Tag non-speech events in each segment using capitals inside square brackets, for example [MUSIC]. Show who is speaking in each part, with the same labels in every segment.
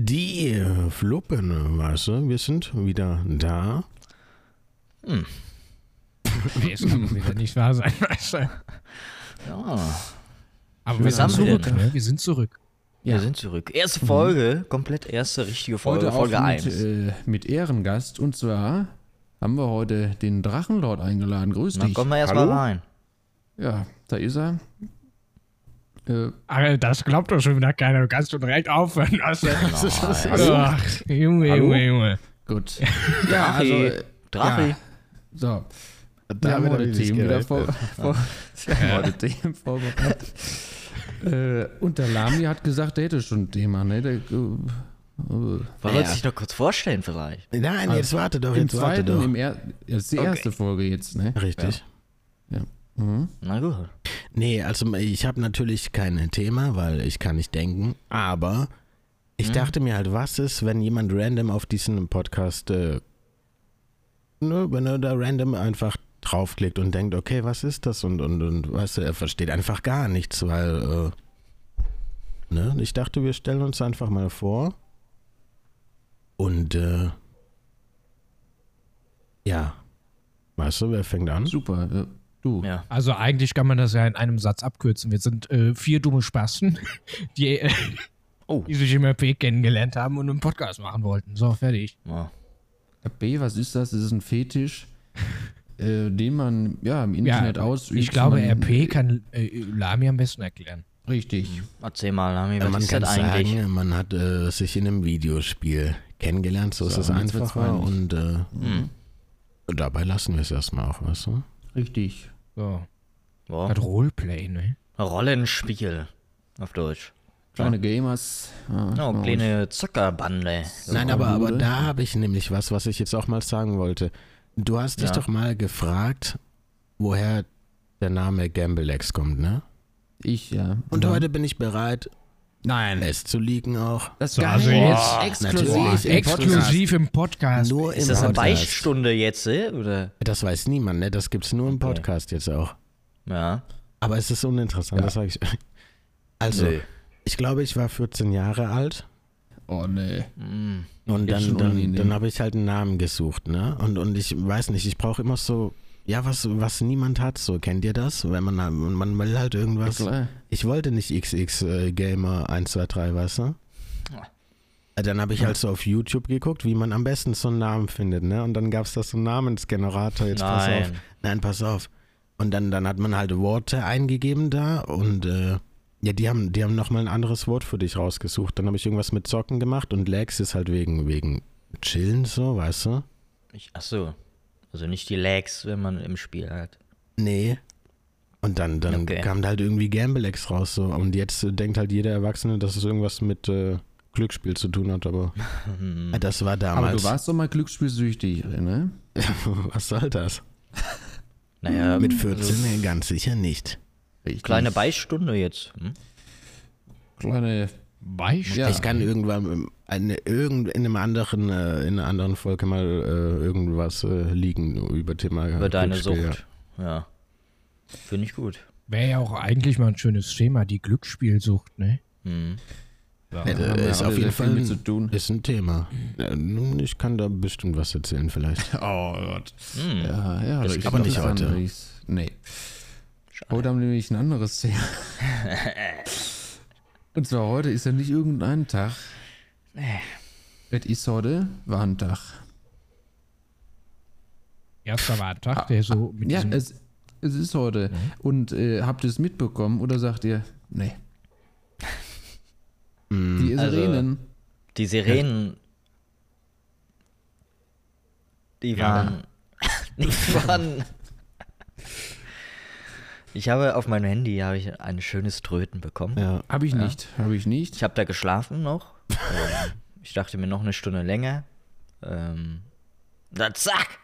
Speaker 1: Die Fluppen, weißt du, wir sind wieder da.
Speaker 2: Hm. Nee, es kann doch wieder nicht wahr sein, [LAUGHS] weißt du.
Speaker 3: Ja,
Speaker 2: Aber
Speaker 3: Wir
Speaker 2: wir
Speaker 3: sind
Speaker 2: sind zurück,
Speaker 3: wieder da.
Speaker 2: ne? Wir sind zurück.
Speaker 3: wir sind zurück. Erste Folge, komplett erste richtige Folge,
Speaker 4: Heute
Speaker 3: Folge
Speaker 4: auch
Speaker 3: 1.
Speaker 4: mit, äh, mit Ehrengast und zwar haben wir heute den Drachenlord eingeladen. Grüß
Speaker 3: Na,
Speaker 4: dich.
Speaker 3: kommen wir erstmal
Speaker 1: Hallo?
Speaker 3: rein.
Speaker 4: Ja, da ist er. Äh,
Speaker 2: Aber das glaubt doch schon wieder keiner. Du kannst schon direkt aufhören. [LAUGHS] Weißt du? Ach, Junge,
Speaker 4: Hallo?
Speaker 2: Junge, Junge.
Speaker 3: [LAUGHS]
Speaker 4: gut. ja, also, äh,
Speaker 3: Drachi,
Speaker 4: so.
Speaker 1: Da
Speaker 4: Wir haben
Speaker 1: wird
Speaker 4: heute
Speaker 1: er dieses
Speaker 4: Themen wieder
Speaker 1: Gerät,
Speaker 4: vor,
Speaker 1: äh, [LAUGHS]
Speaker 4: vor, wir haben heute Themen vorbereitet. äh, und der Lami hat gesagt, der hätte schon ein Thema. Ne? Der, äh, äh,
Speaker 3: wollen wir uns dich noch kurz vorstellen vielleicht?
Speaker 1: Nein, jetzt warte doch,
Speaker 4: Im
Speaker 1: jetzt warte
Speaker 4: zweiten,
Speaker 1: doch.
Speaker 4: im er, das ist die erste Folge jetzt. Ne?
Speaker 1: Richtig.
Speaker 4: Ja. Mhm.
Speaker 3: Na gut.
Speaker 1: Nee, also ich habe natürlich kein Thema, weil ich kann nicht denken, aber ich dachte mir halt, was ist, wenn jemand random auf diesen Podcast, äh, ne, wenn er da random einfach draufklickt und denkt, okay, was ist das und, und, und weißt du, er versteht einfach gar nichts, weil, äh, ne, ich dachte, wir stellen uns einfach mal vor und, äh, ja, weißt du, wer fängt an?
Speaker 4: Super. Äh, du.
Speaker 3: Ja.
Speaker 2: Also eigentlich kann man das ja in einem Satz abkürzen. Wir sind äh, vier dumme Spasten, [LAUGHS] die, äh,
Speaker 3: Oh.
Speaker 2: die sich im RP kennengelernt haben und einen Podcast machen wollten. So, fertig.
Speaker 3: Ja.
Speaker 4: B, was ist das? Das ist
Speaker 2: [LAUGHS]
Speaker 4: ein Fetisch, äh, den man ja im Internet ausübt.
Speaker 2: ich glaube,
Speaker 4: man,
Speaker 2: RP kann äh, Lami am besten erklären. Mhm.
Speaker 4: Richtig.
Speaker 3: Erzähl mal, Lami, was
Speaker 1: man
Speaker 3: ist
Speaker 1: kann
Speaker 3: das eigentlich?
Speaker 1: sagen, man hat äh, sich in einem Videospiel kennengelernt, so, ist
Speaker 4: So,
Speaker 1: es
Speaker 4: und jetzt wird's
Speaker 1: einfacher
Speaker 4: peinlich.
Speaker 1: und äh,
Speaker 3: Hm.
Speaker 1: dabei lassen wir es erstmal auch, weißt du?
Speaker 4: Richtig.
Speaker 2: So.
Speaker 3: Ja.
Speaker 2: Hat Roleplay, ne?
Speaker 3: Rollenspiel auf Deutsch.
Speaker 4: Kleine Gamers. Ja,
Speaker 3: Ja,
Speaker 4: ja,
Speaker 3: kleine Zuckerbande.
Speaker 1: Nein, aber,
Speaker 4: Bude.
Speaker 1: aber da habe ich nämlich was, was ich jetzt auch mal sagen wollte. Du hast dich
Speaker 3: Ja.
Speaker 1: doch mal gefragt, woher der Name Gamblex kommt, ne? Mhm.
Speaker 4: Ich, ja.
Speaker 1: Und heute bin ich bereit,
Speaker 4: Nein.
Speaker 1: es zu liegen auch.
Speaker 4: Das
Speaker 2: So, also jetzt- Oh,
Speaker 4: exklusiv.
Speaker 1: Boah,
Speaker 4: im Podcast.
Speaker 2: Exklusiv im Podcast.
Speaker 1: Nur im
Speaker 3: Ist das eine
Speaker 1: Podcast.
Speaker 3: Beichtstunde jetzt, eh, oder?
Speaker 1: Das weiß niemand, ne? Das gibt's nur im Podcast jetzt auch.
Speaker 3: Ja.
Speaker 1: Aber es ist uninteressant, das sage ich. Also,
Speaker 3: Nee.
Speaker 1: ich glaube, ich war 14 Jahre alt
Speaker 4: Oh, nee.
Speaker 1: und
Speaker 4: Ist
Speaker 1: dann,
Speaker 4: schon ne?
Speaker 1: dann,
Speaker 4: unangenehm.
Speaker 1: dann habe ich halt einen Namen gesucht, ne? Und, und ich weiß nicht, ich brauche immer so, ja, was, was niemand hat, so kennt ihr das? Wenn man, man will halt irgendwas.
Speaker 4: Klar.
Speaker 1: Ich wollte nicht XX äh, Gamer 123, weißt du? Äh, Dann habe ich halt so auf YouTube geguckt, wie man am besten so einen Namen findet, ne? Und dann gab es da so einen Namensgenerator, jetzt pass auf.
Speaker 3: Nein.
Speaker 1: Nein, pass auf. Und dann, dann hat man halt Worte eingegeben da und äh, ja, die haben, die haben nochmal ein anderes Wort für dich rausgesucht. Dann habe ich irgendwas mit Zocken gemacht und Lags ist halt wegen, wegen Chillen so, weißt du?
Speaker 3: Ich, ach so. Also nicht die Lags, wenn man im Spiel hat.
Speaker 1: Nee. Und dann, dann
Speaker 3: Okay.
Speaker 1: kam da halt irgendwie Gamblex raus. So. Und jetzt äh, denkt halt jeder Erwachsene, dass es irgendwas mit äh, Glücksspiel zu tun hat,
Speaker 4: [LAUGHS]
Speaker 1: aber äh, das war
Speaker 4: Aber du
Speaker 1: damals.
Speaker 4: warst doch mal glücksspielsüchtig, ne?
Speaker 1: [LAUGHS] Was soll das?
Speaker 3: Naja,
Speaker 1: Hm. Mit 14 nee, ganz sicher nicht.
Speaker 4: Richtig.
Speaker 3: kleine Beichtstunde jetzt. Hm?
Speaker 4: Kleine.
Speaker 2: Beispiel.
Speaker 4: Ja.
Speaker 1: Ich kann irgendwann ähm, eine, irgend, in einem anderen, äh, in einer anderen Folge mal äh, irgendwas äh, liegen über Thema
Speaker 3: Über deine
Speaker 1: Glücksspiel, ja.
Speaker 3: Sucht. Ja. Finde ich gut.
Speaker 2: Wäre ja auch eigentlich mal ein schönes Thema, die Glücksspielsucht, ne?
Speaker 3: Hm.
Speaker 1: Äh,
Speaker 4: haben wir
Speaker 1: ist
Speaker 4: alle
Speaker 1: auf jeden
Speaker 4: sehr viel
Speaker 1: Fall
Speaker 4: mit
Speaker 1: ein-
Speaker 4: zu tun.
Speaker 1: Ist ein Thema. Äh, nun, Ich kann da bestimmt was erzählen vielleicht.
Speaker 4: Oh Gott.
Speaker 3: Hm.
Speaker 4: Ja, ja,
Speaker 1: Das
Speaker 4: ich
Speaker 1: aber
Speaker 4: glaub,
Speaker 1: nicht
Speaker 4: das
Speaker 1: heute.
Speaker 4: andere ist- Nee. Heute haben wir nämlich ein anderes Thema. Und zwar heute ist ja nicht irgendein Tag. Es ist heute Warntag.
Speaker 2: Erster war ein
Speaker 3: Ah,
Speaker 2: Tag, der so mit
Speaker 4: Ja,
Speaker 2: diesem
Speaker 4: es, es ist heute. Und äh, habt ihr es mitbekommen oder sagt ihr, nee? Die Sirenen.
Speaker 3: Die Sirenen. Die waren. [LAUGHS] Die waren. Ich habe auf meinem Handy habe ich ein schönes Tröten bekommen.
Speaker 1: ja.
Speaker 4: Habe ich nicht. Habe ich nicht.
Speaker 3: Ich habe da geschlafen noch. Ähm, ich dachte mir noch eine Stunde länger. Ähm, dann zack!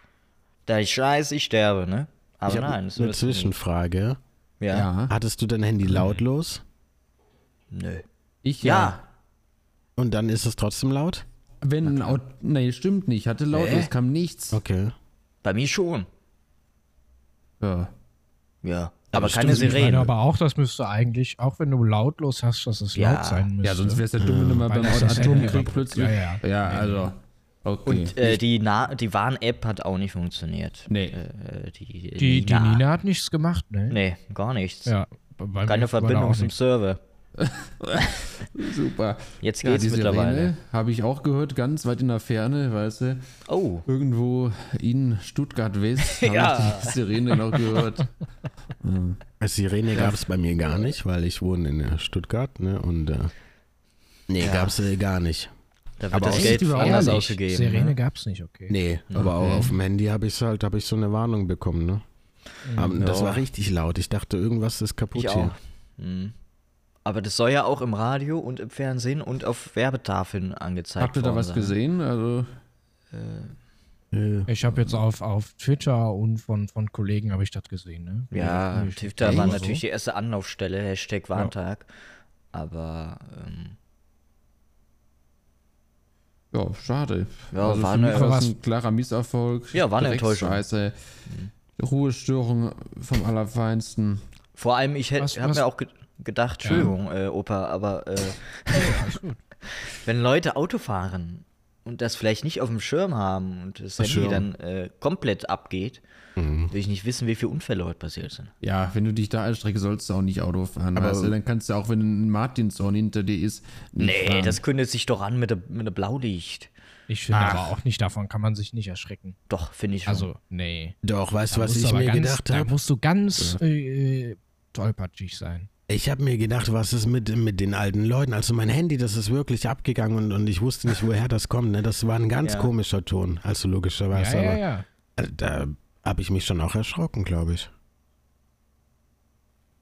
Speaker 3: Da ich scheiße, ich sterbe, ne? Aber
Speaker 1: ich hab
Speaker 3: nein, es
Speaker 1: eine
Speaker 3: ist-
Speaker 1: Zwischenfrage.
Speaker 3: Ja.
Speaker 4: Ja.
Speaker 1: Hattest du dein Handy lautlos
Speaker 3: Nö.
Speaker 4: Ich ja.
Speaker 3: Ja.
Speaker 1: und dann ist es trotzdem laut?
Speaker 4: Wenn ein Auto. Nee, stimmt nicht. Hatte laut,
Speaker 3: Hä?
Speaker 4: es kam nichts.
Speaker 1: Okay.
Speaker 3: bei mir schon.
Speaker 4: Ja.
Speaker 3: Ja. Aber
Speaker 1: das
Speaker 3: keine
Speaker 1: stimmt.
Speaker 2: Also Ich meine
Speaker 3: Sirene.
Speaker 2: aber auch, das müsste eigentlich, auch wenn du lautlos hast, dass es
Speaker 3: Ja.
Speaker 2: laut sein müsste.
Speaker 4: Ja, sonst wär's ja dumm, wenn du mal
Speaker 2: Weil
Speaker 4: beim
Speaker 2: das ist ja
Speaker 4: Atomkrieg
Speaker 2: irreparabel.
Speaker 4: plötzlich.
Speaker 2: Ja, ja.
Speaker 4: also. Okay.
Speaker 3: Und äh, die, Na- die Warn-App hat auch nicht funktioniert.
Speaker 4: Nee.
Speaker 3: Äh, die,
Speaker 2: die, die Nina hat nichts gemacht, ne?
Speaker 3: Nee, gar nichts.
Speaker 2: Ja, bei- bei mir
Speaker 3: Keine
Speaker 2: war da
Speaker 3: Verbindung
Speaker 2: auch
Speaker 3: zum
Speaker 2: nichts.
Speaker 3: Server.
Speaker 4: äh, Super.
Speaker 3: Jetzt
Speaker 4: Ja,
Speaker 3: geht's
Speaker 4: die
Speaker 3: mittlerweile.
Speaker 4: Sirene habe ich auch gehört, ganz weit in der Ferne, weißt du,
Speaker 3: Oh,
Speaker 4: irgendwo in
Speaker 3: [LAUGHS]
Speaker 4: Stuttgart West habe
Speaker 3: Ja.
Speaker 4: ich die Sirene noch
Speaker 3: [LAUGHS]
Speaker 4: gehört.
Speaker 1: Als Sirene gab es bei mir gar nicht, weil ich wohne in äh, Stuttgart, ne? Und äh, nee, gab es äh, gar nicht.
Speaker 3: da wird
Speaker 1: Aber
Speaker 3: das
Speaker 1: auch-
Speaker 3: Geld
Speaker 1: Echt?
Speaker 2: Überhaupt
Speaker 3: anders
Speaker 2: nicht.
Speaker 3: ausgegeben.
Speaker 2: Sirene
Speaker 3: ne?
Speaker 2: gab's nicht, okay.
Speaker 1: Nee, aber
Speaker 2: Mhm.
Speaker 4: Okay.
Speaker 1: auch auf dem Handy habe ich halt, habe ich so eine Warnung bekommen, ne?
Speaker 2: Mhm.
Speaker 1: Aber das
Speaker 3: Ja.
Speaker 1: war richtig laut. Ich dachte, irgendwas ist kaputt
Speaker 3: Ich auch.
Speaker 1: hier.
Speaker 3: Mhm. Aber das soll ja auch im Radio und im Fernsehen und auf Werbetafeln angezeigt
Speaker 4: Habt ihr da
Speaker 3: worden
Speaker 4: was
Speaker 3: sein.
Speaker 4: gesehen? Also,
Speaker 1: Äh,
Speaker 2: Ich habe jetzt auf, auf Twitter und von, von Kollegen habe ich das gesehen, ne?
Speaker 3: Ja,
Speaker 2: Nee, ich-
Speaker 3: Twitter war
Speaker 4: Echt?
Speaker 3: natürlich die erste Anlaufstelle, Hashtag Warntag. Aber ähm,
Speaker 4: ja, schade.
Speaker 3: Ja,
Speaker 4: also
Speaker 3: war
Speaker 4: für
Speaker 3: eine-
Speaker 4: mich war
Speaker 2: Was-
Speaker 4: es ein klarer Misserfolg.
Speaker 3: Ja, war eine Enttäuschung. Mhm.
Speaker 4: Scheiße. Ruhestörung vom Allerfeinsten.
Speaker 3: vor allem, ich hätte
Speaker 2: Was-
Speaker 3: hab
Speaker 2: was-
Speaker 3: mir auch ge gedacht, Entschuldigung, äh, Opa,
Speaker 2: [LAUGHS]
Speaker 3: aber äh, [LAUGHS] wenn Leute Auto fahren und das vielleicht nicht auf dem Schirm haben und das Handy
Speaker 1: Schirm.
Speaker 3: dann äh, komplett abgeht, will ich nicht wissen, wie viele Unfälle heute passiert sind.
Speaker 4: Ja, wenn du dich da erstreckst, sollst du auch nicht Auto fahren.
Speaker 1: Aber-
Speaker 4: weißt du? Dann kannst du auch, wenn ein Martinshorn hinter dir ist, nicht
Speaker 3: Nee,
Speaker 4: fahren.
Speaker 3: das kündet sich doch an mit dem mit dem Blaulicht.
Speaker 2: Ich finde aber auch nicht, davon kann man sich nicht erschrecken.
Speaker 3: Doch, finde ich schon.
Speaker 2: Also, nee.
Speaker 1: Doch, weißt du, was
Speaker 2: musst du
Speaker 1: ich
Speaker 2: aber
Speaker 1: mir
Speaker 2: ganz,
Speaker 1: gedacht
Speaker 2: Da
Speaker 1: habe?
Speaker 2: musst du ganz äh, äh, tollpatschig sein.
Speaker 1: Ich habe mir gedacht, was ist mit, mit den alten Leuten? Also mein Handy, das ist wirklich abgegangen und, und ich wusste nicht, woher das kommt. Ne? Das war ein ganz
Speaker 3: Ja.
Speaker 1: komischer Ton, also logischerweise.
Speaker 2: ja, ja,
Speaker 1: aber
Speaker 2: ja.
Speaker 1: äh, Da habe ich mich schon auch erschrocken, glaube ich.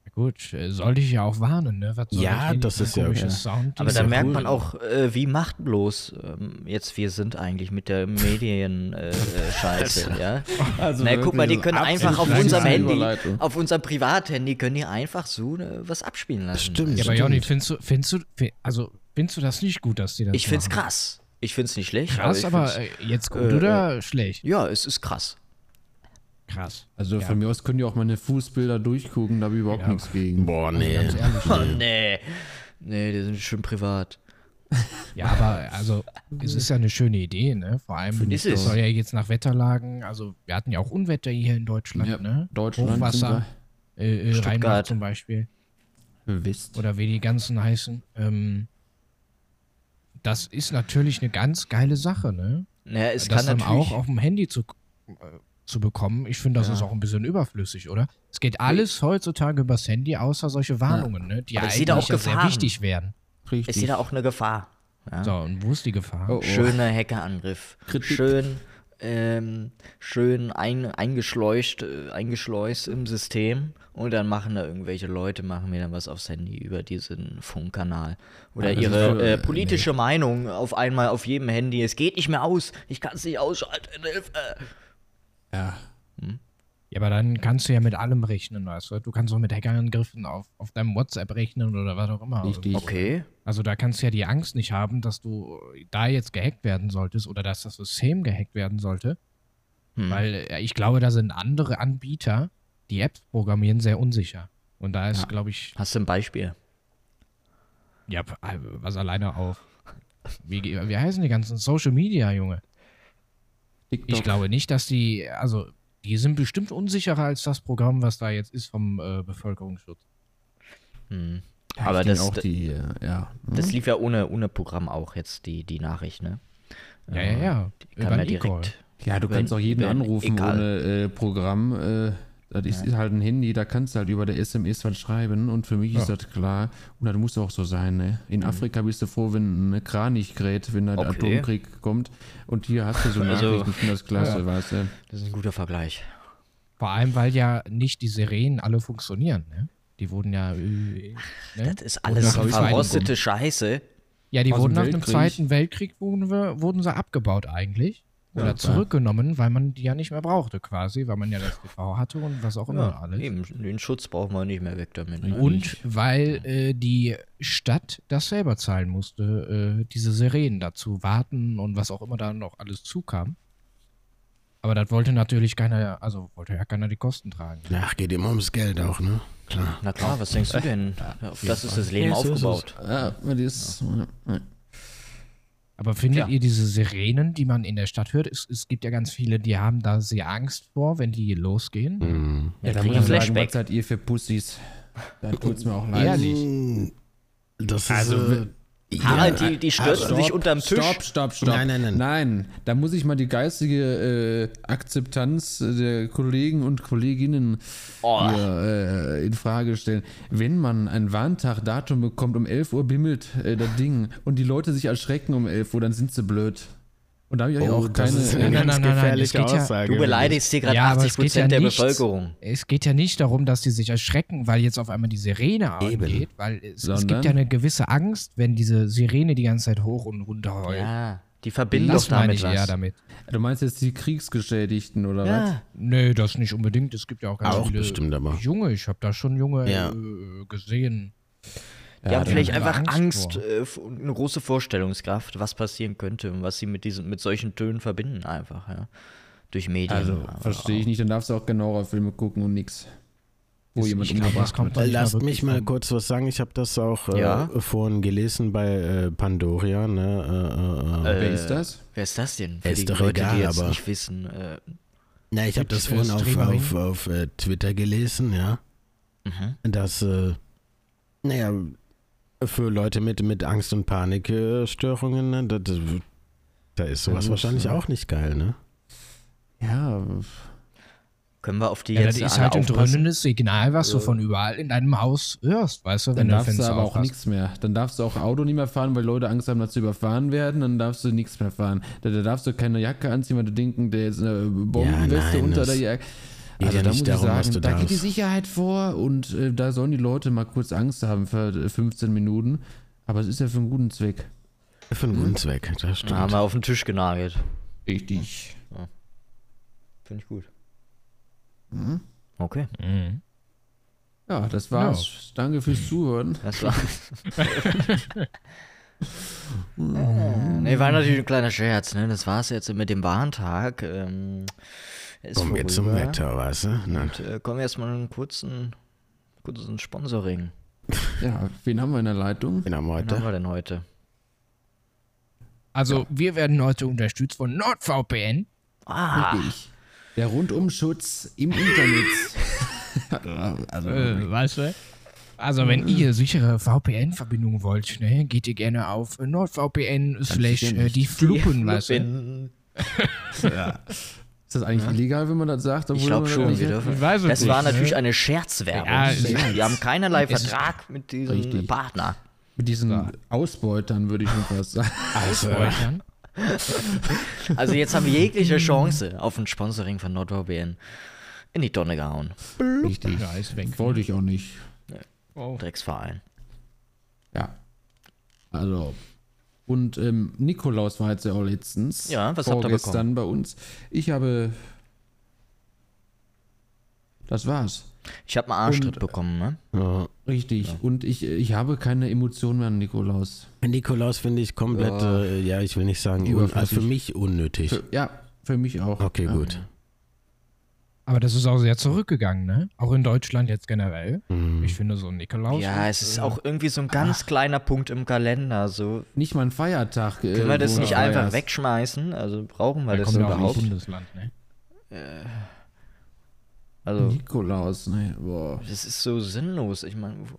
Speaker 2: Na Gut, äh, sollte ich ja auch warnen, ne? Was soll
Speaker 1: Ja,
Speaker 2: ich, wenn
Speaker 1: das
Speaker 2: ich
Speaker 1: ist
Speaker 2: ein
Speaker 1: ja-
Speaker 2: komisches
Speaker 1: ja.
Speaker 2: Sound
Speaker 3: Aber da
Speaker 2: diese-
Speaker 3: merkt man auch, äh, wie machtlos ähm, jetzt wir sind eigentlich mit der Medien-Scheiße. Äh, Scheiße, ja?
Speaker 4: Also
Speaker 3: Na, guck mal, die
Speaker 4: wirklich,
Speaker 3: können
Speaker 4: also
Speaker 3: einfach auf
Speaker 4: absolut
Speaker 3: unserem
Speaker 4: keine
Speaker 3: Handy,
Speaker 4: Überleitung.
Speaker 3: auf unserem Privathandy, können die einfach so äh, was abspielen lassen.
Speaker 1: Stimmt.
Speaker 2: Ja, aber Jonny, findest du, findest du, fi- also, findest du das nicht gut, dass die das
Speaker 3: Ich find's
Speaker 2: machen?
Speaker 3: krass. Ich find's nicht schlecht.
Speaker 2: Krass,
Speaker 3: ich
Speaker 2: aber
Speaker 3: find's-
Speaker 2: äh, jetzt gut
Speaker 3: äh,
Speaker 2: oder schlecht?
Speaker 3: ja, es ist krass.
Speaker 2: Krass.
Speaker 4: Also von mir aus können die auch meine Fußbilder durchgucken, da habe ich überhaupt nichts gegen.
Speaker 1: Boah, nee.
Speaker 3: Oh, nee. Nee, die sind schön privat.
Speaker 2: Ja, aber also, es ist ja eine schöne Idee, ne? Vor allem,
Speaker 3: Ist es.
Speaker 2: es soll ja jetzt nach Wetterlagen, also wir hatten ja auch Unwetter hier in Deutschland,
Speaker 4: Ja,
Speaker 2: ne?
Speaker 4: Deutschland sind
Speaker 2: Hochwasser, äh, äh,
Speaker 3: Stuttgart.
Speaker 2: Rheinland zum Beispiel,
Speaker 4: Wisst.
Speaker 2: oder wie die ganzen heißen. Ähm, das ist natürlich eine ganz geile Sache, ne?
Speaker 3: Naja, es
Speaker 2: das
Speaker 3: kann
Speaker 2: dann
Speaker 3: natürlich.
Speaker 2: auch auf dem Handy zu, äh, zu bekommen. Ich finde, das ist auch ein bisschen überflüssig, oder? Es geht alles heutzutage übers Handy, außer solche Warnungen, ne? Die
Speaker 3: Aber
Speaker 2: ja
Speaker 3: ich sehe da
Speaker 2: eigentlich
Speaker 3: auch
Speaker 2: ja sehr
Speaker 3: Gefahren.
Speaker 2: wichtig werden.
Speaker 3: ich
Speaker 4: Richtig.
Speaker 3: sehe da auch eine Gefahr. Ja?
Speaker 2: So, und wo ist die Gefahr?
Speaker 4: Oh, oh.
Speaker 3: Schöner Hackerangriff.
Speaker 4: Kritik.
Speaker 3: Schön, ähm, schön ein, eingeschleust, äh, eingeschleust im System. Und dann machen da irgendwelche Leute, machen mir dann was aufs Handy über diesen Funkkanal. Oder
Speaker 4: Ja, das
Speaker 3: ihre
Speaker 4: ist so,
Speaker 3: äh,
Speaker 4: äh,
Speaker 3: politische Meinung auf einmal auf jedem Handy. Es geht nicht mehr aus. Ich kann es nicht ausschalten. äh. Hilfe.
Speaker 4: Ja.
Speaker 2: Ja, aber dann kannst du ja mit allem rechnen, weißt du? Du kannst auch mit Hackerangriffen auf, auf deinem WhatsApp rechnen oder was auch immer.
Speaker 4: Richtig.
Speaker 3: Okay.
Speaker 2: Also da kannst du ja die Angst nicht haben, dass du da jetzt gehackt werden solltest oder dass das System gehackt werden sollte.
Speaker 3: Hm.
Speaker 2: Weil äh, ich glaube, da sind andere Anbieter, die Apps programmieren, sehr unsicher. Und da ist, glaube ich,
Speaker 3: Hast du ein Beispiel?
Speaker 2: ja, p- äh, was alleine auf. Wie, ge- wie heißen die ganzen Social Media, Junge?
Speaker 4: TikTok.
Speaker 2: Ich glaube nicht, dass die, also die sind bestimmt unsicherer als das Programm, was da jetzt ist vom äh, Bevölkerungsschutz.
Speaker 4: Ja, ich
Speaker 3: aber
Speaker 4: kenn
Speaker 3: das-
Speaker 4: auch die, äh, ja.
Speaker 3: Das lief ja ohne, ohne Programm auch jetzt, die, die Nachricht, ne?
Speaker 2: Ja, ja, ja.
Speaker 3: Die kam ja
Speaker 2: den E-Call.
Speaker 3: direkt.
Speaker 4: Ja, du kannst auch jeden
Speaker 3: wenn-
Speaker 4: anrufen
Speaker 3: egal.
Speaker 4: ohne äh, Programm. Äh, das ist halt ein Handy, da kannst du halt über der SMS was schreiben und für mich ist das klar. Und das muss auch so sein. Ne? In Afrika bist du froh, wenn ein Kranich gerät, wenn der
Speaker 3: Okay.
Speaker 4: Atomkrieg kommt. Und hier hast du so Nachrichten, ich finde das klasse, weißt du.
Speaker 3: Das ist ein guter Vergleich.
Speaker 2: Vor allem, weil ja nicht die Sirenen alle funktionieren. Ne? Die wurden ja. Äh, ne?
Speaker 3: Das ist alles
Speaker 2: nach dem Zweiten
Speaker 3: verrostete Scheiße.
Speaker 2: Ja, die
Speaker 4: Aus
Speaker 2: wurden
Speaker 4: dem
Speaker 2: nach dem
Speaker 4: Weltkrieg.
Speaker 2: Zweiten Weltkrieg wurden, wir, wurden sie abgebaut eigentlich. Oder
Speaker 4: Ja, klar.
Speaker 2: zurückgenommen, weil man die ja nicht mehr brauchte quasi, weil man ja das TV hatte und was auch immer alles.
Speaker 3: Eben, den Schutz brauchen wir nicht mehr weg damit. Ne?
Speaker 2: Und weil äh, die Stadt das selber zahlen musste, äh, diese Sirenen dazu warten und was auch immer da noch alles zukam. Aber das wollte natürlich keiner, also wollte ja keiner die Kosten tragen.
Speaker 1: Ach, geht immer ums Geld auch, ne? Klar.
Speaker 3: Na klar, was denkst du denn? Auf das ist das Leben
Speaker 1: Ja, so ist es.
Speaker 3: aufgebaut.
Speaker 4: Ja, das ist, ja.
Speaker 2: Aber findet
Speaker 3: Ja.
Speaker 2: ihr diese Sirenen, die man in der Stadt hört? Es, es gibt ja ganz viele, die haben da sehr Angst vor, wenn die losgehen.
Speaker 1: Mhm.
Speaker 3: Ja,
Speaker 4: da
Speaker 3: kriegen
Speaker 4: muss
Speaker 3: wir
Speaker 4: ich sagen,
Speaker 3: Flashback.
Speaker 4: was seid ihr für Pussys? Da tut's mir auch leid.
Speaker 2: Ehrlich.
Speaker 1: Mm, Das ist.
Speaker 2: Also,
Speaker 1: äh,
Speaker 3: Harald, die, die stürzen
Speaker 4: Stopp,
Speaker 3: sich unterm Tisch.
Speaker 4: Stopp, stopp, stopp.
Speaker 1: Nein, nein, nein.
Speaker 4: Nein, da muss ich mal die geistige äh, Akzeptanz äh, der Kollegen und Kolleginnen
Speaker 3: Oh.
Speaker 4: hier, äh, in Frage stellen. Wenn man ein Warntagdatum bekommt, um 11 Uhr bimmelt äh, das Ding und die Leute sich erschrecken um 11 Uhr, dann sind sie blöd. Und da habe ich euch
Speaker 1: oh,
Speaker 4: auch keine. äh,
Speaker 1: das ist eine
Speaker 2: Nein, nein,
Speaker 1: ganz
Speaker 2: nein, nein,
Speaker 1: gefährliche
Speaker 2: es geht ja-
Speaker 1: Aussage.
Speaker 3: Du beleidigst hier gerade
Speaker 2: Ja, aber
Speaker 3: 80
Speaker 2: es geht ja
Speaker 3: Prozent der
Speaker 2: nichts.
Speaker 3: Bevölkerung.
Speaker 2: Es geht ja nicht darum, dass die sich erschrecken, weil jetzt auf einmal die Sirene
Speaker 1: Eben.
Speaker 2: angeht, weil es, es
Speaker 4: Sondern?
Speaker 2: gibt ja eine gewisse Angst, wenn diese Sirene die ganze Zeit hoch und runter heult.
Speaker 3: Ja, die verbinden
Speaker 2: das
Speaker 3: doch damit
Speaker 2: meine ich eher
Speaker 3: was.
Speaker 2: damit.
Speaker 4: Du meinst jetzt die Kriegsgeschädigten oder was?
Speaker 3: Ja.
Speaker 2: Nee, das nicht unbedingt. Es gibt ja auch ganz
Speaker 1: Auch
Speaker 2: viele
Speaker 1: bestimmt, aber-
Speaker 2: Junge. Ich habe da schon Junge
Speaker 1: Ja.
Speaker 2: äh, gesehen.
Speaker 3: Die haben vielleicht
Speaker 2: haben
Speaker 3: einfach
Speaker 2: Angst
Speaker 3: Angst,
Speaker 2: vor.
Speaker 3: äh, f- und eine große Vorstellungskraft, was passieren könnte und was sie mit diesen, mit solchen Tönen verbinden einfach, ja. Durch Medien.
Speaker 4: Also, verstehe ich nicht, dann darfst du auch genauer Filme gucken und nix. Wo
Speaker 2: Ich
Speaker 4: jemand
Speaker 2: glaube, das
Speaker 4: umgebracht
Speaker 2: kommt
Speaker 4: wird.
Speaker 2: doch nicht
Speaker 1: Lasst
Speaker 2: wirklich
Speaker 1: mich mal
Speaker 2: an.
Speaker 1: kurz was sagen. Ich habe das auch äh,
Speaker 3: Ja?
Speaker 1: vorhin gelesen bei äh, Pandoria. Ne? Äh, äh, äh.
Speaker 4: Wer ist das?
Speaker 3: Wer ist das denn? Für
Speaker 1: Ist
Speaker 3: die
Speaker 1: doch
Speaker 3: Leute,
Speaker 1: egal,
Speaker 3: die jetzt
Speaker 1: aber-
Speaker 3: nicht wissen. Äh,
Speaker 1: Na, ich habe das
Speaker 2: äh,
Speaker 1: vorhin auf,
Speaker 2: Streamerin.
Speaker 1: auf, auf äh, Twitter gelesen, ja.
Speaker 3: mhm.
Speaker 1: Dass, äh, naja, für Leute mit, mit Angst- und Panikstörungen, ne, da, da- da ist sowas
Speaker 4: Ja, das,
Speaker 1: wahrscheinlich
Speaker 4: äh,
Speaker 1: auch nicht geil, ne?
Speaker 4: Ja,
Speaker 3: können wir auf die
Speaker 2: Ja, das
Speaker 3: jetzt
Speaker 2: ist
Speaker 3: alle
Speaker 2: halt ein
Speaker 3: aufpassen?
Speaker 2: dröhnendes Signal, was du von überall in deinem Haus hörst, weißt du,
Speaker 4: dann
Speaker 2: wenn du
Speaker 4: darfst du
Speaker 2: Fenster
Speaker 4: aber auch
Speaker 2: aufhast.
Speaker 4: nichts mehr. Dann darfst du auch Auto nicht mehr fahren, weil Leute Angst haben, dass sie überfahren werden. Dann darfst du nichts mehr fahren. Da, da darfst du keine Jacke anziehen, weil du denken, der ist eine Bombenweste
Speaker 1: Ja, nein,
Speaker 4: unter
Speaker 1: das
Speaker 4: der Jacke. Also
Speaker 1: geht ja nicht darum, was du
Speaker 4: da geht die
Speaker 1: darfst.
Speaker 4: Sicherheit vor und äh, da sollen die Leute mal kurz Angst haben für äh, 15 Minuten. Aber es ist ja für einen guten Zweck.
Speaker 1: Für einen guten Zweck, das stimmt.
Speaker 3: Da haben wir auf den Tisch genagelt.
Speaker 4: Richtig.
Speaker 3: Finde ich gut. Okay,
Speaker 2: Mhm.
Speaker 4: Ja, das war's. Danke fürs Zuhören.
Speaker 3: das war. nee, war natürlich ein kleiner Scherz, ne? Das war's jetzt mit dem Warntag. Ähm, ist
Speaker 1: Kommen wir zum
Speaker 3: vorüber.
Speaker 1: Wetter, weißt du? Na,
Speaker 3: Und äh, kommen wir erstmal in einen kurzen, kurzen Sponsoring.
Speaker 4: Ja, wen haben wir in der Leitung?
Speaker 1: wen haben wir
Speaker 3: Wen haben
Speaker 1: heute?
Speaker 3: wir denn heute?
Speaker 2: Also, wir werden heute unterstützt von NordVPN.
Speaker 3: Ah,
Speaker 4: Ich. Der Rundumschutz im Internet. also,
Speaker 2: Äh, weißt du? Also, wenn ihr sichere VPN-Verbindungen wollt, ne, geht ihr gerne auf NordVPN slash
Speaker 4: sicher
Speaker 2: äh, die Fluppen, weißt du?
Speaker 3: Fluppen.
Speaker 4: Ist das eigentlich illegal, wenn man das sagt?
Speaker 3: Ich
Speaker 4: obwohl
Speaker 3: glaube
Speaker 4: man das
Speaker 3: schon,
Speaker 4: nicht-
Speaker 3: wir dürfen.
Speaker 2: Ich weiß es
Speaker 3: das
Speaker 2: nicht,
Speaker 3: war
Speaker 2: ne?
Speaker 3: natürlich eine Scherzwerbung.
Speaker 2: Ja, es ist-
Speaker 3: wir haben keinerlei
Speaker 2: es ist-
Speaker 3: Vertrag mit diesem
Speaker 4: Richtig.
Speaker 3: Partner.
Speaker 4: Mit diesen Ausbeutern würde ich schon fast
Speaker 3: [LAUGHS]
Speaker 4: sagen.
Speaker 2: Also, Räuchern.
Speaker 3: Also jetzt haben wir jegliche Chance auf ein Sponsoring von NordVPN in die Tonne gehauen.
Speaker 4: Richtig.
Speaker 2: Ja, ist weg.
Speaker 4: Wollte ich auch nicht.
Speaker 2: Oh.
Speaker 3: Drecksverein.
Speaker 4: Ja. Also. Und ähm, Nikolaus war jetzt ja auch letztens.
Speaker 3: Ja, was habt ihr
Speaker 4: vorgestern bei uns. Ich habe. Das war's.
Speaker 3: Ich habe mal Arschtritt bekommen, ne?
Speaker 1: Ja.
Speaker 4: Richtig. Und ich, ich habe keine Emotionen mehr an Nikolaus.
Speaker 1: Nikolaus finde ich komplett, ja. Äh, ja, ich will nicht sagen, un,
Speaker 4: Überflüssig.
Speaker 1: also für mich unnötig.
Speaker 4: Für, ja, für mich auch.
Speaker 1: okay,
Speaker 4: ja.
Speaker 1: gut.
Speaker 2: Aber das ist auch sehr zurückgegangen, ne? Auch in Deutschland jetzt generell.
Speaker 1: Mhm.
Speaker 2: Ich finde so ein Nikolaus.
Speaker 3: Ja, es ist auch irgendwie so ein ganz kleiner Punkt im Kalender. So.
Speaker 4: Nicht mal ein Feiertag. äh,
Speaker 3: Können wir das nicht einfach wegschmeißen? Also brauchen wir
Speaker 2: da
Speaker 3: das
Speaker 2: kommt ja auch ein
Speaker 3: überhaupt?
Speaker 2: Bundesland, ne?
Speaker 3: Also
Speaker 4: Nikolaus, ne, boah.
Speaker 3: Das ist so sinnlos. Ich meine, wo-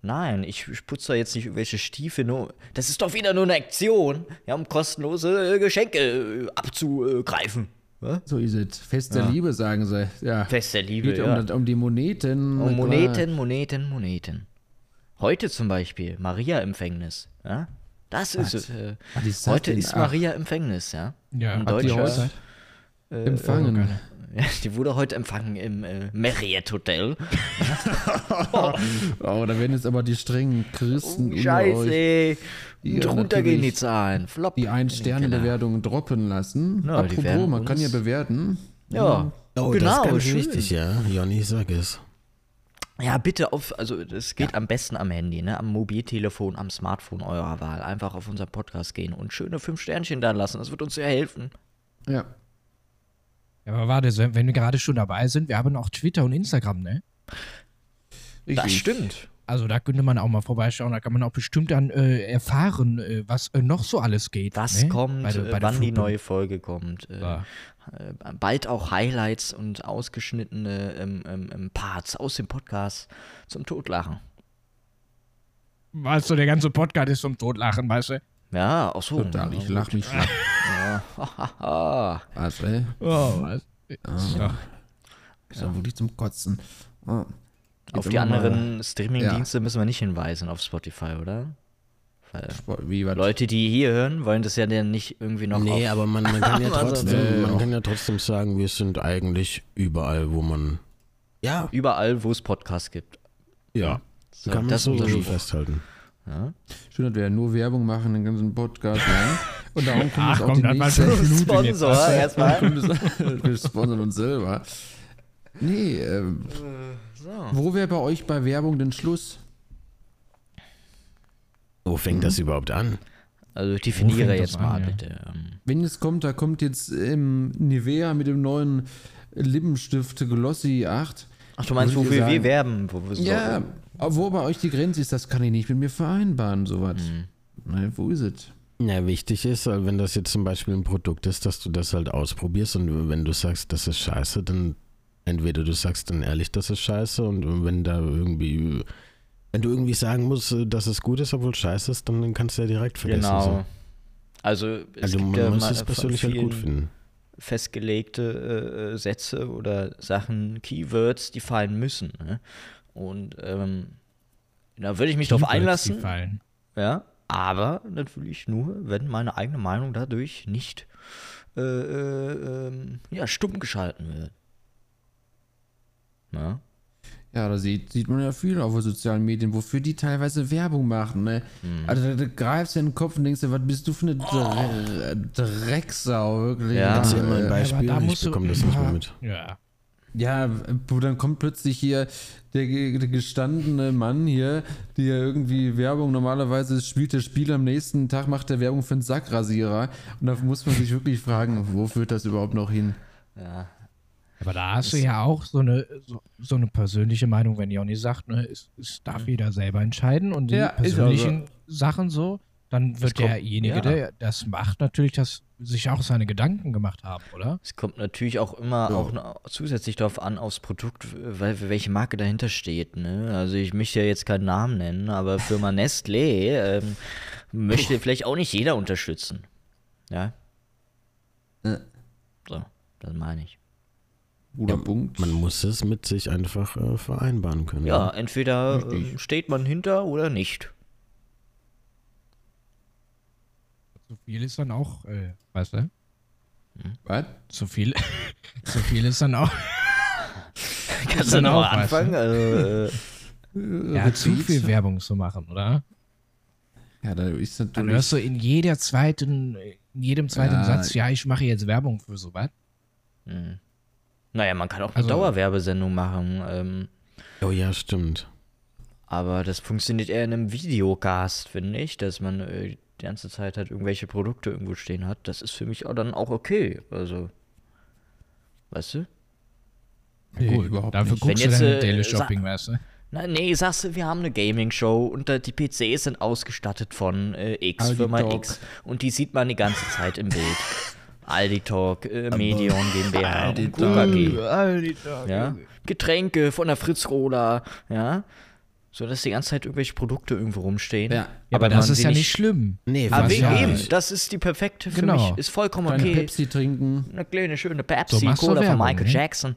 Speaker 3: nein, ich, ich putze da jetzt nicht irgendwelche Stiefel. Nur, das ist doch wieder nur eine Aktion, ja, um kostenlose äh, Geschenke äh, abzugreifen. Hä?
Speaker 4: So ist es. Fest der Liebe, sagen sie. Ja.
Speaker 3: Fest der Liebe,
Speaker 4: Geht um,
Speaker 3: ja.
Speaker 4: das- um die Moneten.
Speaker 3: Oh,
Speaker 4: klar.
Speaker 3: Moneten, Moneten, Moneten. Heute zum Beispiel Maria-Empfängnis. Ja? Das ist es. Äh,
Speaker 4: Was ist das
Speaker 3: heute
Speaker 4: denn?
Speaker 3: ist
Speaker 4: Ach,
Speaker 3: Maria-Empfängnis, ja.
Speaker 2: Ja,
Speaker 3: Ein
Speaker 2: habt ihr
Speaker 3: deutscher-
Speaker 2: heute? Äh,
Speaker 4: Empfangen.
Speaker 3: [LAUGHS] ja. Die wurde heute empfangen im äh, Marriott Hotel.
Speaker 4: oh, da werden jetzt aber die strengen Christen unter euch,
Speaker 3: Oh, Scheiße.
Speaker 4: Ja,
Speaker 3: Drunter gehen die
Speaker 4: natürlich. Genau.
Speaker 3: Zahlen. Flop.
Speaker 4: die
Speaker 3: Keller.
Speaker 4: Ein-Sterne-Bewertungen droppen lassen.
Speaker 3: Na, die
Speaker 4: Apropos,
Speaker 3: werden
Speaker 4: man kann
Speaker 3: uns-
Speaker 4: ja bewerten.
Speaker 3: Ja. Genau,
Speaker 1: Oh, das ist ganz wichtig, ja. Jonny, sag es.
Speaker 3: Ja, bitte auf, also es geht am besten am Handy, ne? Am Mobiltelefon, am Smartphone eurer Wahl. Einfach auf unseren Podcast gehen und schöne fünf Sternchen da lassen. Das wird uns sehr helfen.
Speaker 4: Ja.
Speaker 2: Ja, aber warte, so, wenn wir gerade schon dabei sind, wir haben auch Twitter und Instagram, ne?
Speaker 3: Das stimmt.
Speaker 2: Also da könnte man auch mal vorbeischauen, da kann man auch bestimmt dann äh, erfahren, äh, was äh, noch so alles geht.
Speaker 3: Was
Speaker 2: ne?
Speaker 3: kommt,
Speaker 2: Bei der- bei
Speaker 3: äh,
Speaker 2: der
Speaker 3: wann die
Speaker 2: Flugbahn.
Speaker 3: neue Folge kommt. Äh,
Speaker 4: Ah.
Speaker 2: Ja.
Speaker 3: äh, Bald auch Highlights und ausgeschnittene ähm, ähm, ähm, Parts aus dem Podcast zum Totlachen.
Speaker 2: Weißt du, der ganze Podcast ist zum Totlachen, weißt du?
Speaker 3: Ja, ach so.
Speaker 4: Total,
Speaker 3: [LAUGHS]
Speaker 4: ich lach mich flach.
Speaker 3: Ah,
Speaker 4: Was, ey?
Speaker 2: Oh, was?
Speaker 4: Ah. Ist ja wirklich zum Kotzen. Ah.
Speaker 3: auf
Speaker 4: Jetzt
Speaker 3: die
Speaker 4: immer mal-
Speaker 3: anderen Streamingdienste müssen wir nicht hinweisen, auf Spotify, oder? Weil
Speaker 4: Sport- Wie war
Speaker 3: Leute, die hier hören, wollen das ja dann nicht irgendwie noch
Speaker 1: Nee,
Speaker 3: auf
Speaker 1: aber man, man, kann, ja
Speaker 3: Aber so-
Speaker 1: trotzdem,
Speaker 4: Nee,
Speaker 1: man
Speaker 4: auch.
Speaker 1: kann ja trotzdem sagen, wir sind eigentlich überall, wo man. Ja,
Speaker 3: überall, wo es Podcasts
Speaker 4: [LAUGHS]
Speaker 3: gibt.
Speaker 1: ja.
Speaker 3: So,
Speaker 1: kann man
Speaker 3: das ist
Speaker 1: so
Speaker 3: unser Spruch.
Speaker 1: festhalten.
Speaker 3: Ja?
Speaker 4: Schön, dass wir ja nur Werbung machen, den ganzen Podcast lang. Und darum kommt
Speaker 2: Ach,
Speaker 4: jetzt auch
Speaker 2: komm,
Speaker 4: die
Speaker 2: dann mal
Speaker 4: nächste. [LAUGHS]
Speaker 2: Blut in den
Speaker 3: Sponsor
Speaker 2: Wasser.
Speaker 3: erstmal.
Speaker 4: wir sponsern uns selber. Nee, ähm,
Speaker 3: Äh,
Speaker 4: wo wäre bei euch bei Werbung denn Schluss?
Speaker 1: Wo fängt das überhaupt an?
Speaker 3: Also ich definiere
Speaker 2: fängt das
Speaker 3: jetzt mal
Speaker 2: an, ja?
Speaker 3: bitte. Ähm,
Speaker 4: Wenn es kommt, da kommt jetzt ähm, Nivea mit dem neuen Lippenstift Glossy 8.
Speaker 3: Ach, du meinst,
Speaker 4: Würdet
Speaker 3: wofür
Speaker 4: ihr
Speaker 3: wir
Speaker 4: sagen-
Speaker 3: werben? Wo wir so-
Speaker 4: Ja, aber wo bei euch die Grenze ist, das kann ich nicht mit mir vereinbaren, sowas.
Speaker 3: Hm.
Speaker 4: Nein, wo ist es?
Speaker 1: Na, wichtig ist, äh, wenn das jetzt zum Beispiel ein Produkt ist, dass du das halt ausprobierst und wenn du sagst, das ist scheiße, dann entweder du sagst dann ehrlich, das ist scheiße und wenn da irgendwie, wenn du irgendwie sagen musst, äh, dass es gut ist, obwohl es scheiße ist, dann kannst du ja direkt vergessen.
Speaker 3: Genau.
Speaker 1: So.
Speaker 3: Also, es
Speaker 1: Also
Speaker 3: gibt
Speaker 1: man
Speaker 3: ja
Speaker 1: muss
Speaker 3: mal
Speaker 1: es
Speaker 3: von
Speaker 1: persönlich halt gut
Speaker 3: vielen
Speaker 1: finden.
Speaker 3: festgelegte äh, äh, Sätze oder Sachen, Keywords, die fallen müssen. Ne? Und ähm, da würde ich mich drauf
Speaker 2: Keywords, die
Speaker 3: einlassen.
Speaker 2: fallen.
Speaker 3: Ja, aber natürlich nur, wenn meine eigene Meinung dadurch nicht äh, äh, ähm, ja, stumm geschalten wird. Ne? Na?
Speaker 4: Ja, da sieht, sieht man ja viel auf den sozialen Medien, wofür die teilweise Werbung machen, ne?
Speaker 3: Hm.
Speaker 4: Also da, da greifst du in den Kopf und denkst dir, was bist du für eine Dre Drecksau, wirklich.
Speaker 3: Oh. Ja.
Speaker 1: Erzähl mal ein
Speaker 4: Äh,
Speaker 1: Beispiel,
Speaker 2: da
Speaker 1: ich
Speaker 2: musst du-
Speaker 1: bekomme das nicht
Speaker 2: Ja.
Speaker 1: mehr mit.
Speaker 2: Ja.
Speaker 4: Ja, wo dann kommt plötzlich hier der, ge- der gestandene Mann hier, der irgendwie Werbung, normalerweise spielt der Spiel am nächsten Tag, macht der Werbung für einen Sackrasierer. Und da muss man sich wirklich fragen, wo führt das überhaupt noch hin?
Speaker 3: Ja.
Speaker 2: Aber da hast du ja auch so eine, so, so eine persönliche Meinung, wenn Jonny sagt, ne, es, es darf jeder selber entscheiden und die
Speaker 4: Ja, ist
Speaker 2: persönlichen Sachen so, dann wird
Speaker 3: kommt-
Speaker 2: derjenige,
Speaker 3: ja.
Speaker 2: der das macht, natürlich das sich auch seine Gedanken gemacht haben, oder?
Speaker 3: Es kommt natürlich auch immer auch noch zusätzlich darauf an, aufs Produkt, weil welche Marke dahinter steht. Ne? Also ich möchte ja jetzt keinen Namen nennen, aber
Speaker 4: [LAUGHS]
Speaker 3: Firma Nestlé ähm, möchte vielleicht auch nicht jeder unterstützen. Ja.
Speaker 4: Äh.
Speaker 3: So, das meine ich.
Speaker 4: Guter Punkt.
Speaker 1: Man muss es mit sich einfach äh, vereinbaren können. ne?
Speaker 3: Ja, entweder
Speaker 4: Richtig.
Speaker 3: ähm, steht man hinter oder nicht.
Speaker 2: Zu viel ist dann auch, äh, weißt du?
Speaker 4: Was?
Speaker 2: Zu viel, zu viel ist dann [LAUGHS] auch.
Speaker 3: Kannst
Speaker 2: Dann
Speaker 3: du noch
Speaker 2: auch was,
Speaker 3: anfangen? Also, äh,
Speaker 2: Ja, zu viel Werbung zu machen, oder?
Speaker 4: Ja, da ist
Speaker 2: Dann
Speaker 4: natürlich.
Speaker 2: hörst du in jeder zweiten, in jedem zweiten
Speaker 4: Ja.
Speaker 2: Satz, ja, ich mache jetzt Werbung für sowas.
Speaker 3: naja, man kann auch eine
Speaker 2: Also-
Speaker 3: Dauerwerbesendung machen, ähm,
Speaker 1: Oh ja, stimmt.
Speaker 3: aber das funktioniert eher in einem Videocast, finde ich, dass man äh, die ganze Zeit halt irgendwelche Produkte irgendwo stehen hat. Das ist für mich auch dann auch okay. Also, weißt du?
Speaker 4: Nee, überhaupt
Speaker 2: Dafür
Speaker 4: nicht.
Speaker 2: guckst du
Speaker 3: Wenn jetzt,
Speaker 2: dann
Speaker 3: äh,
Speaker 2: in Daily
Speaker 3: sa-
Speaker 2: Shopping, weißt du?
Speaker 3: Na, nee, sagst du, wir haben eine Gaming-Show und da, die PCs sind ausgestattet von äh, X,
Speaker 4: Aldi
Speaker 3: Firma
Speaker 4: Talk.
Speaker 3: X. Und die sieht man die ganze Zeit im Bild. Aldi Talk, äh, Medion GmbH
Speaker 4: Aldi
Speaker 3: und KKG.
Speaker 2: Alter.
Speaker 3: Ja? Getränke von der Fritz Rohler, ja? So dass die ganze Zeit irgendwelche Produkte irgendwo rumstehen.
Speaker 4: Ja,
Speaker 2: Ja, aber, das
Speaker 3: man
Speaker 2: ist
Speaker 3: sie
Speaker 2: ja nicht schlimm.
Speaker 1: Nee, was-
Speaker 3: Aber Ah, wegen
Speaker 2: ja.
Speaker 3: eben, das ist die perfekte für
Speaker 2: Genau.
Speaker 3: mich. Ist vollkommen
Speaker 4: Eine
Speaker 3: okay.
Speaker 4: Pepsi trinken.
Speaker 3: Eine kleine schöne
Speaker 2: So
Speaker 3: Pepsi,
Speaker 2: machst du
Speaker 3: Cola von
Speaker 2: Werbung,
Speaker 3: Michael
Speaker 2: ne?
Speaker 3: Jackson.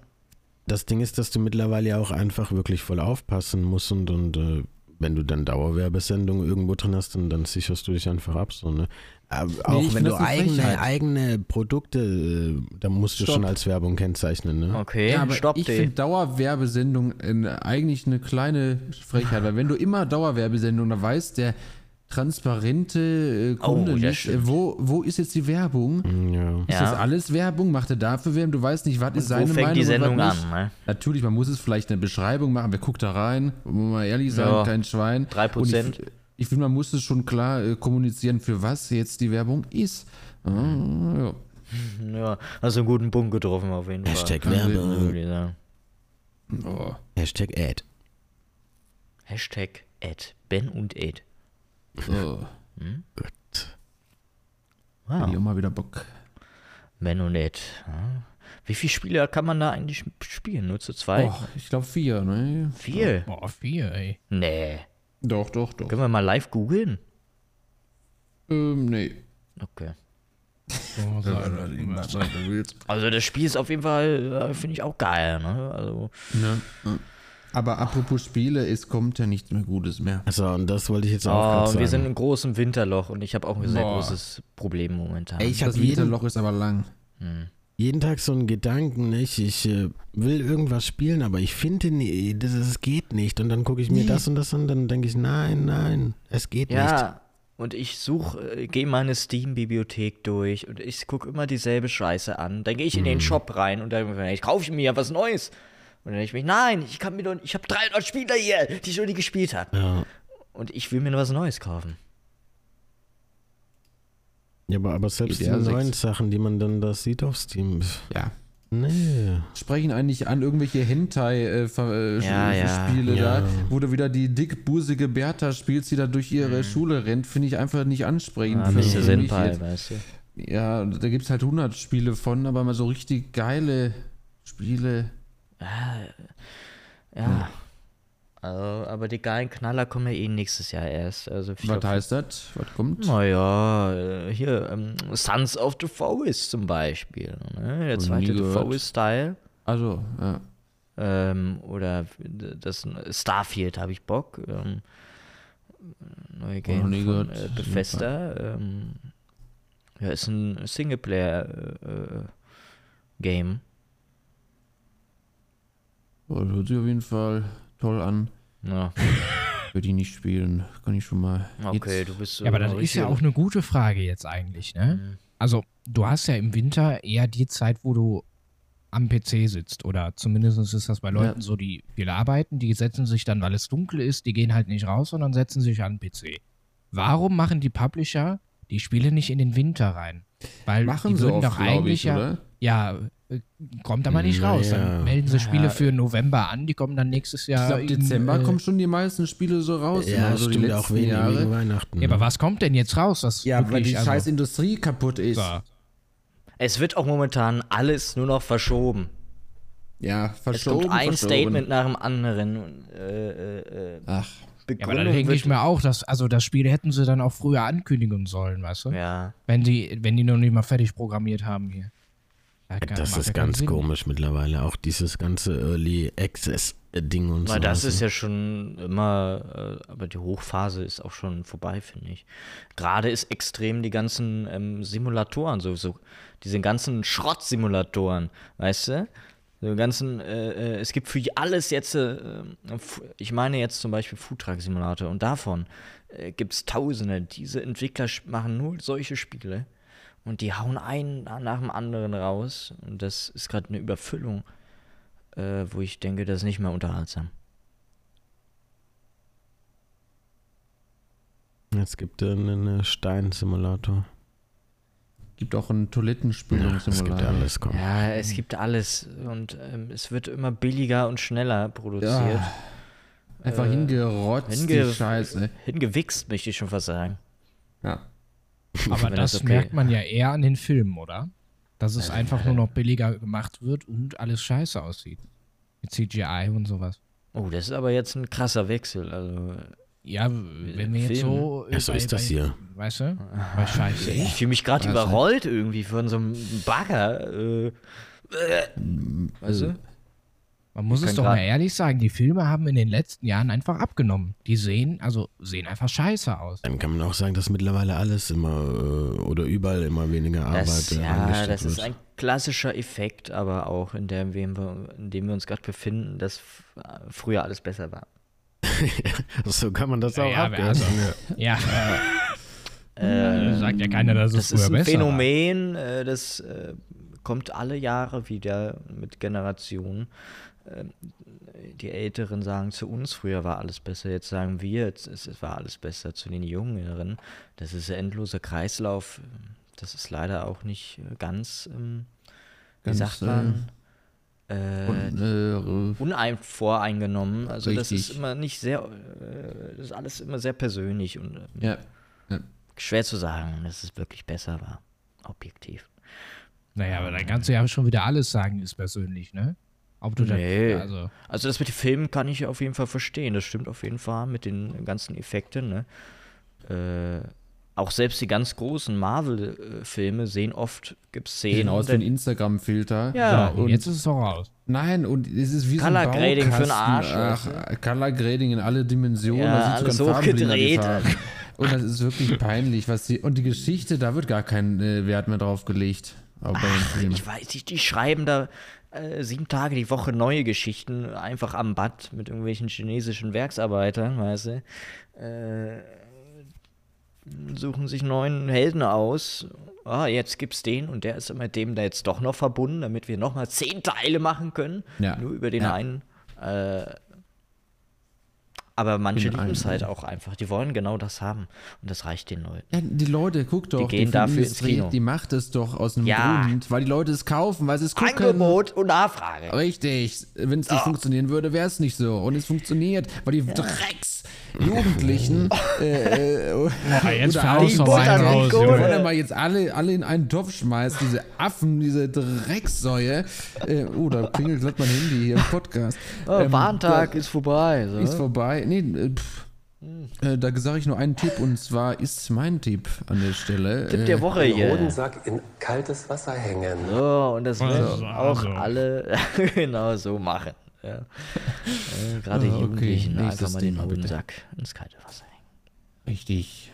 Speaker 1: das Ding ist, dass du mittlerweile ja auch einfach wirklich voll aufpassen musst und, und äh, wenn du dann Dauerwerbesendungen irgendwo drin hast, dann, dann sicherst du dich einfach ab. So, ne? Aber auch
Speaker 4: ich
Speaker 1: wenn
Speaker 4: find
Speaker 1: du
Speaker 4: das eine
Speaker 1: eigene,
Speaker 4: Frechheit.
Speaker 1: eigene Produkte, äh, da musst du
Speaker 4: Stopp.
Speaker 1: schon als Werbung kennzeichnen. Ne?
Speaker 3: Okay,
Speaker 4: ja, aber
Speaker 3: stopp
Speaker 4: ich
Speaker 3: die.
Speaker 4: finde Dauerwerbesendung in, eigentlich eine kleine Frechheit, weil wenn du immer Dauerwerbesendung, dann weiß der transparente äh, Kunde
Speaker 3: Oh, das
Speaker 4: nicht, äh,
Speaker 3: stimmt. Mhm.
Speaker 4: wo, wo ist jetzt die Werbung?
Speaker 1: Mm, Ja.
Speaker 4: Ist das alles Werbung? Macht er dafür Werbung? Du weißt nicht, was ist seine
Speaker 3: Wo
Speaker 4: Meinung?
Speaker 3: fängt die
Speaker 4: und was
Speaker 3: Sendung
Speaker 4: nicht.
Speaker 3: an? Ne?
Speaker 4: Natürlich, man muss es vielleicht eine Beschreibung machen. Wer guckt da rein? Muss man mal ehrlich sagen,
Speaker 3: Ja.
Speaker 4: kein Schwein.
Speaker 3: Drei
Speaker 4: Und ich-
Speaker 3: Prozent.
Speaker 4: Ich finde, man muss es schon klar äh, kommunizieren, für was jetzt die Werbung ist. Äh, ja.
Speaker 3: ne? Ja, hast du einen guten Punkt getroffen auf jeden Fall.
Speaker 1: Hashtag
Speaker 4: Kann
Speaker 1: Werbung.
Speaker 3: Würde ich sagen.
Speaker 4: oh.
Speaker 1: Hashtag Ad.
Speaker 3: Hashtag Ed. Ben und Ed.
Speaker 4: So.
Speaker 1: Gut.
Speaker 4: oh. Hab ich auch
Speaker 3: Wow.
Speaker 4: mal wieder Bock.
Speaker 3: Ben und Ed. Ja. Wie viele Spieler kann man da eigentlich spielen? Nur zu zwei?
Speaker 4: Och, ich glaube vier, ne?
Speaker 3: Viel?
Speaker 2: Boah, vier, ey.
Speaker 3: Nee.
Speaker 4: Doch, doch, doch.
Speaker 3: Können wir mal live googeln?
Speaker 4: Ähm, nee.
Speaker 3: Okay.
Speaker 4: Äh,
Speaker 2: So, so,
Speaker 3: Also das Spiel ist auf jeden Fall, äh, finde ich auch geil, ne? Also,
Speaker 4: Aber apropos Spiele, es kommt ja nichts mehr Gutes mehr.
Speaker 1: Also, und das wollte ich jetzt auch
Speaker 4: Ah,
Speaker 1: grad
Speaker 3: oh,
Speaker 1: sagen.
Speaker 3: wir sind in großem Winterloch und ich habe auch ein sehr
Speaker 2: Boah.
Speaker 3: großes Problem momentan.
Speaker 1: Ey, ich habe
Speaker 4: Das
Speaker 1: jeden,
Speaker 4: Winterloch ist aber lang.
Speaker 1: jeden Tag so einen Gedanken, nicht? Ich äh, will irgendwas spielen, aber ich finde, nee, das, das geht nicht. Und dann gucke ich mir das und das an, dann denke ich, nein, nein, es geht nicht.
Speaker 3: ja, und ich suche, äh, gehe meine Steam-Bibliothek durch und ich gucke immer dieselbe Scheiße an. Dann gehe ich in
Speaker 1: Mhm.
Speaker 3: den Shop rein und dann ich kaufe mir was Neues. Und dann denke ich mir, nein, ich kann mir doch, ich habe 300 Spieler hier, die ich noch nie gespielt habe.
Speaker 1: Ja,
Speaker 3: Und ich will mir nur was Neues kaufen.
Speaker 1: ja aber, aber selbst
Speaker 4: GTA
Speaker 1: die
Speaker 4: sechs.
Speaker 1: neuen Sachen, die man dann da sieht auf Steam, pff,
Speaker 4: Ja.
Speaker 1: nee.
Speaker 4: Sprechen eigentlich an irgendwelche äh, Hentai-Spiele
Speaker 3: Ja, ja.
Speaker 1: Ja.
Speaker 4: da, wo du wieder die dickbusige Bertha spielst, die da durch ihre Schule rennt, finde ich einfach nicht ansprechend.
Speaker 3: Mhm. Ah, Mr.
Speaker 4: Für mich
Speaker 3: Senpai,
Speaker 4: jetzt.
Speaker 3: weißt du.
Speaker 4: Ja, da gibt es halt 100 Spiele von, aber mal so richtig geile Spiele.
Speaker 3: Ja. Also, aber die geilen Knaller kommen ja eh nächstes Jahr erst. Also ich
Speaker 4: Was
Speaker 3: glaub,
Speaker 4: heißt das? Was kommt?
Speaker 3: Naja, hier, ähm, Sons of the Forest zum Beispiel. Ne? Der
Speaker 4: nie
Speaker 3: zweite The
Speaker 4: gehört.
Speaker 3: Forest-Style.
Speaker 4: Also, ja.
Speaker 3: Ähm, oder das Starfield habe ich Bock. Ähm, neue Game
Speaker 4: nie
Speaker 3: von
Speaker 4: gehört.
Speaker 3: äh, Bethesda. Ähm, ja, ist ein äh, Singleplayer-Game.
Speaker 4: Oh, das hört sich auf jeden Fall toll an.
Speaker 3: ja.
Speaker 4: Würde ich nicht spielen, kann ich schon mal.
Speaker 3: Okay,
Speaker 4: jetzt-
Speaker 3: du bist äh, so
Speaker 2: Ja, aber das
Speaker 4: äh,
Speaker 3: eine
Speaker 2: ist ja
Speaker 3: richtige-
Speaker 2: auch eine gute Frage jetzt eigentlich, ne?
Speaker 4: Mhm.
Speaker 2: Also, du hast ja im Winter eher die Zeit, wo du am PC sitzt. Oder zumindest ist das bei Leuten so, die viel arbeiten, die setzen sich dann, weil es dunkel ist, die gehen halt nicht raus, sondern setzen sich an den PC. Warum machen die Publisher die Spiele nicht in den Winter rein? Weil
Speaker 4: Machen
Speaker 2: die
Speaker 4: sie
Speaker 2: würden
Speaker 4: oft,
Speaker 2: doch
Speaker 4: glaub
Speaker 2: eigentlich
Speaker 4: ich,
Speaker 2: ja,
Speaker 4: oder?
Speaker 2: ja, äh, kommt aber nicht raus.
Speaker 1: Naja.
Speaker 2: Dann melden sie Spiele für November an, die kommen dann nächstes
Speaker 4: Ich
Speaker 2: Jahr.
Speaker 4: glaube,
Speaker 2: im,
Speaker 4: Dezember
Speaker 2: äh,
Speaker 4: kommen schon die meisten Spiele so raus.
Speaker 1: Ja,
Speaker 4: immer so die
Speaker 1: stimmt,
Speaker 4: letzten
Speaker 1: also auch wegen, wegen Weihnachten.
Speaker 2: Ja, aber was kommt denn jetzt raus? Was
Speaker 4: Ja, weil
Speaker 2: wirklich,
Speaker 4: die
Speaker 2: also-
Speaker 4: scheiß Industrie kaputt ist.
Speaker 2: Ja.
Speaker 3: Es wird auch momentan alles nur noch verschoben.
Speaker 4: Ja,
Speaker 3: Es kommt
Speaker 4: verschoben.
Speaker 3: ein
Speaker 4: verschoben.
Speaker 3: Statement nach dem anderen. und, Äh, äh, äh,
Speaker 4: Ach,
Speaker 2: Ja, aber da
Speaker 3: Begründung
Speaker 2: denke
Speaker 3: wird-
Speaker 2: ich mir auch, dass, also das Spiel hätten sie dann auch früher ankündigen sollen, weißt du?
Speaker 3: Ja.
Speaker 2: Wenn die, wenn die noch nicht mal fertig programmiert haben hier. Ja, gar-
Speaker 1: Das
Speaker 2: macht ja
Speaker 1: ist
Speaker 2: keinen
Speaker 1: ganz
Speaker 2: Sinn.
Speaker 1: komisch mittlerweile, auch dieses ganze Early Access-Ding und
Speaker 3: Na,
Speaker 1: so.
Speaker 3: das ist ja schon immer, äh, aber die Hochphase ist auch schon vorbei, finde ich. Gerade ist extrem die ganzen ähm, Simulatoren, so, so diese ganzen Schrottsimulatoren, weißt du? So ganzen, äh, äh, es gibt für alles jetzt, äh, f- ich meine jetzt zum Beispiel Foodtruck-Simulator und davon äh, gibt es Tausende. Diese Entwickler sch- machen nur solche Spiele und die hauen einen nach dem anderen raus und das ist gerade eine Überfüllung, äh, wo ich denke, das ist nicht mehr unterhaltsam.
Speaker 1: Es gibt äh, einen äh, Steinsimulator.
Speaker 4: gibt auch ein Toilettenspiel
Speaker 1: Ja,
Speaker 4: und
Speaker 1: es gibt
Speaker 4: Simulator.
Speaker 1: alles, komm.
Speaker 3: Ja, es gibt alles und ähm, es wird immer billiger und schneller produziert.
Speaker 4: Ja, einfach hingerotzt,
Speaker 3: Äh, hinge-
Speaker 4: die Scheiße.
Speaker 3: Hingewichst, möchte ich schon fast sagen.
Speaker 4: Ja.
Speaker 2: Aber
Speaker 3: Wenn
Speaker 2: das
Speaker 3: das okay-
Speaker 2: merkt man ja eher an den Filmen, oder? Dass es einfach nur noch billiger gemacht wird und alles scheiße aussieht. Mit CGI und sowas.
Speaker 3: Oh, das ist aber jetzt ein krasser Wechsel. Also,
Speaker 2: Ja, wenn wir jetzt
Speaker 3: Film.
Speaker 2: so. äh,
Speaker 1: Ja, so
Speaker 2: bei-
Speaker 1: ist das
Speaker 2: bei-
Speaker 1: hier.
Speaker 2: Weißt du? Bei Scheiße.
Speaker 3: ich fühle mich gerade überrollt irgendwie von so einem Bagger. Äh,
Speaker 4: Also,
Speaker 2: Man muss es
Speaker 3: kann
Speaker 2: doch mal
Speaker 3: grad-
Speaker 2: ehrlich sagen, die Filme haben in den letzten Jahren einfach abgenommen. Die sehen, also sehen einfach scheiße aus.
Speaker 1: Dann kann man auch sagen, dass mittlerweile alles immer äh, oder überall immer weniger Arbeit
Speaker 3: das,
Speaker 1: äh,
Speaker 3: ja,
Speaker 1: reingesteckt
Speaker 3: das ist
Speaker 1: wird.
Speaker 3: ein klassischer Effekt, aber auch in dem, in dem wir uns gerade befinden, dass f- früher alles besser war.
Speaker 1: so kann man das auch
Speaker 2: Ja,
Speaker 1: abgeben.
Speaker 2: also, ja. sagt also, ja [LAUGHS] keiner, dass es
Speaker 3: Das ist
Speaker 2: Also früher
Speaker 3: ein
Speaker 2: besser war.
Speaker 3: Phänomen, äh, das äh, kommt alle Jahre wieder mit Generationen. Ähm, Die Älteren sagen zu uns, früher war alles besser, jetzt sagen wir, jetzt ist, es war alles besser zu den Jüngeren. Das ist ein endloser Kreislauf. Das ist leider auch nicht ganz, äh, ähm, wie
Speaker 4: Ganz,
Speaker 3: sagt man, äh,
Speaker 4: Und, äh,
Speaker 3: unvoreingenommen. Also das
Speaker 4: Richtig.
Speaker 3: ist immer nicht sehr, äh, das ist alles immer sehr persönlich und äh,
Speaker 4: ja. ja.
Speaker 3: schwer zu sagen, dass es wirklich besser war. Objektiv.
Speaker 2: Naja, aber dann kannst du ja schon wieder alles sagen, ist persönlich, ne? Ob du
Speaker 3: Nee.
Speaker 2: da, also,
Speaker 3: Also das mit den Filmen kann ich auf jeden Fall verstehen. Das stimmt auf jeden Fall mit den ganzen Effekten. Ne? Äh, auch selbst die ganz großen Marvel-Filme sehen oft gibt's Szenen.
Speaker 4: Genau, aus
Speaker 3: da-
Speaker 4: ein Instagram-Filter.
Speaker 3: Ja,
Speaker 2: und jetzt ist es doch raus.
Speaker 4: Nein, und es ist wie
Speaker 3: Color
Speaker 4: so ein
Speaker 3: Grading für den
Speaker 4: Baukasten.
Speaker 3: Arsch,
Speaker 4: Ach, Color Grading in alle Dimensionen.
Speaker 3: Ja,
Speaker 4: da
Speaker 3: alles
Speaker 4: siehst du sogar
Speaker 3: hochgedreht.
Speaker 4: Farben, die da fahren. Und das ist wirklich peinlich, was die. Und die Geschichte, da wird gar kein äh, Wert mehr drauf gelegt. Auch bei den Filmen.
Speaker 3: Ich weiß nicht, die schreiben da äh, sieben Tage die Woche neue Geschichten, einfach am Bad mit irgendwelchen chinesischen Werksarbeitern, weißt du. Äh, suchen sich neuen Helden aus. Ah, jetzt gibt's den und der ist mit dem da jetzt doch noch verbunden, damit wir nochmal zehn Teile machen können.
Speaker 4: Ja.
Speaker 3: Nur über den
Speaker 4: Ja.
Speaker 3: einen. Äh, aber manche
Speaker 4: Den einen.
Speaker 3: lieben es halt auch einfach. Die wollen genau das haben. Und das reicht den Leuten.
Speaker 4: Ja, die Leute, guck doch,
Speaker 3: Die gehen
Speaker 4: die
Speaker 3: dafür ins
Speaker 4: Filmindustrie,
Speaker 3: Kino.
Speaker 4: Die macht es doch aus einem
Speaker 3: Ja.
Speaker 4: Grund, weil die Leute es kaufen, weil sie es gucken. Ähm,
Speaker 3: Angebot und Nachfrage.
Speaker 4: Richtig. Wenn es nicht funktionieren würde, wäre es nicht so. Und es funktioniert, weil die Drecks
Speaker 3: [LAUGHS]
Speaker 4: Jugendlichen äh, äh,
Speaker 2: Ah, jetzt
Speaker 4: oder
Speaker 2: faust
Speaker 4: Aldi-
Speaker 2: noch
Speaker 3: Butter
Speaker 2: einen
Speaker 3: mit
Speaker 2: raus,
Speaker 3: Kohle.
Speaker 2: Junge.
Speaker 4: Wenn er mal jetzt alle, alle in einen Topf schmeißt, diese Affen, diese Drecksäue. Äh, oh, da klingelt glatt mein Handy hier im
Speaker 3: [LAUGHS]
Speaker 4: Podcast.
Speaker 3: Oh,
Speaker 4: Ähm,
Speaker 3: Warntag ist vorbei. So.
Speaker 4: da ist vorbei. Nee, äh, pff.
Speaker 3: Hm.
Speaker 4: Äh, da sage ich nur einen Tipp und zwar ist mein Tipp an der Stelle.
Speaker 3: Tipp
Speaker 4: äh,
Speaker 3: der Woche
Speaker 5: Den
Speaker 3: hier.
Speaker 5: Hodensack in kaltes Wasser hängen.
Speaker 3: So, und das
Speaker 2: Also,
Speaker 3: müssen auch
Speaker 2: also.
Speaker 3: alle [LAUGHS] genau so machen. Ja. Äh, Gerade
Speaker 4: Ah, okay.
Speaker 3: Jugendlichen einfach
Speaker 4: Nächstes
Speaker 3: mal den
Speaker 4: Thema, bitte.
Speaker 3: Hodensack ins kalte Wasser hängen.
Speaker 4: äh, Richtig.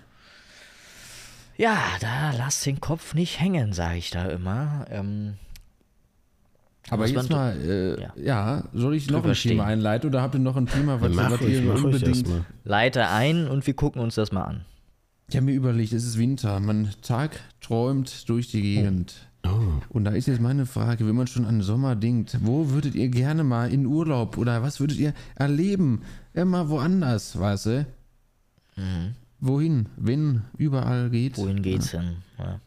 Speaker 3: Ja, da lass den Kopf nicht hängen, sage ich da immer. Ähm,
Speaker 4: Aber
Speaker 3: Muss
Speaker 4: jetzt
Speaker 3: man
Speaker 4: mal, äh,
Speaker 3: ja.
Speaker 4: ja. soll ich noch ein
Speaker 3: Drüber stehen.
Speaker 4: Thema einleiten oder habt ihr noch ein Thema,
Speaker 2: also
Speaker 4: was,
Speaker 1: Mach
Speaker 4: was
Speaker 1: ruhig,
Speaker 4: ihr
Speaker 1: mach ruhig
Speaker 4: unbedingt
Speaker 1: erstmal.
Speaker 3: leite ein und wir gucken uns das mal an.
Speaker 4: Ich habe mir überlegt, es ist Winter, man Tag träumt
Speaker 3: Oh.
Speaker 4: durch die Gegend.
Speaker 1: Oh.
Speaker 4: Und da ist jetzt meine Frage, wenn man schon an Sommer denkt, wo würdet ihr gerne mal in Urlaub oder was würdet ihr erleben? Immer woanders, weißt du? Wohin, wenn, überall geht.
Speaker 3: Mhm. Wohin geht's denn? Ja.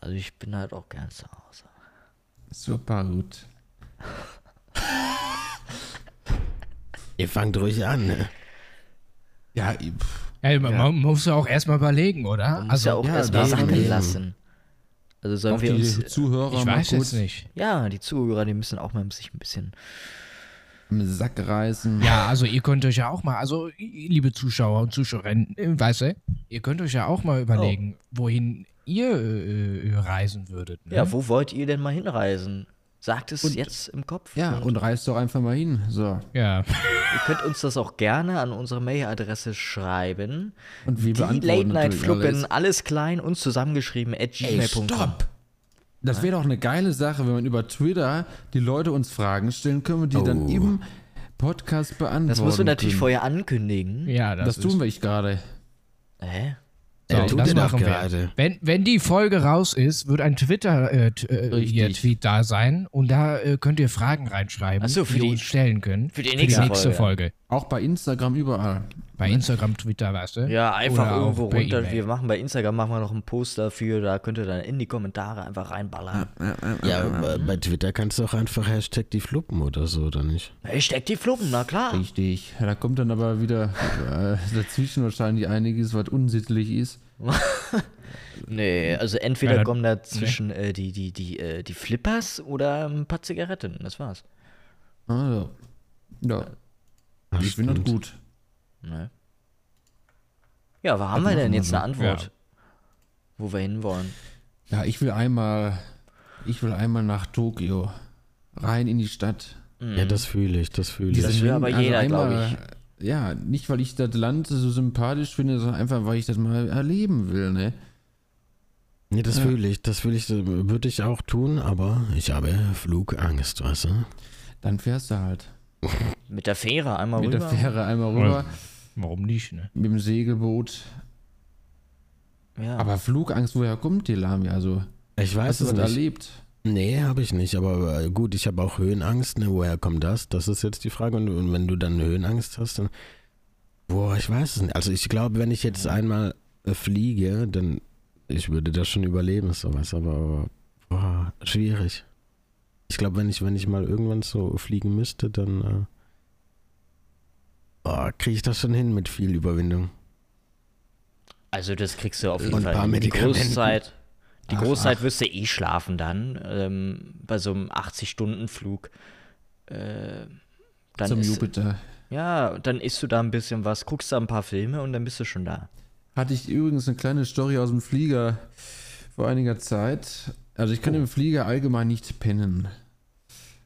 Speaker 3: Also ich bin halt auch gern zu Hause.
Speaker 4: Super gut.
Speaker 1: Ihr fangt ruhig an. Ne?
Speaker 4: Ja, ich- pff,
Speaker 2: Ja, man man muss ja auch erstmal überlegen, oder?
Speaker 3: Muss ja
Speaker 2: Also,
Speaker 3: auch
Speaker 4: ja,
Speaker 3: erstmal
Speaker 4: das-
Speaker 3: sacken lassen. Also sollen
Speaker 4: auf
Speaker 3: wir
Speaker 4: die
Speaker 3: uns.
Speaker 4: Zuhörer
Speaker 2: ich
Speaker 4: mal
Speaker 2: weiß
Speaker 4: kurz
Speaker 2: jetzt nicht.
Speaker 3: Ja, die Zuhörer, die müssen auch mal sich ein bisschen
Speaker 4: im Sack reißen.
Speaker 2: Ja, also ihr könnt euch ja auch mal, also liebe Zuschauer und Zuschauerinnen, äh, weißt du, ihr könnt euch ja auch mal überlegen,
Speaker 3: Oh.
Speaker 2: wohin ihr äh, äh, reisen würdet. Ne?
Speaker 3: Ja, wo wollt ihr denn mal hinreisen? Sagt es jetzt im Kopf.
Speaker 4: Ja, und reißt doch einfach mal hin. So.
Speaker 2: ja.
Speaker 3: Ihr könnt uns das auch gerne an unsere Mailadresse schreiben.
Speaker 4: Und wir
Speaker 3: Die
Speaker 4: beantworten
Speaker 3: Late Night
Speaker 4: natürlich
Speaker 3: Fluppen,
Speaker 4: alles.
Speaker 3: alles. klein und zusammengeschrieben at
Speaker 4: Ey,
Speaker 3: gmail.com.
Speaker 4: stopp! Das wäre doch eine geile Sache, wenn man über Twitter die Leute uns Fragen stellen können und die dann im Podcast beantworten.
Speaker 3: Das muss man natürlich
Speaker 4: können.
Speaker 3: vorher ankündigen.
Speaker 2: ja, das,
Speaker 4: Das,
Speaker 2: ist,
Speaker 4: tun wir ich gerade.
Speaker 3: Hä?
Speaker 2: So,
Speaker 1: tut
Speaker 2: das
Speaker 1: ihr doch
Speaker 2: machen wir.
Speaker 1: gerade.
Speaker 2: Wenn, wenn die Folge raus ist, wird ein Twitter äh, t- äh,
Speaker 4: Richtig.
Speaker 2: hier Tweet da sein und da äh, könnt ihr Fragen reinschreiben,
Speaker 3: Ach so, für
Speaker 2: die ihr
Speaker 3: die-
Speaker 2: uns stellen können.
Speaker 3: für die nächste
Speaker 2: Folge.
Speaker 4: Auch bei Instagram überall.
Speaker 2: Bei Instagram, Twitter, weißt du?
Speaker 3: Ja, einfach
Speaker 2: Oder auch
Speaker 3: irgendwo
Speaker 2: per
Speaker 3: runter.
Speaker 2: E-Mail.
Speaker 3: Wir machen bei Instagram machen wir noch einen Post dafür. Da könnt ihr dann in die Kommentare einfach reinballern.
Speaker 1: Ja, aber bei Twitter kannst du auch einfach Hashtag die Fluppen oder so, oder nicht?
Speaker 3: Hashtag die Fluppen, na klar.
Speaker 4: Richtig. Ja, da kommt dann aber wieder äh, dazwischen wahrscheinlich einiges, was unsittlich ist.
Speaker 3: Nee, also entweder
Speaker 2: Ja, dann-
Speaker 3: kommen dazwischen äh, die, die, die, äh, die Flippers oder ein paar Zigaretten. Das war's.
Speaker 4: Also, ja.
Speaker 1: Ach,
Speaker 4: Ich finde das
Speaker 1: stimmt.
Speaker 4: gut.
Speaker 3: Ne? Ja, wo haben wir denn jetzt eine Antwort?
Speaker 2: Ja.
Speaker 3: Wo wir hinwollen?
Speaker 4: Ja, ich will einmal, ich will einmal nach Tokio. Rein in die Stadt.
Speaker 1: Ja, das fühle ich, das fühle ich.
Speaker 3: Das will aber jeder, glaub
Speaker 4: ich. also Ja, nicht weil ich das Land so sympathisch finde, sondern einfach, weil ich das mal erleben will, ne?
Speaker 1: Nee, das fühle ich, das fühle ich, äh, würde ich auch tun, aber ich habe Flugangst, weißt du?
Speaker 4: Dann fährst du halt
Speaker 3: Mit der Fähre einmal
Speaker 4: mit
Speaker 3: rüber.
Speaker 4: der Fähre einmal rüber,
Speaker 2: Warum nicht, ne?
Speaker 4: mit dem Segelboot.
Speaker 3: Ja.
Speaker 4: Aber Flugangst, woher kommt die Lami? Also,
Speaker 1: Ich weiß
Speaker 4: hast du
Speaker 1: es
Speaker 4: das
Speaker 1: nicht.
Speaker 4: erlebt?
Speaker 1: Nee, habe ich nicht, aber äh, gut, ich habe auch Höhenangst, ne? Woher kommt das? Das ist jetzt die Frage. Und, und wenn du dann Höhenangst hast, dann. Boah, ich weiß es nicht. Also ich glaube, wenn ich jetzt einmal äh, fliege, dann ich würde das schon überleben, ist sowas, aber, aber Boah, schwierig. Ich glaube, wenn ich, wenn ich mal irgendwann so fliegen müsste, dann äh, boah, kriege ich das schon hin mit viel Überwindung.
Speaker 3: Also das kriegst du auf jeden
Speaker 1: Und ein
Speaker 3: Fall.
Speaker 1: paar
Speaker 3: hin. die
Speaker 1: Medikamenten.
Speaker 3: Großzeit, die
Speaker 1: Ach,
Speaker 3: Großzeit wirst du eh schlafen dann. Ähm, bei so einem 80-Stunden-Flug. Äh, dann
Speaker 4: zum
Speaker 3: ist,
Speaker 4: Jupiter.
Speaker 3: Ja, dann isst du da ein bisschen was, guckst da ein paar Filme und dann bist du schon da.
Speaker 4: Hatte ich übrigens eine kleine Story aus dem Flieger vor einiger Zeit. Also ich kann
Speaker 3: Oh.
Speaker 4: im Flieger allgemein nicht pennen.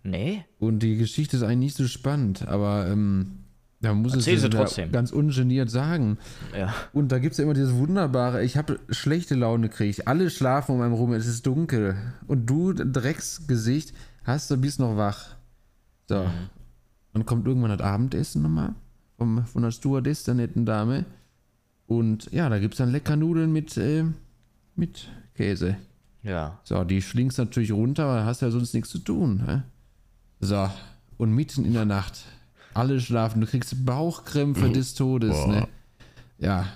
Speaker 3: Nee?
Speaker 4: Und die Geschichte ist eigentlich nicht so spannend, aber ähm, da muss
Speaker 3: Erzähl
Speaker 4: es
Speaker 3: sie
Speaker 4: da
Speaker 3: trotzdem.
Speaker 4: ganz ungeniert sagen.
Speaker 3: Ja.
Speaker 4: Und da gibt es immer dieses wunderbare, ich habe schlechte Laune kriegt. Alle schlafen um einen rum, es ist dunkel. Und du, Drecksgesicht, hast du bist noch wach. So. Dann kommt irgendwann das Abendessen nochmal vom, von der Stewardess, der netten Dame. Und ja, da gibt es dann lecker Nudeln mit, äh, mit Käse.
Speaker 3: Ja.
Speaker 4: So, die schlingst natürlich runter, weil hast ja sonst nichts zu tun. Ne? So, und mitten in der Nacht. Alle schlafen, du kriegst Bauchkrämpfe des Todes, ne? Ja.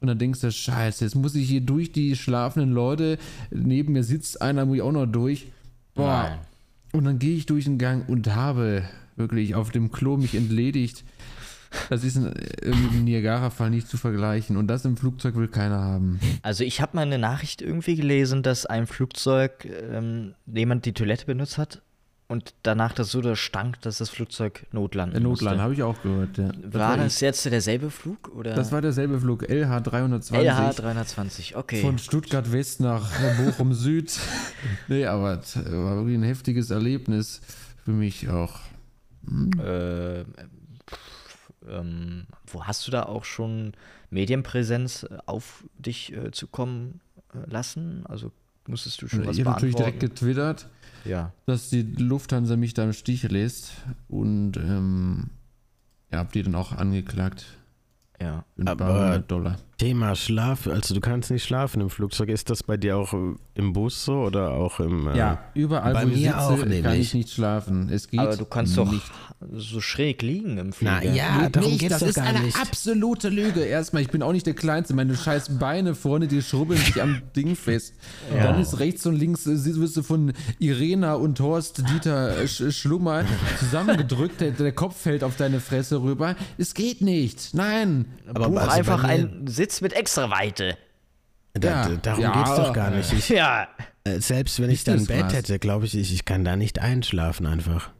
Speaker 4: Und dann denkst du, scheiße, jetzt muss ich hier durch die schlafenden Leute, neben mir sitzt einer, muss ich auch noch durch. Boah.
Speaker 3: Nein.
Speaker 4: Und dann gehe ich durch den Gang und habe wirklich auf dem Klo mich entledigt. Das ist ein, äh, mit dem Niagara-Fall nicht zu vergleichen. Und das im Flugzeug will keiner haben.
Speaker 3: Also ich habe mal eine Nachricht irgendwie gelesen, dass ein Flugzeug ähm, jemand die Toilette benutzt hat und danach das so da stank, dass das Flugzeug notlanden
Speaker 4: Äh, Notland,
Speaker 3: musste.
Speaker 4: habe ich auch gehört. Ja. Das
Speaker 3: War
Speaker 4: ich.
Speaker 3: das jetzt derselbe Flug oder?
Speaker 4: Das war derselbe Flug, LH 320.
Speaker 3: LH 320. Okay.
Speaker 4: Von Stuttgart West nach
Speaker 3: [LAUGHS]
Speaker 4: Bochum Süd. Nee, aber es war wirklich ein heftiges Erlebnis für mich auch.
Speaker 3: Äh, pff, ähm, wo hast du da auch schon Medienpräsenz äh, auf dich äh, zukommen äh, lassen? Also musstest du schon was
Speaker 4: ich habe natürlich direkt
Speaker 3: beantworten?
Speaker 4: getwittert,
Speaker 3: Ja.
Speaker 4: dass die Lufthansa mich da im Stich lässt und ähm, ja, hab die dann auch angeklagt.
Speaker 3: Ja.
Speaker 4: Für ein
Speaker 1: Aber-
Speaker 4: paar hundert Dollar.
Speaker 1: Thema Schlaf, also du kannst nicht schlafen im Flugzeug. Ist das bei dir auch äh, im Bus so oder auch im. äh,
Speaker 4: überall
Speaker 1: Bei
Speaker 4: wo ich
Speaker 1: mir
Speaker 4: sitze,
Speaker 1: auch
Speaker 4: kann
Speaker 1: nämlich.
Speaker 4: ich nicht schlafen. Es geht
Speaker 3: Aber du kannst doch
Speaker 4: nicht.
Speaker 3: so schräg liegen im Flieger.
Speaker 1: Na ja, darum
Speaker 4: nicht,
Speaker 1: geht's
Speaker 4: das
Speaker 1: doch
Speaker 4: ist
Speaker 1: gar
Speaker 4: eine
Speaker 1: nicht.
Speaker 4: absolute Lüge. Erstmal, ich bin auch nicht der Kleinste. Meine scheiß Beine vorne, die schrubbeln
Speaker 1: [LAUGHS]
Speaker 4: sich am Ding fest. Dann ist rechts und links, äh, sie- wirst du von Irena und Horst Dieter äh, Sch Schlummer zusammengedrückt. Der, der Kopf fällt auf deine Fresse rüber. Es geht nicht. Nein.
Speaker 1: aber
Speaker 3: Buch
Speaker 1: also bei
Speaker 3: einfach
Speaker 1: mir-
Speaker 3: einen Sitz mit extra Weite.
Speaker 1: Da,
Speaker 4: Ja.
Speaker 1: Darum
Speaker 4: Ja.
Speaker 1: geht's doch gar nicht. Ich,
Speaker 3: Ja.
Speaker 1: äh, selbst wenn ich da ein
Speaker 4: Business
Speaker 1: Bett
Speaker 4: Class.
Speaker 1: hätte, glaube ich, ich, ich kann da nicht einschlafen einfach.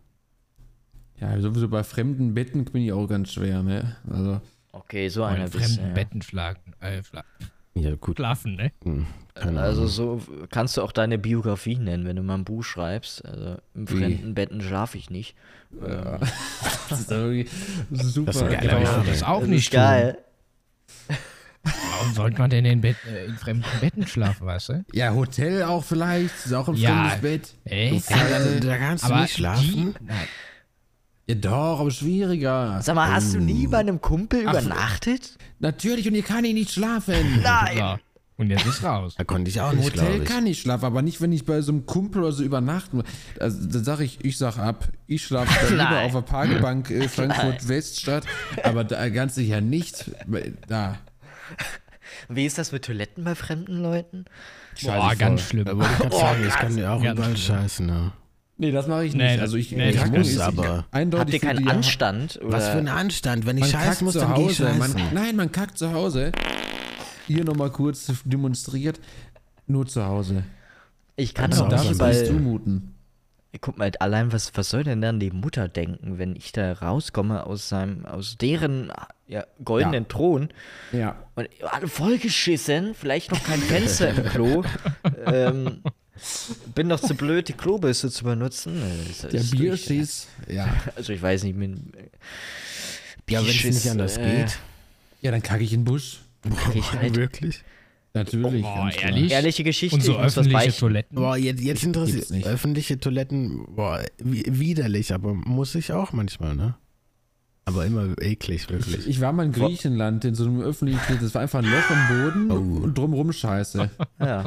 Speaker 4: Ja, sowieso bei fremden Betten bin ich auch ganz schwer, ne? Also,
Speaker 3: Okay, so
Speaker 2: Bei
Speaker 3: einer bist du,
Speaker 2: fremden Betten schlagen, äh, fla-
Speaker 1: Ja, gut.
Speaker 2: schlafen, ne?
Speaker 1: Keine
Speaker 3: ja.
Speaker 1: Ahnung.
Speaker 3: Also so kannst du auch deine Biografie nennen, wenn du mal ein Buch schreibst. Also im fremden Betten schlafe ich nicht.
Speaker 4: das ist doch wirklich super.
Speaker 1: Das ist ein geiler
Speaker 2: Ja,
Speaker 1: Ja,
Speaker 2: ja,
Speaker 1: Name.
Speaker 2: das auch
Speaker 3: Das
Speaker 2: nicht
Speaker 3: Also ist geil.
Speaker 2: Tun. Warum sollte man denn in, Bett, äh, in fremden Betten schlafen, weißt du?
Speaker 4: ja, Hotel auch vielleicht. Ist auch ein
Speaker 2: Ja.
Speaker 4: fremdes Bett.
Speaker 2: Ey,
Speaker 1: Also, da kannst du nicht schlafen.
Speaker 2: Die, nein,
Speaker 4: Ja, doch, aber schwieriger.
Speaker 3: Sag mal, hast du
Speaker 1: Oh.
Speaker 3: nie bei einem Kumpel übernachtet?
Speaker 4: Natürlich, und hier kann ich nicht schlafen.
Speaker 3: Nein.
Speaker 2: so. Und jetzt ist raus.
Speaker 1: Da konnte ich auch
Speaker 4: Im
Speaker 1: nicht,
Speaker 4: Hotel
Speaker 1: glaube ich.
Speaker 4: kann ich schlafen, aber nicht, wenn ich bei so einem Kumpel oder so übernachten muss. Also, dann sage ich, ich sag ab. Ich schlafe dann
Speaker 3: [LAUGHS]
Speaker 4: lieber
Speaker 3: Nein.
Speaker 4: auf der Parkbank äh, Frankfurt-Weststadt, aber da ganz sicher nicht. Da.
Speaker 3: Wie ist das mit Toiletten bei fremden Leuten?
Speaker 4: scheiße
Speaker 2: Boah,
Speaker 4: voll.
Speaker 2: ganz schlimm.
Speaker 1: Da wollte ich gerade sagen, ich kann ja auch
Speaker 2: Ja,
Speaker 1: überall
Speaker 2: das-
Speaker 1: scheißen. ne? Ja.
Speaker 4: Nee, das mache ich nicht.
Speaker 2: Nee,
Speaker 4: also ich,
Speaker 2: nee,
Speaker 1: Ich
Speaker 2: Ja,
Speaker 4: kacken
Speaker 2: gut,
Speaker 1: muss
Speaker 4: ist
Speaker 1: aber.
Speaker 4: Eindeutig
Speaker 3: Habt ihr
Speaker 4: für
Speaker 3: keinen
Speaker 4: die-
Speaker 3: Anstand? Oder?
Speaker 1: Was für ein Anstand. Wenn ich
Speaker 4: Man
Speaker 1: scheißen
Speaker 4: kackt
Speaker 1: muss,
Speaker 4: zu
Speaker 1: dann gehe ich
Speaker 4: Hause.
Speaker 1: scheißen.
Speaker 4: Man, nein, man kackt zu Hause. Hier nochmal kurz demonstriert. Nur zu Hause.
Speaker 3: ich kann
Speaker 1: Das
Speaker 3: doch
Speaker 1: ist auch
Speaker 4: Darf
Speaker 1: so
Speaker 3: nicht
Speaker 4: es
Speaker 1: ein
Speaker 4: nicht
Speaker 3: bei.
Speaker 4: zumuten.
Speaker 3: Guck mal, halt allein was, was soll denn dann die Mutter denken, wenn ich da rauskomme aus seinem, aus deren ja, goldenen Thron
Speaker 4: Ja.
Speaker 3: und alle vollgeschissen, vielleicht noch kein Fenster im Klo. Ähm, bin doch zu blöd, die Klobisse zu benutzen. Äh, das
Speaker 4: Der
Speaker 3: ist durch-
Speaker 4: Bierschieß. Ja.
Speaker 3: Also ich weiß nicht, mit äh,
Speaker 1: Ja, wenn es nicht anders geht.
Speaker 4: Ja, dann kacke ich in den Busch.
Speaker 1: [LAUGHS]
Speaker 3: Ich halt.
Speaker 1: Wirklich?
Speaker 4: Natürlich.
Speaker 2: Boah,
Speaker 4: ganz klar.
Speaker 2: ehrlich?
Speaker 3: Ehrliche Geschichte,
Speaker 2: Und so
Speaker 3: ich muss was
Speaker 2: öffentliche
Speaker 3: beichten.
Speaker 2: Toiletten.
Speaker 1: Boah, jetzt, jetzt interessiert
Speaker 4: Gibt's nicht.
Speaker 1: öffentliche Toiletten, boah, wi- widerlich, aber muss ich auch manchmal, ne? Aber immer eklig, wirklich.
Speaker 4: Ich war mal in Griechenland in so einem öffentlichen Kino. Das war einfach ein Loch im Boden
Speaker 1: Oh.
Speaker 4: und
Speaker 3: [LAUGHS]
Speaker 4: drumrum Scheiße.
Speaker 3: Ja.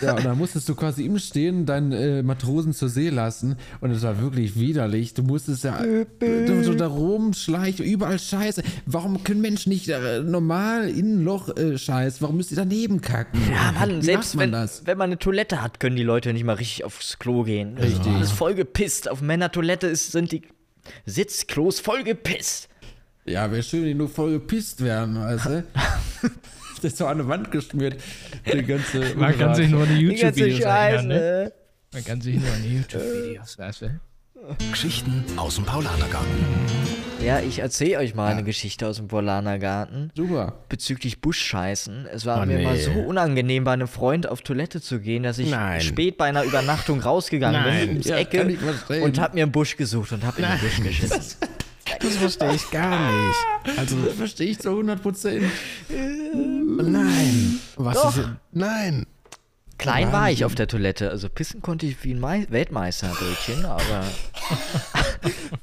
Speaker 4: Ja, und da musstest du quasi im Stehen deinen äh, Matrosen zur See lassen. Und es war wirklich widerlich. Du musstest ja du, du da rumschleichen, überall Scheiße. Warum können Menschen nicht äh, normal in ein Loch äh, scheiß? Warum müsst ihr daneben kacken?
Speaker 3: Ja, Ah, Mann,
Speaker 4: Wie
Speaker 3: selbst
Speaker 4: macht
Speaker 3: wenn,
Speaker 4: man das?
Speaker 3: wenn man eine Toilette hat, können die Leute nicht mal richtig aufs Klo gehen. Richtig. Alles vollgepisst. Auf Männertoilette ist, sind die Sitzklos vollgepisst.
Speaker 4: Ja, wäre schön, wenn die nur voll gepisst wären,
Speaker 3: [LAUGHS]
Speaker 4: weißt du? das ist so an eine Wand geschmiert. Der ganze
Speaker 2: Man kann sich nur an die
Speaker 3: Die ganze
Speaker 2: YouTube-Videos
Speaker 3: Scheiße.
Speaker 2: erinnern, ne? Man kann sich nur an die YouTube-Videos, weißt du?
Speaker 6: Geschichten aus dem Paulanergarten.
Speaker 3: Ja, ich erzähle euch mal eine Geschichte aus dem Bolaner Garten.
Speaker 4: Super.
Speaker 3: bezüglich Buschscheißen. Es war
Speaker 1: Oh,
Speaker 3: mir mal
Speaker 1: nee.
Speaker 3: so unangenehm, bei einem Freund auf Toilette zu gehen, dass ich
Speaker 1: Nein.
Speaker 3: spät bei einer Übernachtung rausgegangen
Speaker 1: Nein.
Speaker 3: bin ins
Speaker 4: Ja, kann
Speaker 3: Ecke
Speaker 4: ich verstehen.
Speaker 3: und hab mir einen Busch gesucht und hab in den Busch geschissen.
Speaker 1: Das verstehe ich gar nicht. Also,
Speaker 4: Verstehe ich zu 100 Prozent.
Speaker 1: nein. Was
Speaker 3: Doch.
Speaker 1: ist. Nein.
Speaker 3: Klein war ich auf der Toilette, also pissen konnte ich wie ein Mei- Weltmeister, Brötchen, aber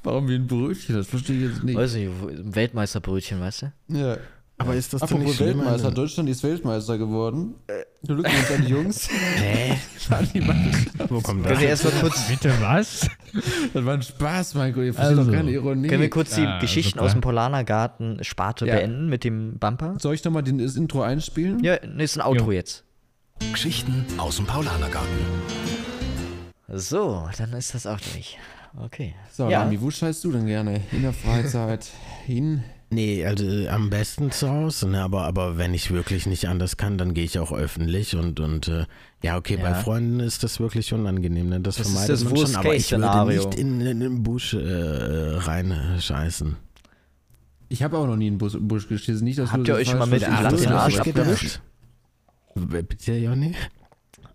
Speaker 4: Warum wie ein Brötchen? Das verstehe ich jetzt nicht.
Speaker 3: weiß nicht, wo- ein Weltmeisterbrötchen, weißt du?
Speaker 4: Ja.
Speaker 1: Aber ist das denn nicht
Speaker 4: Apropos
Speaker 1: schlimm?
Speaker 4: Weltmeister, Deutschland ist Weltmeister geworden. Glückwunsch an die Jungs.
Speaker 1: Hä?
Speaker 4: an die Mannschaft.
Speaker 1: Wo kommt
Speaker 3: Können
Speaker 1: das?
Speaker 3: wir erstmal kurz,
Speaker 2: Bitte was?
Speaker 4: [LAUGHS] Das war ein Spaß, Michael. Ihr versteht
Speaker 2: Also,
Speaker 4: doch keine Ironie.
Speaker 3: können wir kurz die
Speaker 2: Ah,
Speaker 3: Geschichten
Speaker 2: super.
Speaker 3: aus dem Polanergarten Sparte
Speaker 4: Ja.
Speaker 3: beenden mit dem Bumper?
Speaker 4: Soll ich nochmal das Intro einspielen?
Speaker 3: Ja, nee, ist ein Outro
Speaker 2: Jo.
Speaker 3: jetzt.
Speaker 6: Geschichten aus dem Paulanergarten.
Speaker 3: So, dann ist das auch durch. Okay.
Speaker 4: So,
Speaker 3: Ja.
Speaker 4: Rami, wo scheißt du denn gerne? In der Freizeit. [LAUGHS] Hin.
Speaker 1: Nee, also äh, am besten zu Hause, ne? aber, aber wenn ich wirklich nicht anders kann, dann gehe ich auch öffentlich und, und äh, ja, okay, bei
Speaker 3: Ja.
Speaker 1: Freunden ist das wirklich unangenehm, ne? das,
Speaker 3: Das ist
Speaker 1: vermeidet
Speaker 3: das
Speaker 1: man schon, aber ich würde
Speaker 3: Worst-Case-Szenario.
Speaker 1: nicht in, in den Busch äh, äh, reinscheißen.
Speaker 4: Ich habe auch noch nie einen Bus, Busch geschissen. Nicht, dass
Speaker 3: Habt
Speaker 4: du
Speaker 3: ihr
Speaker 4: das
Speaker 3: euch schon mal
Speaker 4: falsch
Speaker 3: mit
Speaker 4: verstehst.
Speaker 3: Latte
Speaker 4: Das
Speaker 3: in den
Speaker 4: ist
Speaker 3: Arsch
Speaker 4: was
Speaker 3: ab- abgewischt?
Speaker 1: gedacht. Bitte, Jonny?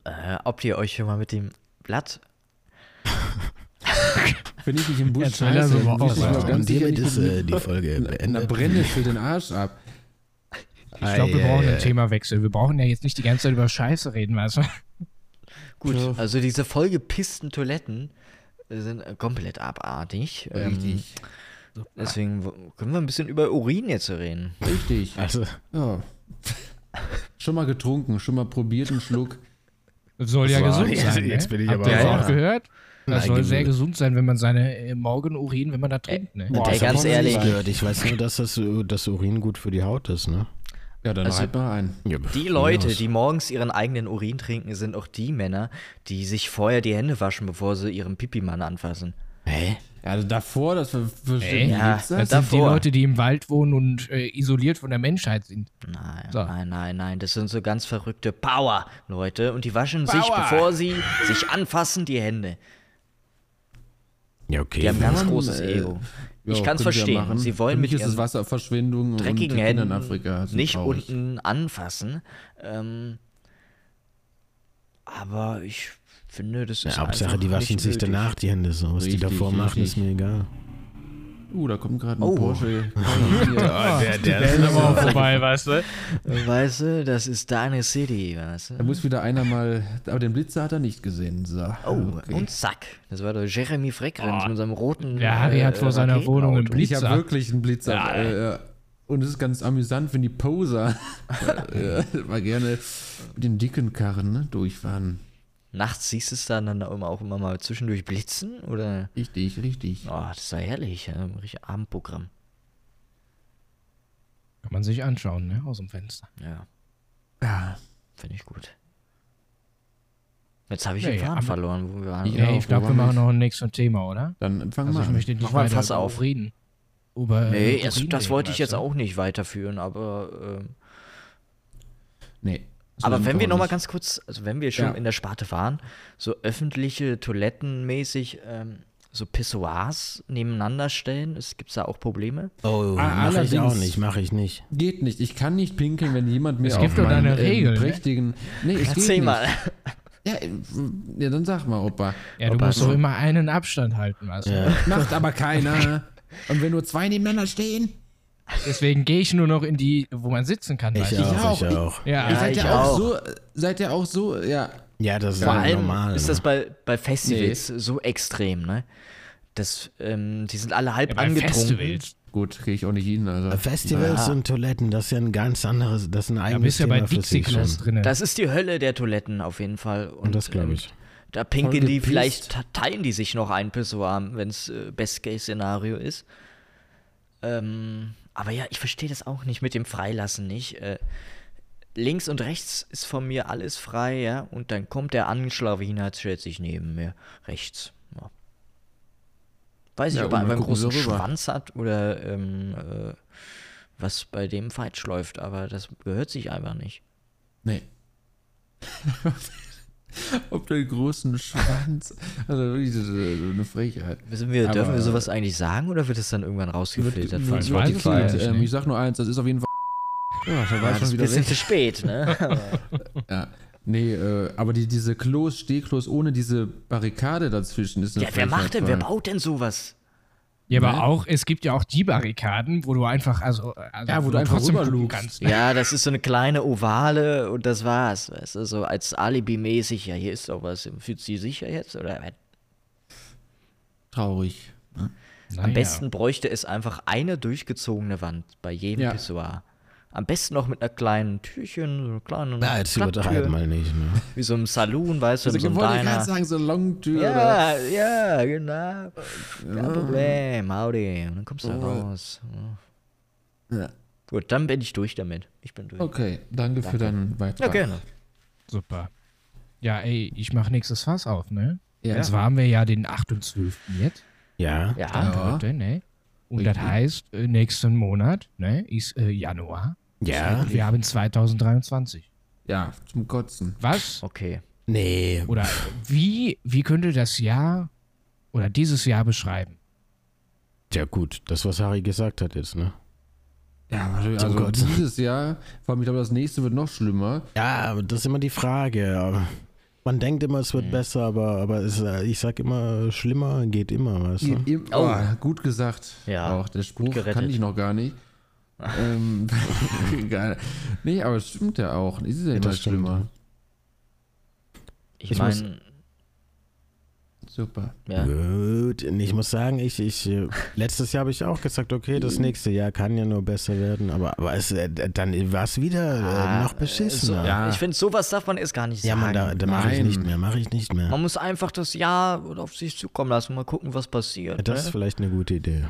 Speaker 3: Äh, ob ihr euch schon mal mit dem Blatt
Speaker 4: Wenn ich mich im Busch
Speaker 2: Jetzt will er
Speaker 4: scheiße,
Speaker 2: so mal
Speaker 4: wisch
Speaker 2: aufräumen.
Speaker 4: ich mir
Speaker 1: Ja,
Speaker 4: ganz
Speaker 1: und
Speaker 4: sicher
Speaker 1: hiermit
Speaker 4: nicht
Speaker 1: ist
Speaker 4: mit-
Speaker 1: äh, die Folge
Speaker 4: Na,
Speaker 1: beendet.
Speaker 4: brenne ich für den Arsch ab.
Speaker 2: Ich glaube, wir brauchen einen Themawechsel. Wir brauchen ja jetzt nicht die ganze Zeit über Scheiße reden, weißt du?
Speaker 3: Gut,
Speaker 4: Ja.
Speaker 3: also diese vollgepissten Toiletten sind äh, komplett abartig. Ähm,
Speaker 4: Richtig.
Speaker 3: deswegen w- können wir ein bisschen über Urin jetzt reden.
Speaker 4: Richtig.
Speaker 1: Also,
Speaker 4: Ja. Schon mal getrunken, schon mal probiert einen Schluck.
Speaker 2: Das soll ja
Speaker 1: So,
Speaker 2: gesund
Speaker 1: jetzt-
Speaker 2: sein.
Speaker 1: jetzt
Speaker 2: ne?
Speaker 1: bin ich
Speaker 2: Habt
Speaker 1: aber
Speaker 2: ihr das
Speaker 1: sauer.
Speaker 2: auch gehört? Das
Speaker 1: Nein,
Speaker 2: soll
Speaker 1: gewöhnt.
Speaker 2: sehr gesund sein, wenn man seine äh, Morgenurin, wenn man da trinkt. Ne?
Speaker 3: Ey,
Speaker 1: das hab
Speaker 3: Äh, ganz
Speaker 1: ich noch nicht
Speaker 3: ehrlich.
Speaker 1: Gehört. Ich weiß nur, dass das, äh, das Urin gut für die Haut ist, ne?
Speaker 4: Ja, dann
Speaker 3: Also-
Speaker 4: halt mal ein.
Speaker 1: Ja,
Speaker 3: Die
Speaker 1: von
Speaker 3: Leute,
Speaker 1: mir aus.
Speaker 3: die morgens ihren eigenen Urin trinken, sind auch die Männer, die sich vorher die Hände waschen, bevor sie ihren Pipi-Mann anfassen.
Speaker 1: Hä?
Speaker 4: Ja, also davor, das ver- verstehe ich
Speaker 3: Ja,
Speaker 4: nicht.
Speaker 2: Das
Speaker 4: Das-
Speaker 2: sind die
Speaker 3: davor.
Speaker 2: Leute, die im Wald wohnen und äh, isoliert von der Menschheit
Speaker 3: [LAUGHS]
Speaker 2: sind.
Speaker 3: Nein,
Speaker 2: So.
Speaker 3: nein, nein, nein. Das sind so ganz verrückte Power-Leute und die waschen sich,
Speaker 2: Power.
Speaker 3: bevor sie sich anfassen, die Hände.
Speaker 1: Ja, okay.
Speaker 3: Die haben ein ganz
Speaker 4: Mann,
Speaker 3: großes
Speaker 4: äh,
Speaker 3: Ego.
Speaker 4: Ja,
Speaker 3: ich kann es
Speaker 4: können ja
Speaker 3: verstehen.
Speaker 4: machen.
Speaker 3: Sie
Speaker 4: Für
Speaker 3: wollen
Speaker 4: mich
Speaker 3: mit
Speaker 4: ist es
Speaker 3: ihren
Speaker 4: Wasserverschwendung und
Speaker 3: dreckigen
Speaker 4: Kindern
Speaker 3: Händen
Speaker 4: in Afrika. sind
Speaker 3: nicht
Speaker 4: traurig.
Speaker 3: unten anfassen. Ähm, aber ich finde, das ist
Speaker 1: Ja, Hauptsache,
Speaker 3: einfach
Speaker 1: die waschen
Speaker 3: nicht
Speaker 1: sich
Speaker 3: nötig.
Speaker 1: danach die Hände so. Was die
Speaker 4: Richtig,
Speaker 1: davor machen, ist
Speaker 4: richtig.
Speaker 1: mir egal.
Speaker 4: Uh, da kommt gerade ein
Speaker 3: Oh.
Speaker 4: Porsche.
Speaker 1: der, der,
Speaker 2: Immer vorbei, weißt du?
Speaker 3: Weißt du, das ist deine City, weißt
Speaker 4: Da
Speaker 3: du?
Speaker 4: muss wieder einer mal. Aber den Blitzer hat er nicht gesehen. So.
Speaker 1: Ah,
Speaker 3: Oh, und zack. Das war der Jeremy Freckrenz mit seinem roten. äh,
Speaker 2: Der Harry hat vor seiner Wohnung einen
Speaker 3: Raketenauto.
Speaker 2: Blitz-
Speaker 4: Ich habe
Speaker 2: Blitzer.
Speaker 4: wirklich einen Blitzer. Äh, und es ist ganz amüsant, wenn
Speaker 3: [LAUGHS]
Speaker 4: die Poser äh, mal gerne mit den dicken Karren ne, durchfahren.
Speaker 3: Nachts siehst du es dann, dann immer auch immer mal zwischendurch blitzen? Oder?
Speaker 4: Richtig, richtig.
Speaker 3: Oh, das war herrlich. ja, ein Richtig Abendprogramm.
Speaker 2: Kann man sich anschauen, ne? Aus dem Fenster.
Speaker 3: Ja,
Speaker 4: Ja.
Speaker 3: finde ich gut. Jetzt habe ich
Speaker 2: Nee,
Speaker 3: den Faden
Speaker 2: aber-
Speaker 3: verloren, wo wir waren.
Speaker 4: Ja,
Speaker 2: Ja, ich
Speaker 4: wo
Speaker 2: glaube, wir
Speaker 4: waren wir
Speaker 2: machen noch ein nächstes Thema, oder?
Speaker 4: Dann fangen
Speaker 2: Also
Speaker 4: wir
Speaker 2: ich
Speaker 4: an.
Speaker 2: möchte nicht
Speaker 3: Mach mal ein
Speaker 2: weiter
Speaker 3: Fass
Speaker 2: über
Speaker 3: auf.
Speaker 2: Urin. Über
Speaker 3: Nee,
Speaker 2: über
Speaker 3: erst,
Speaker 2: Urin
Speaker 3: das
Speaker 2: reden,
Speaker 3: wollte ich
Speaker 2: weißt
Speaker 3: jetzt
Speaker 2: Ähm, du?
Speaker 3: auch nicht weiterführen, aber. ähm,
Speaker 4: Nee. so
Speaker 3: aber
Speaker 4: sind
Speaker 3: wenn wir
Speaker 4: auch
Speaker 3: nochmal
Speaker 4: nicht.
Speaker 3: ganz kurz, also wenn wir schon
Speaker 4: Ja.
Speaker 3: in der Sparte waren, so öffentliche Toiletten mäßig, ähm, so Pissoirs nebeneinander stellen, es gibt da auch Probleme.
Speaker 1: oh,
Speaker 4: Ah,
Speaker 1: mache ich auch
Speaker 4: allerdings.
Speaker 1: nicht, mache ich nicht.
Speaker 4: Geht nicht. Ich kann nicht pinkeln, wenn jemand mir
Speaker 2: Es
Speaker 4: auf
Speaker 2: gibt doch da
Speaker 4: meinen,
Speaker 2: eine
Speaker 4: ähm,
Speaker 2: Regel, ne?
Speaker 4: prächtigen. Nee, es geht
Speaker 3: Erzähl
Speaker 4: nicht.
Speaker 3: mal.
Speaker 4: Ja, äh, ja, dann sag mal, Opa.
Speaker 2: Ja, du
Speaker 3: Aber
Speaker 2: musst doch
Speaker 3: so-
Speaker 2: immer einen Abstand halten, weißt du?
Speaker 4: Macht aber keiner. Und wenn nur zwei nebeneinander stehen?
Speaker 2: [LAUGHS] Deswegen gehe ich nur noch in die, wo man sitzen kann,
Speaker 1: Ich
Speaker 2: weißt du?
Speaker 1: auch, ich
Speaker 4: auch.
Speaker 1: auch.
Speaker 2: Ja,
Speaker 4: ihr
Speaker 2: ja,
Speaker 4: seid
Speaker 3: ich
Speaker 4: ja auch,
Speaker 3: auch.
Speaker 4: so, seid ja auch so, ja.
Speaker 1: Ja, das ist
Speaker 3: Vor
Speaker 1: halt
Speaker 3: allem
Speaker 1: normal.
Speaker 3: ist das
Speaker 1: ne?
Speaker 3: bei, bei Festivals so extrem, ne? Das, ähm, die sind alle halb
Speaker 2: bei
Speaker 3: angetrunken.
Speaker 2: Festivals.
Speaker 4: Gut, gehe ich auch nicht hin, also. Alter.
Speaker 1: ne?
Speaker 3: Äh,
Speaker 1: Festivals und Toiletten, das ist ja ein ganz anderes, das ist ein
Speaker 2: Da
Speaker 1: eigenes
Speaker 2: bist du ja bei
Speaker 1: Thema für sich
Speaker 2: Dixie-Klos
Speaker 1: schon.
Speaker 2: drin.
Speaker 3: Das ist die Hölle der Toiletten auf jeden Fall.
Speaker 1: Genau. Und das glaube
Speaker 3: ähm,
Speaker 1: ich.
Speaker 3: Da pinkeln die
Speaker 4: gepisst.
Speaker 3: vielleicht, te- teilen die sich noch ein Pissoir, wenn es äh, Best-Case-Szenario ist. Ähm, aber ja, ich verstehe das auch nicht mit dem Freilassen nicht. Äh, links und rechts ist von mir alles frei, ja. Und dann kommt der Anschlawiner, stellt sich neben mir rechts. Ja. Weiß ich,
Speaker 4: Ja,
Speaker 3: ob er
Speaker 4: und
Speaker 3: einfach
Speaker 4: dann
Speaker 3: einen
Speaker 4: gucken sie
Speaker 3: großen
Speaker 4: rüber.
Speaker 3: Schwanz hat oder ähm, äh, was bei dem falsch läuft, aber das gehört sich einfach nicht.
Speaker 4: Nee. [LAUGHS] Ob den großen Schwanz. Also wirklich das ist eine Frechheit.
Speaker 3: Wissen wir,
Speaker 4: Aber- äh,
Speaker 3: dürfen wir sowas eigentlich sagen oder wird es dann irgendwann rausgefiltert? von
Speaker 2: ich
Speaker 4: Wird
Speaker 2: weiß es
Speaker 4: gefilmt.
Speaker 2: nicht,
Speaker 4: ähm,
Speaker 2: ne?
Speaker 4: ich sag nur eins, das ist auf jeden Fall. Ja, da
Speaker 3: Ja,
Speaker 4: war ich
Speaker 3: das ist
Speaker 4: schon
Speaker 3: ein
Speaker 4: wieder
Speaker 3: bisschen
Speaker 4: weg.
Speaker 3: zu spät,
Speaker 4: [LAUGHS]
Speaker 3: ne?
Speaker 4: Ja. Nee, äh, aber die, diese Klos, Stehklos ohne diese Barrikade dazwischen ist eine
Speaker 3: ja, wer macht denn, wer
Speaker 4: Frechheit,
Speaker 3: baut denn sowas?
Speaker 2: Ja, aber auch, es gibt ja auch die Barrikaden, wo du einfach, also, also
Speaker 4: Ja, wo du einfach
Speaker 2: trotzdem gucken
Speaker 4: rüberlugst.
Speaker 2: kannst.
Speaker 3: Ja, das ist so eine kleine Ovale und das war's, weißt du, so als Alibi-mäßig, ja, hier ist doch was, fühlt sie sicher jetzt? Oder am
Speaker 4: Traurig. Ah,
Speaker 2: Naja.
Speaker 3: besten bräuchte es einfach eine durchgezogene Wand bei jedem
Speaker 4: Ja.
Speaker 3: Pissoir. Am besten noch mit einer kleinen Türchen, so einer kleinen
Speaker 1: Na, jetzt
Speaker 3: Klapptür,
Speaker 1: übertreib mal nicht. Ne?
Speaker 3: wie so im Saloon, weißt du,
Speaker 4: Also,
Speaker 3: in so
Speaker 4: ich
Speaker 3: einem
Speaker 4: wollte gerade
Speaker 3: Diner.
Speaker 4: sagen, so Longtür.
Speaker 3: Ja,
Speaker 4: oder-
Speaker 3: ja, genau. Kein Problem, howdy. Und dann kommst
Speaker 1: Oh.
Speaker 3: du da raus. Ja.
Speaker 4: Ja.
Speaker 3: Gut, dann bin ich durch damit. Ich bin durch.
Speaker 4: Okay, danke, für deinen Beitrag.
Speaker 3: Ja, gerne.
Speaker 2: Super. Ja, ey, ich mach nächstes Fass auf, ne?
Speaker 4: Ja.
Speaker 2: Jetzt waren wir ja den 8 und 12. jetzt.
Speaker 1: Ja.
Speaker 3: Ja.
Speaker 2: Heute, ne? Und das heißt, äh, nächsten Monat, ne, ist äh, Januar.
Speaker 1: Ja.
Speaker 2: Wir haben 2023.
Speaker 4: Ja, zum Kotzen.
Speaker 2: Was?
Speaker 3: Okay.
Speaker 1: Nee.
Speaker 2: Oder wie, wie könnte das Jahr oder dieses Jahr beschreiben?
Speaker 1: Ja gut, das, was Harry gesagt hat jetzt, ne?
Speaker 4: Ja, also
Speaker 1: Kotzen.
Speaker 4: dieses Jahr, vor allem, ich glaube, das nächste wird noch schlimmer.
Speaker 1: Ja, aber das ist immer die Frage. Man denkt immer, es wird besser, aber, aber es, äh, ich sag immer, schlimmer geht immer, weißt du?
Speaker 4: Im, oh, gut gesagt.
Speaker 3: Ja,
Speaker 4: Auch der Spruch
Speaker 3: gerettet.
Speaker 4: kann ich noch gar nicht. ähm, [LAUGHS] egal. Nee, aber es stimmt ja auch. Es ist ja immer
Speaker 1: das stimmt,
Speaker 4: schlimmer.
Speaker 3: Ich,
Speaker 1: Ich muss-
Speaker 3: meine,
Speaker 4: Super.
Speaker 3: ja.
Speaker 1: Gut, und ich muss sagen, ich, ich, äh, letztes Jahr habe ich auch gesagt, okay, das nächste Jahr kann ja nur besser werden, aber, aber es, äh, dann war es wieder äh, noch beschissener. ja,
Speaker 3: Ich finde, sowas darf man erst gar nicht
Speaker 1: man,
Speaker 3: sagen.
Speaker 1: da, da mache ich
Speaker 4: Nein.
Speaker 1: nicht mehr, mache ich nicht mehr.
Speaker 3: man muss einfach das Jahr auf sich zukommen lassen, mal gucken, was passiert.
Speaker 1: Das ist
Speaker 3: ne?
Speaker 1: vielleicht eine gute Idee.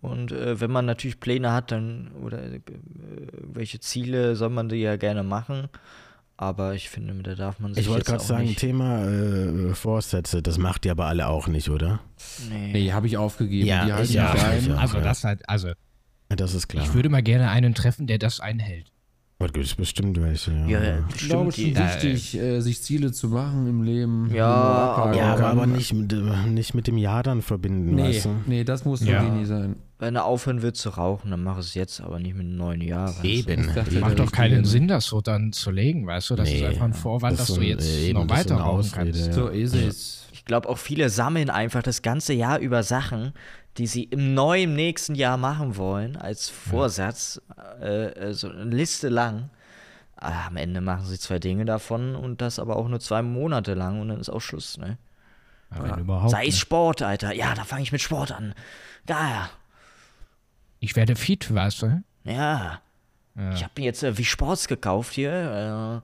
Speaker 3: Und äh, wenn man natürlich Pläne hat, dann oder äh, welche Ziele soll man die ja gerne machen. Aber ich finde, da darf man sich
Speaker 1: Ich wollte
Speaker 3: jetzt
Speaker 1: gerade
Speaker 3: auch
Speaker 1: sagen,
Speaker 3: nicht.
Speaker 1: Thema äh, Vorsätze, das macht ihr aber alle auch nicht, oder?
Speaker 3: Nee.
Speaker 4: Nee, habe ich aufgegeben.
Speaker 1: Ja,
Speaker 4: Die halten
Speaker 1: ja,
Speaker 4: mich
Speaker 1: ich
Speaker 4: ein.
Speaker 1: auch.
Speaker 2: Also
Speaker 1: ja.
Speaker 2: das halt, also
Speaker 1: Das ist klar.
Speaker 2: ich würde mal gerne einen treffen, der das einhält.
Speaker 1: Gott, gibt es bestimmt welche. Ja,
Speaker 3: Ja,
Speaker 1: ja.
Speaker 4: Ich glaube,
Speaker 3: bestimmt.
Speaker 4: es ist schon
Speaker 3: die-
Speaker 4: wichtig, äh, sich Ziele zu machen im Leben.
Speaker 3: Ja,
Speaker 4: aber
Speaker 1: ja aber, aber nicht, mit, äh, nicht mit dem Ja dann verbinden,
Speaker 4: Nee,
Speaker 1: weißt du?
Speaker 4: nee, das muss
Speaker 2: Ja.
Speaker 4: wirklich nicht sein.
Speaker 3: Wenn er aufhören will zu rauchen, dann mach es jetzt, aber nicht mit neun Jahren. Also
Speaker 1: Eben.
Speaker 4: dachte,
Speaker 2: Macht
Speaker 4: der
Speaker 2: doch keinen
Speaker 4: richtige-
Speaker 2: Sinn, das so dann zu legen, weißt du? Das ist
Speaker 1: Nee,
Speaker 2: einfach ein Vorwand,
Speaker 1: das
Speaker 2: dass du
Speaker 1: soll-
Speaker 2: jetzt
Speaker 1: äh, eben,
Speaker 2: noch
Speaker 1: das ist
Speaker 2: weiter
Speaker 1: eine
Speaker 2: rauchen
Speaker 1: Ausrede,
Speaker 2: kannst.
Speaker 1: ja.
Speaker 4: So ist es.
Speaker 3: Ich glaube auch viele sammeln einfach das ganze Jahr über Sachen, die sie im neuen nächsten Jahr machen wollen, als Vorsatz, äh, äh, so eine Liste lang. Aber am Ende machen sie zwei Dinge davon und das aber auch nur zwei Monate lang und dann ist auch Schluss, ne?
Speaker 2: Ja, wenn überhaupt,
Speaker 3: Sei
Speaker 2: ne?
Speaker 3: es Sport, Alter. Ja, da fange ich mit Sport an. Ja,
Speaker 2: Ich werde fit, weißt du?
Speaker 3: ja. ja. Ich habe mir jetzt äh, wie Sports gekauft hier.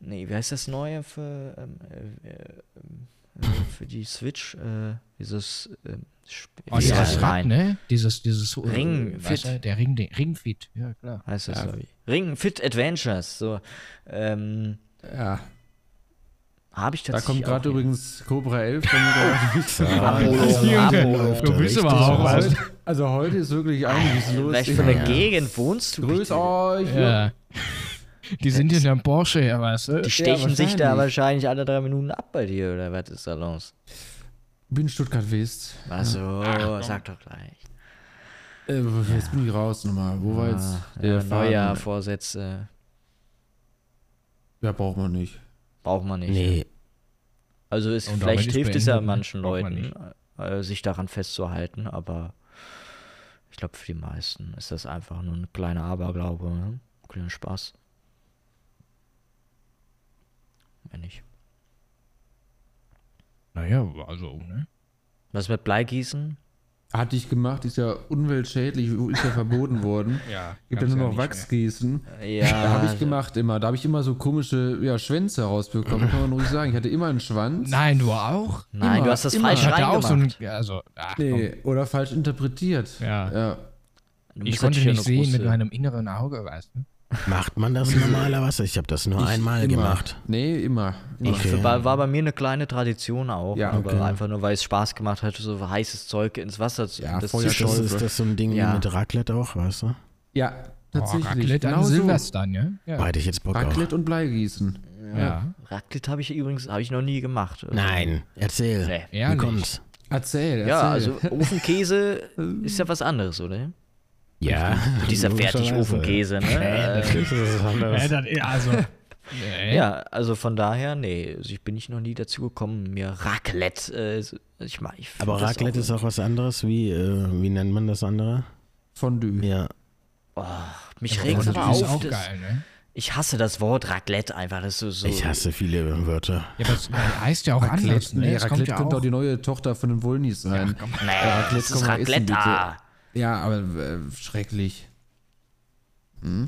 Speaker 3: Äh, nee, wie heißt das neue für, ähm, äh, äh, äh, für die Switch? Äh, dieses ähm, Sp-
Speaker 2: Oh, dieses
Speaker 3: Ja,
Speaker 2: Rad, ne? Dieses, dieses äh,
Speaker 3: Ring
Speaker 2: weißt
Speaker 3: fit.
Speaker 2: du, Der Ring, der Ringfit, ja
Speaker 4: ne?
Speaker 2: klar.
Speaker 3: heißt das, glaub ich. Ring Fit Adventures. So, ähm,
Speaker 4: Ja,
Speaker 3: habe ich
Speaker 4: da
Speaker 3: tatsächlich.
Speaker 4: kommt gerade
Speaker 3: auch
Speaker 4: übrigens Cobra 11. wenn wir da-
Speaker 2: also,
Speaker 3: Apollo, Apollo.
Speaker 1: Läuft da richtig
Speaker 2: [LAUGHS]
Speaker 4: [LAUGHS]
Speaker 1: was.
Speaker 4: Heute- Also heute ist wirklich einiges los.
Speaker 3: Welche von der Gegend wohnst du?
Speaker 4: Grüß
Speaker 3: bitte?
Speaker 4: euch.
Speaker 2: Ja. Die sind hinterm Porsche, weißt du?
Speaker 3: Die stechen sich da
Speaker 4: wahrscheinlich.
Speaker 3: wahrscheinlich alle drei Minuten ab bei dir, oder was ist da los?
Speaker 4: Bin Stuttgart-West.
Speaker 3: Also, sag doch gleich. Ah,
Speaker 4: Äh, jetzt bin ich raus nochmal. Wo war jetzt der
Speaker 3: Ja, äh, Neujahr,
Speaker 4: Faden?
Speaker 3: Vorsätze
Speaker 4: Ja, braucht man nicht.
Speaker 3: braucht man nicht.
Speaker 1: Nee,
Speaker 3: Also es,
Speaker 2: Und damit
Speaker 3: vielleicht
Speaker 2: ist
Speaker 3: hilft es ja
Speaker 2: beendet, ne?
Speaker 3: manchen
Speaker 2: Braucht man
Speaker 3: Leuten, äh, sich daran festzuhalten, aber ich glaube für die meisten ist das einfach nur ein kleiner Aberglaube, ne? kleiner Spaß. Wenn nicht.
Speaker 2: Naja, also, ne?
Speaker 3: Was mit Bleigießen?
Speaker 4: Hatte ich gemacht, ist ja umweltschädlich, ist ja verboten worden.
Speaker 2: Ja,
Speaker 4: Gibt ja
Speaker 2: kannst
Speaker 4: nur
Speaker 2: ja
Speaker 4: noch
Speaker 2: nicht
Speaker 4: Wachsgießen.
Speaker 3: Ja. [LAUGHS]
Speaker 4: Da habe ich gemacht immer. Da habe ich immer Ah, so komische ja, Schwänze rausbekommen, kann man ruhig sagen. Ich hatte immer einen Schwanz.
Speaker 2: Nein, du auch?
Speaker 3: Nein,
Speaker 4: Immer,
Speaker 3: du hast das
Speaker 4: immer.
Speaker 3: falsch
Speaker 2: Ich hatte auch so ein.
Speaker 3: reingemacht.
Speaker 2: Also, ach, komm,
Speaker 4: Nee, oder falsch interpretiert.
Speaker 2: Ja.
Speaker 4: ja.
Speaker 3: Du
Speaker 2: ich
Speaker 3: bist
Speaker 2: konnte
Speaker 3: natürlich
Speaker 2: nicht
Speaker 3: eine
Speaker 2: sehen mit
Speaker 3: große-
Speaker 2: meinem inneren Auge, weißt du?
Speaker 1: Macht man das normalerweise? Ich habe das nur einmal
Speaker 4: immer.
Speaker 1: gemacht.
Speaker 4: Nee, immer. immer.
Speaker 1: Okay.
Speaker 3: Ich, war, war bei mir eine kleine Tradition auch,
Speaker 4: Ja,
Speaker 3: aber
Speaker 4: okay.
Speaker 3: einfach nur, weil es Spaß gemacht hat, so heißes Zeug ins Wasser zu
Speaker 4: Ja,
Speaker 3: das
Speaker 4: Feuer-
Speaker 3: zu
Speaker 1: Ist das,
Speaker 3: schütten.
Speaker 1: ist das so ein Ding
Speaker 3: Ja.
Speaker 1: wie mit Raclette auch, weißt du?
Speaker 4: Ja, tatsächlich.
Speaker 2: Raclette an
Speaker 4: Genau so.
Speaker 2: Silvestern, ja? Ja.
Speaker 1: Beide ich jetzt Bock auf.
Speaker 4: Raclette und Bleigießen.
Speaker 2: ja.
Speaker 3: Raclette habe ich übrigens habe ich noch nie gemacht.
Speaker 1: Nein, erzähl.
Speaker 3: Nee,
Speaker 1: wie
Speaker 2: ehrlich.
Speaker 1: kommt's?
Speaker 4: Erzähl, erzähl.
Speaker 3: Ja, also Ofenkäse ist ja was anderes, oder?
Speaker 1: Ja.
Speaker 3: [LAUGHS] Dieser Fertig-Ofenkäse, ne?
Speaker 1: Das ist was
Speaker 2: Äh,
Speaker 1: anderes.
Speaker 2: dann, äh, [LAUGHS] also,
Speaker 3: Äh,
Speaker 2: äh,
Speaker 3: ja, also von daher, nee, also ich bin ich noch nie dazu gekommen, mir Raclette, äh, so- ich meine, ich find
Speaker 1: Aber
Speaker 3: das
Speaker 1: Raclette ist auch was anderes. Wie, äh, wie nennt man das andere?
Speaker 4: Fondue.
Speaker 1: Ja.
Speaker 3: Oh, mich regt
Speaker 2: Fondue
Speaker 3: aber
Speaker 2: ist
Speaker 3: auf,
Speaker 2: auch
Speaker 3: das,
Speaker 2: geil, ne?
Speaker 3: ich hasse das Wort Raclette einfach, das ist so, so
Speaker 1: Ich hasse viele Wörter.
Speaker 2: Ja, aber es heißt ja auch anders,
Speaker 4: Raclette,
Speaker 2: ne?
Speaker 4: nee,
Speaker 2: Es kommt
Speaker 4: Raclette
Speaker 2: ja
Speaker 4: könnte auch
Speaker 2: auch.
Speaker 4: die neue Tochter von den Wollnis sein.
Speaker 3: nee,
Speaker 4: Raclette
Speaker 3: das ist
Speaker 4: kann man essen,
Speaker 3: Raclette,
Speaker 4: bitte.
Speaker 3: ah.
Speaker 4: Ja, aber äh, schrecklich.
Speaker 3: Ah,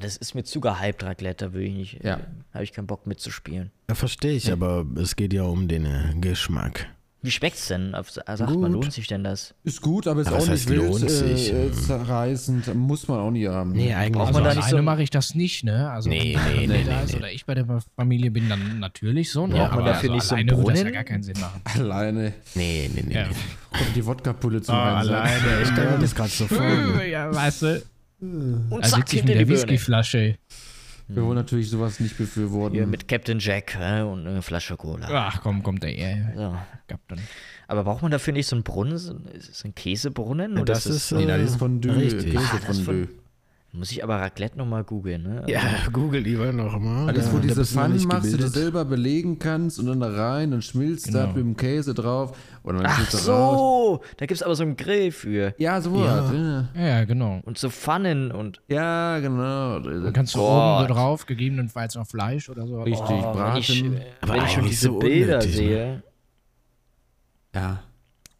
Speaker 3: das ist mir zu gehypt, Raclette, da will ich nicht,
Speaker 4: Ja.
Speaker 3: habe ich keinen Bock mitzuspielen.
Speaker 1: Ja, verstehe ich, aber es geht ja um den äh, Geschmack.
Speaker 3: Wie schmeckt's denn? Auf- Sagt man,
Speaker 4: Gut.
Speaker 3: lohnt sich denn das?
Speaker 4: Ist gut, aber ist
Speaker 1: Aber
Speaker 4: auch
Speaker 1: das heißt,
Speaker 4: nicht wild,
Speaker 1: lohnt sich,
Speaker 4: äh,
Speaker 1: ähm.
Speaker 4: äh, zerreißend. Muss man auch nie haben.
Speaker 1: Nee, eigentlich
Speaker 3: Braucht
Speaker 2: Also
Speaker 3: man da
Speaker 1: nicht.
Speaker 3: nicht
Speaker 2: alleine
Speaker 3: so-
Speaker 2: mache ich das nicht, ne? Also,
Speaker 1: Nee,
Speaker 2: wenn
Speaker 1: nee,
Speaker 2: Familie
Speaker 1: nee,
Speaker 2: da
Speaker 1: nee,
Speaker 2: ist
Speaker 1: nee.
Speaker 2: oder ich bei der Familie bin, dann natürlich so, ne?
Speaker 1: Braucht man
Speaker 2: aber
Speaker 3: dafür
Speaker 2: also
Speaker 3: nicht so einen
Speaker 2: alleine würde das ja
Speaker 3: Brunnen?
Speaker 2: gar keinen Sinn machen.
Speaker 4: Alleine
Speaker 1: Nee, nee, nee.
Speaker 2: Ja.
Speaker 1: nee.
Speaker 4: kommt die Wodkapulle
Speaker 2: Ah, Oh,
Speaker 4: zum Einsatz.
Speaker 1: [LAUGHS] Ich stelle mir das gerade so
Speaker 2: [LAUGHS]
Speaker 1: vor.
Speaker 2: ja, weißt du,
Speaker 3: Und
Speaker 2: da sitze ich Also mit der Whiskyflasche.
Speaker 4: Wir wollen natürlich sowas nicht befürworten.
Speaker 3: Hier mit Captain Jack äh, und eine Flasche Cola.
Speaker 2: Ach komm, kommt der eher.
Speaker 3: So.
Speaker 2: Captain.
Speaker 3: Aber braucht man dafür nicht so einen Brunnen, so einen, ist es ein Käsebrunnen? Oder
Speaker 1: Das
Speaker 3: ist
Speaker 1: ist,
Speaker 4: nee,
Speaker 1: äh,
Speaker 4: das ist Fondue.
Speaker 1: richtig. Ah,
Speaker 4: Käsefondue.
Speaker 3: Muss ich aber Raclette nochmal googeln, ne?
Speaker 1: [LAUGHS] Ja, google lieber nochmal.
Speaker 4: Alles, wo
Speaker 1: Da- da
Speaker 4: diese
Speaker 1: bist du noch
Speaker 4: Pfannen
Speaker 1: nicht
Speaker 4: machst, die du
Speaker 1: gebildet.
Speaker 4: selber belegen kannst und dann da rein und schmilzt
Speaker 3: Genau.
Speaker 4: das mit dem Käse drauf und dann
Speaker 3: Ach
Speaker 4: schmilzt das raus.
Speaker 3: so, da gibt's aber so einen Grill für.
Speaker 4: Ja, so ja. ja.
Speaker 2: Ja, ja, genau.
Speaker 3: Und so Pfannen und
Speaker 4: Ja, genau.
Speaker 2: Dann kannst du
Speaker 3: Gott.
Speaker 2: oben so drauf, gegebenenfalls noch Fleisch oder so.
Speaker 4: Richtig,
Speaker 2: Oh,
Speaker 3: wenn ich,
Speaker 4: Braten.
Speaker 3: äh,
Speaker 1: Aber
Speaker 3: wenn ich schon
Speaker 1: eigentlich
Speaker 3: diese
Speaker 1: so
Speaker 3: Bilder
Speaker 1: unnötig, ne?
Speaker 3: sehe,
Speaker 4: ja.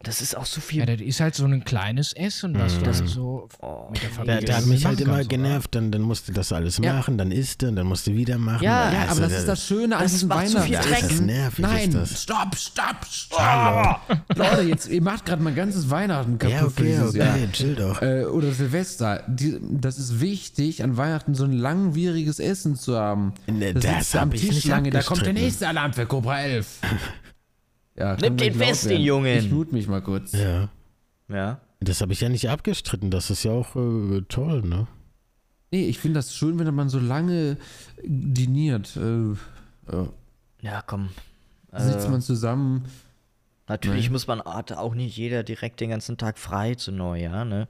Speaker 3: das ist auch so
Speaker 2: Ja,
Speaker 3: viel.
Speaker 2: das ist halt so ein kleines Essen, was du dann so mit der
Speaker 1: Da,
Speaker 2: Familie
Speaker 1: da hat mich halt
Speaker 2: machen
Speaker 1: immer
Speaker 2: kannst, oder?
Speaker 1: genervt, dann, dann musst du das alles machen, dann isst du und dann musst du wieder machen.
Speaker 3: Ja,
Speaker 1: dann
Speaker 3: ja,
Speaker 1: hast
Speaker 4: Aber
Speaker 1: du
Speaker 4: das ist das Schöne an
Speaker 3: das
Speaker 4: diesem
Speaker 3: macht so viel
Speaker 4: Weihnachtsessen.
Speaker 1: Dreck. Das nervig
Speaker 4: Nein,
Speaker 1: ist das.
Speaker 4: stopp, stopp, stopp. Leute, jetzt, ihr macht gerade mein ganzes Weihnachten kaputt
Speaker 1: Ja,
Speaker 4: für
Speaker 1: okay,
Speaker 4: dieses Jahr.
Speaker 1: okay, chill doch.
Speaker 4: Äh, oder Silvester. Die, das ist wichtig, an Weihnachten so ein langwieriges Essen zu haben.
Speaker 1: Ne,
Speaker 4: Da
Speaker 1: das
Speaker 4: sitzt du
Speaker 1: hab
Speaker 4: am
Speaker 1: ich
Speaker 4: Tisch
Speaker 1: nicht
Speaker 4: lange, da kommt der
Speaker 1: abgestritten.
Speaker 4: nächste Alarm für Cobra 11. Ja, kann
Speaker 3: Nimm
Speaker 4: mir
Speaker 3: den
Speaker 4: nicht laut
Speaker 3: fest,
Speaker 4: werden.
Speaker 3: den Jungen.
Speaker 4: Ich mute mich mal kurz.
Speaker 1: Ja.
Speaker 3: Ja.
Speaker 1: Das habe ich ja nicht abgestritten, das ist ja auch äh, toll, ne?
Speaker 4: Nee, ich finde das schön, wenn man so lange diniert. Äh, äh,
Speaker 3: Ja, komm.
Speaker 4: sitzt man zusammen.
Speaker 3: Natürlich
Speaker 1: Ne?
Speaker 3: muss man hat auch nicht jeder direkt den ganzen Tag frei zu Neujahr, ne?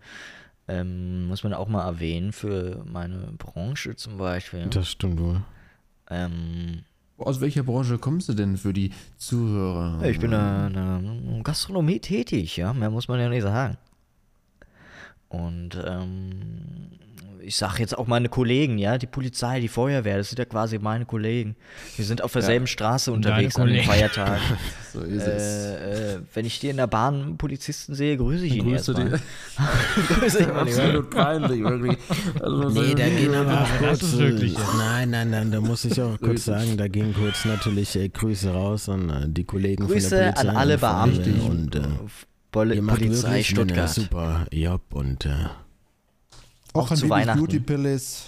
Speaker 3: Ähm, muss man auch mal erwähnen für meine Branche zum Beispiel.
Speaker 1: Das stimmt wohl.
Speaker 3: Ähm,
Speaker 4: Aus welcher Branche kommst du denn für die Zuhörer?
Speaker 3: ich bin in der Gastronomie tätig, ja, mehr muss man ja nicht sagen. Und ähm, ich sage jetzt auch meine Kollegen, ja, die Polizei, die Feuerwehr, das sind ja quasi meine Kollegen. Wir sind auf derselben Straße unterwegs an den
Speaker 2: Kollegen. [LAUGHS]
Speaker 3: Feiertagen.
Speaker 4: So ist es.
Speaker 3: äh, äh, wenn ich dir in der Bahn einen Polizisten sehe, grüße ich ihn
Speaker 4: Grüße
Speaker 3: erstmal.
Speaker 4: dir.
Speaker 3: Grüße ihn, mein Lieber.
Speaker 4: Absolut peinlich, wirklich. Also,
Speaker 1: Nee, da gehen aber auch
Speaker 2: das
Speaker 1: kurz.
Speaker 2: ist wirklich
Speaker 1: äh, nein, nein, nein, da muss ich auch
Speaker 4: [LAUGHS]
Speaker 1: kurz sagen, da gehen kurz natürlich äh, Grüße raus an äh, die Kollegen von der
Speaker 3: Grüße
Speaker 1: Polizei
Speaker 3: an alle
Speaker 1: und Feuerwehr
Speaker 3: Beamten
Speaker 1: und äh,
Speaker 3: Poli
Speaker 1: ihr macht
Speaker 3: Polizei
Speaker 1: wirklich einen äh,
Speaker 3: Stuttgart.
Speaker 1: super Job und äh,
Speaker 3: auch an zu die Weihnachten. Beauty
Speaker 4: Palace.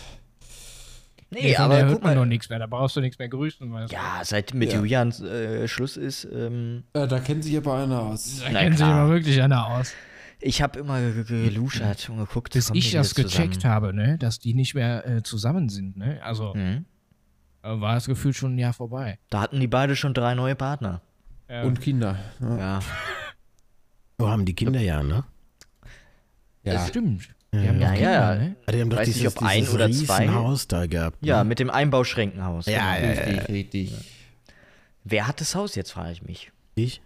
Speaker 3: Nee,
Speaker 2: Nee, von
Speaker 3: aber
Speaker 2: der hört
Speaker 3: guck
Speaker 2: man
Speaker 3: mal.
Speaker 2: noch nichts mehr, da brauchst du nichts mehr grüßen. Weißt du.
Speaker 3: Ja, seit mit Julian äh, Schluss ist, ähm,
Speaker 4: Äh, da kennt sich aber einer aus.
Speaker 2: Da
Speaker 3: na
Speaker 2: kennt sich
Speaker 3: klar.
Speaker 2: aber wirklich einer aus. ich
Speaker 3: ich habe immer ge- ge- geluschert und geguckt,
Speaker 2: Bis
Speaker 3: kommen
Speaker 2: ich
Speaker 3: die
Speaker 2: das
Speaker 3: wieder zusammen.
Speaker 2: gecheckt habe, ne, dass die nicht mehr äh, zusammen sind, ne? Also
Speaker 3: Mhm.
Speaker 2: äh, war das Gefühl schon ein Jahr vorbei.
Speaker 3: Da hatten die beide schon drei neue Partner.
Speaker 2: Ja.
Speaker 4: Und Kinder. Ja.
Speaker 3: Ja.
Speaker 1: oh, haben die Kinder ja, ne?
Speaker 2: das stimmt. Die haben
Speaker 3: Ja,
Speaker 2: noch
Speaker 3: ja.
Speaker 2: Kinder, ne?
Speaker 1: Ah, Die haben doch
Speaker 3: Weiß nicht,
Speaker 1: dieses,
Speaker 3: ob ein
Speaker 1: dieses
Speaker 3: oder zwei.
Speaker 1: Haus da gehabt. ne?
Speaker 3: Ja, mit dem Einbauschränkenhaus.
Speaker 1: Ja,
Speaker 3: genau.
Speaker 1: ja, ja.
Speaker 4: Richtig, richtig.
Speaker 3: Wer hat das Haus jetzt, frage ich mich.
Speaker 1: Ich?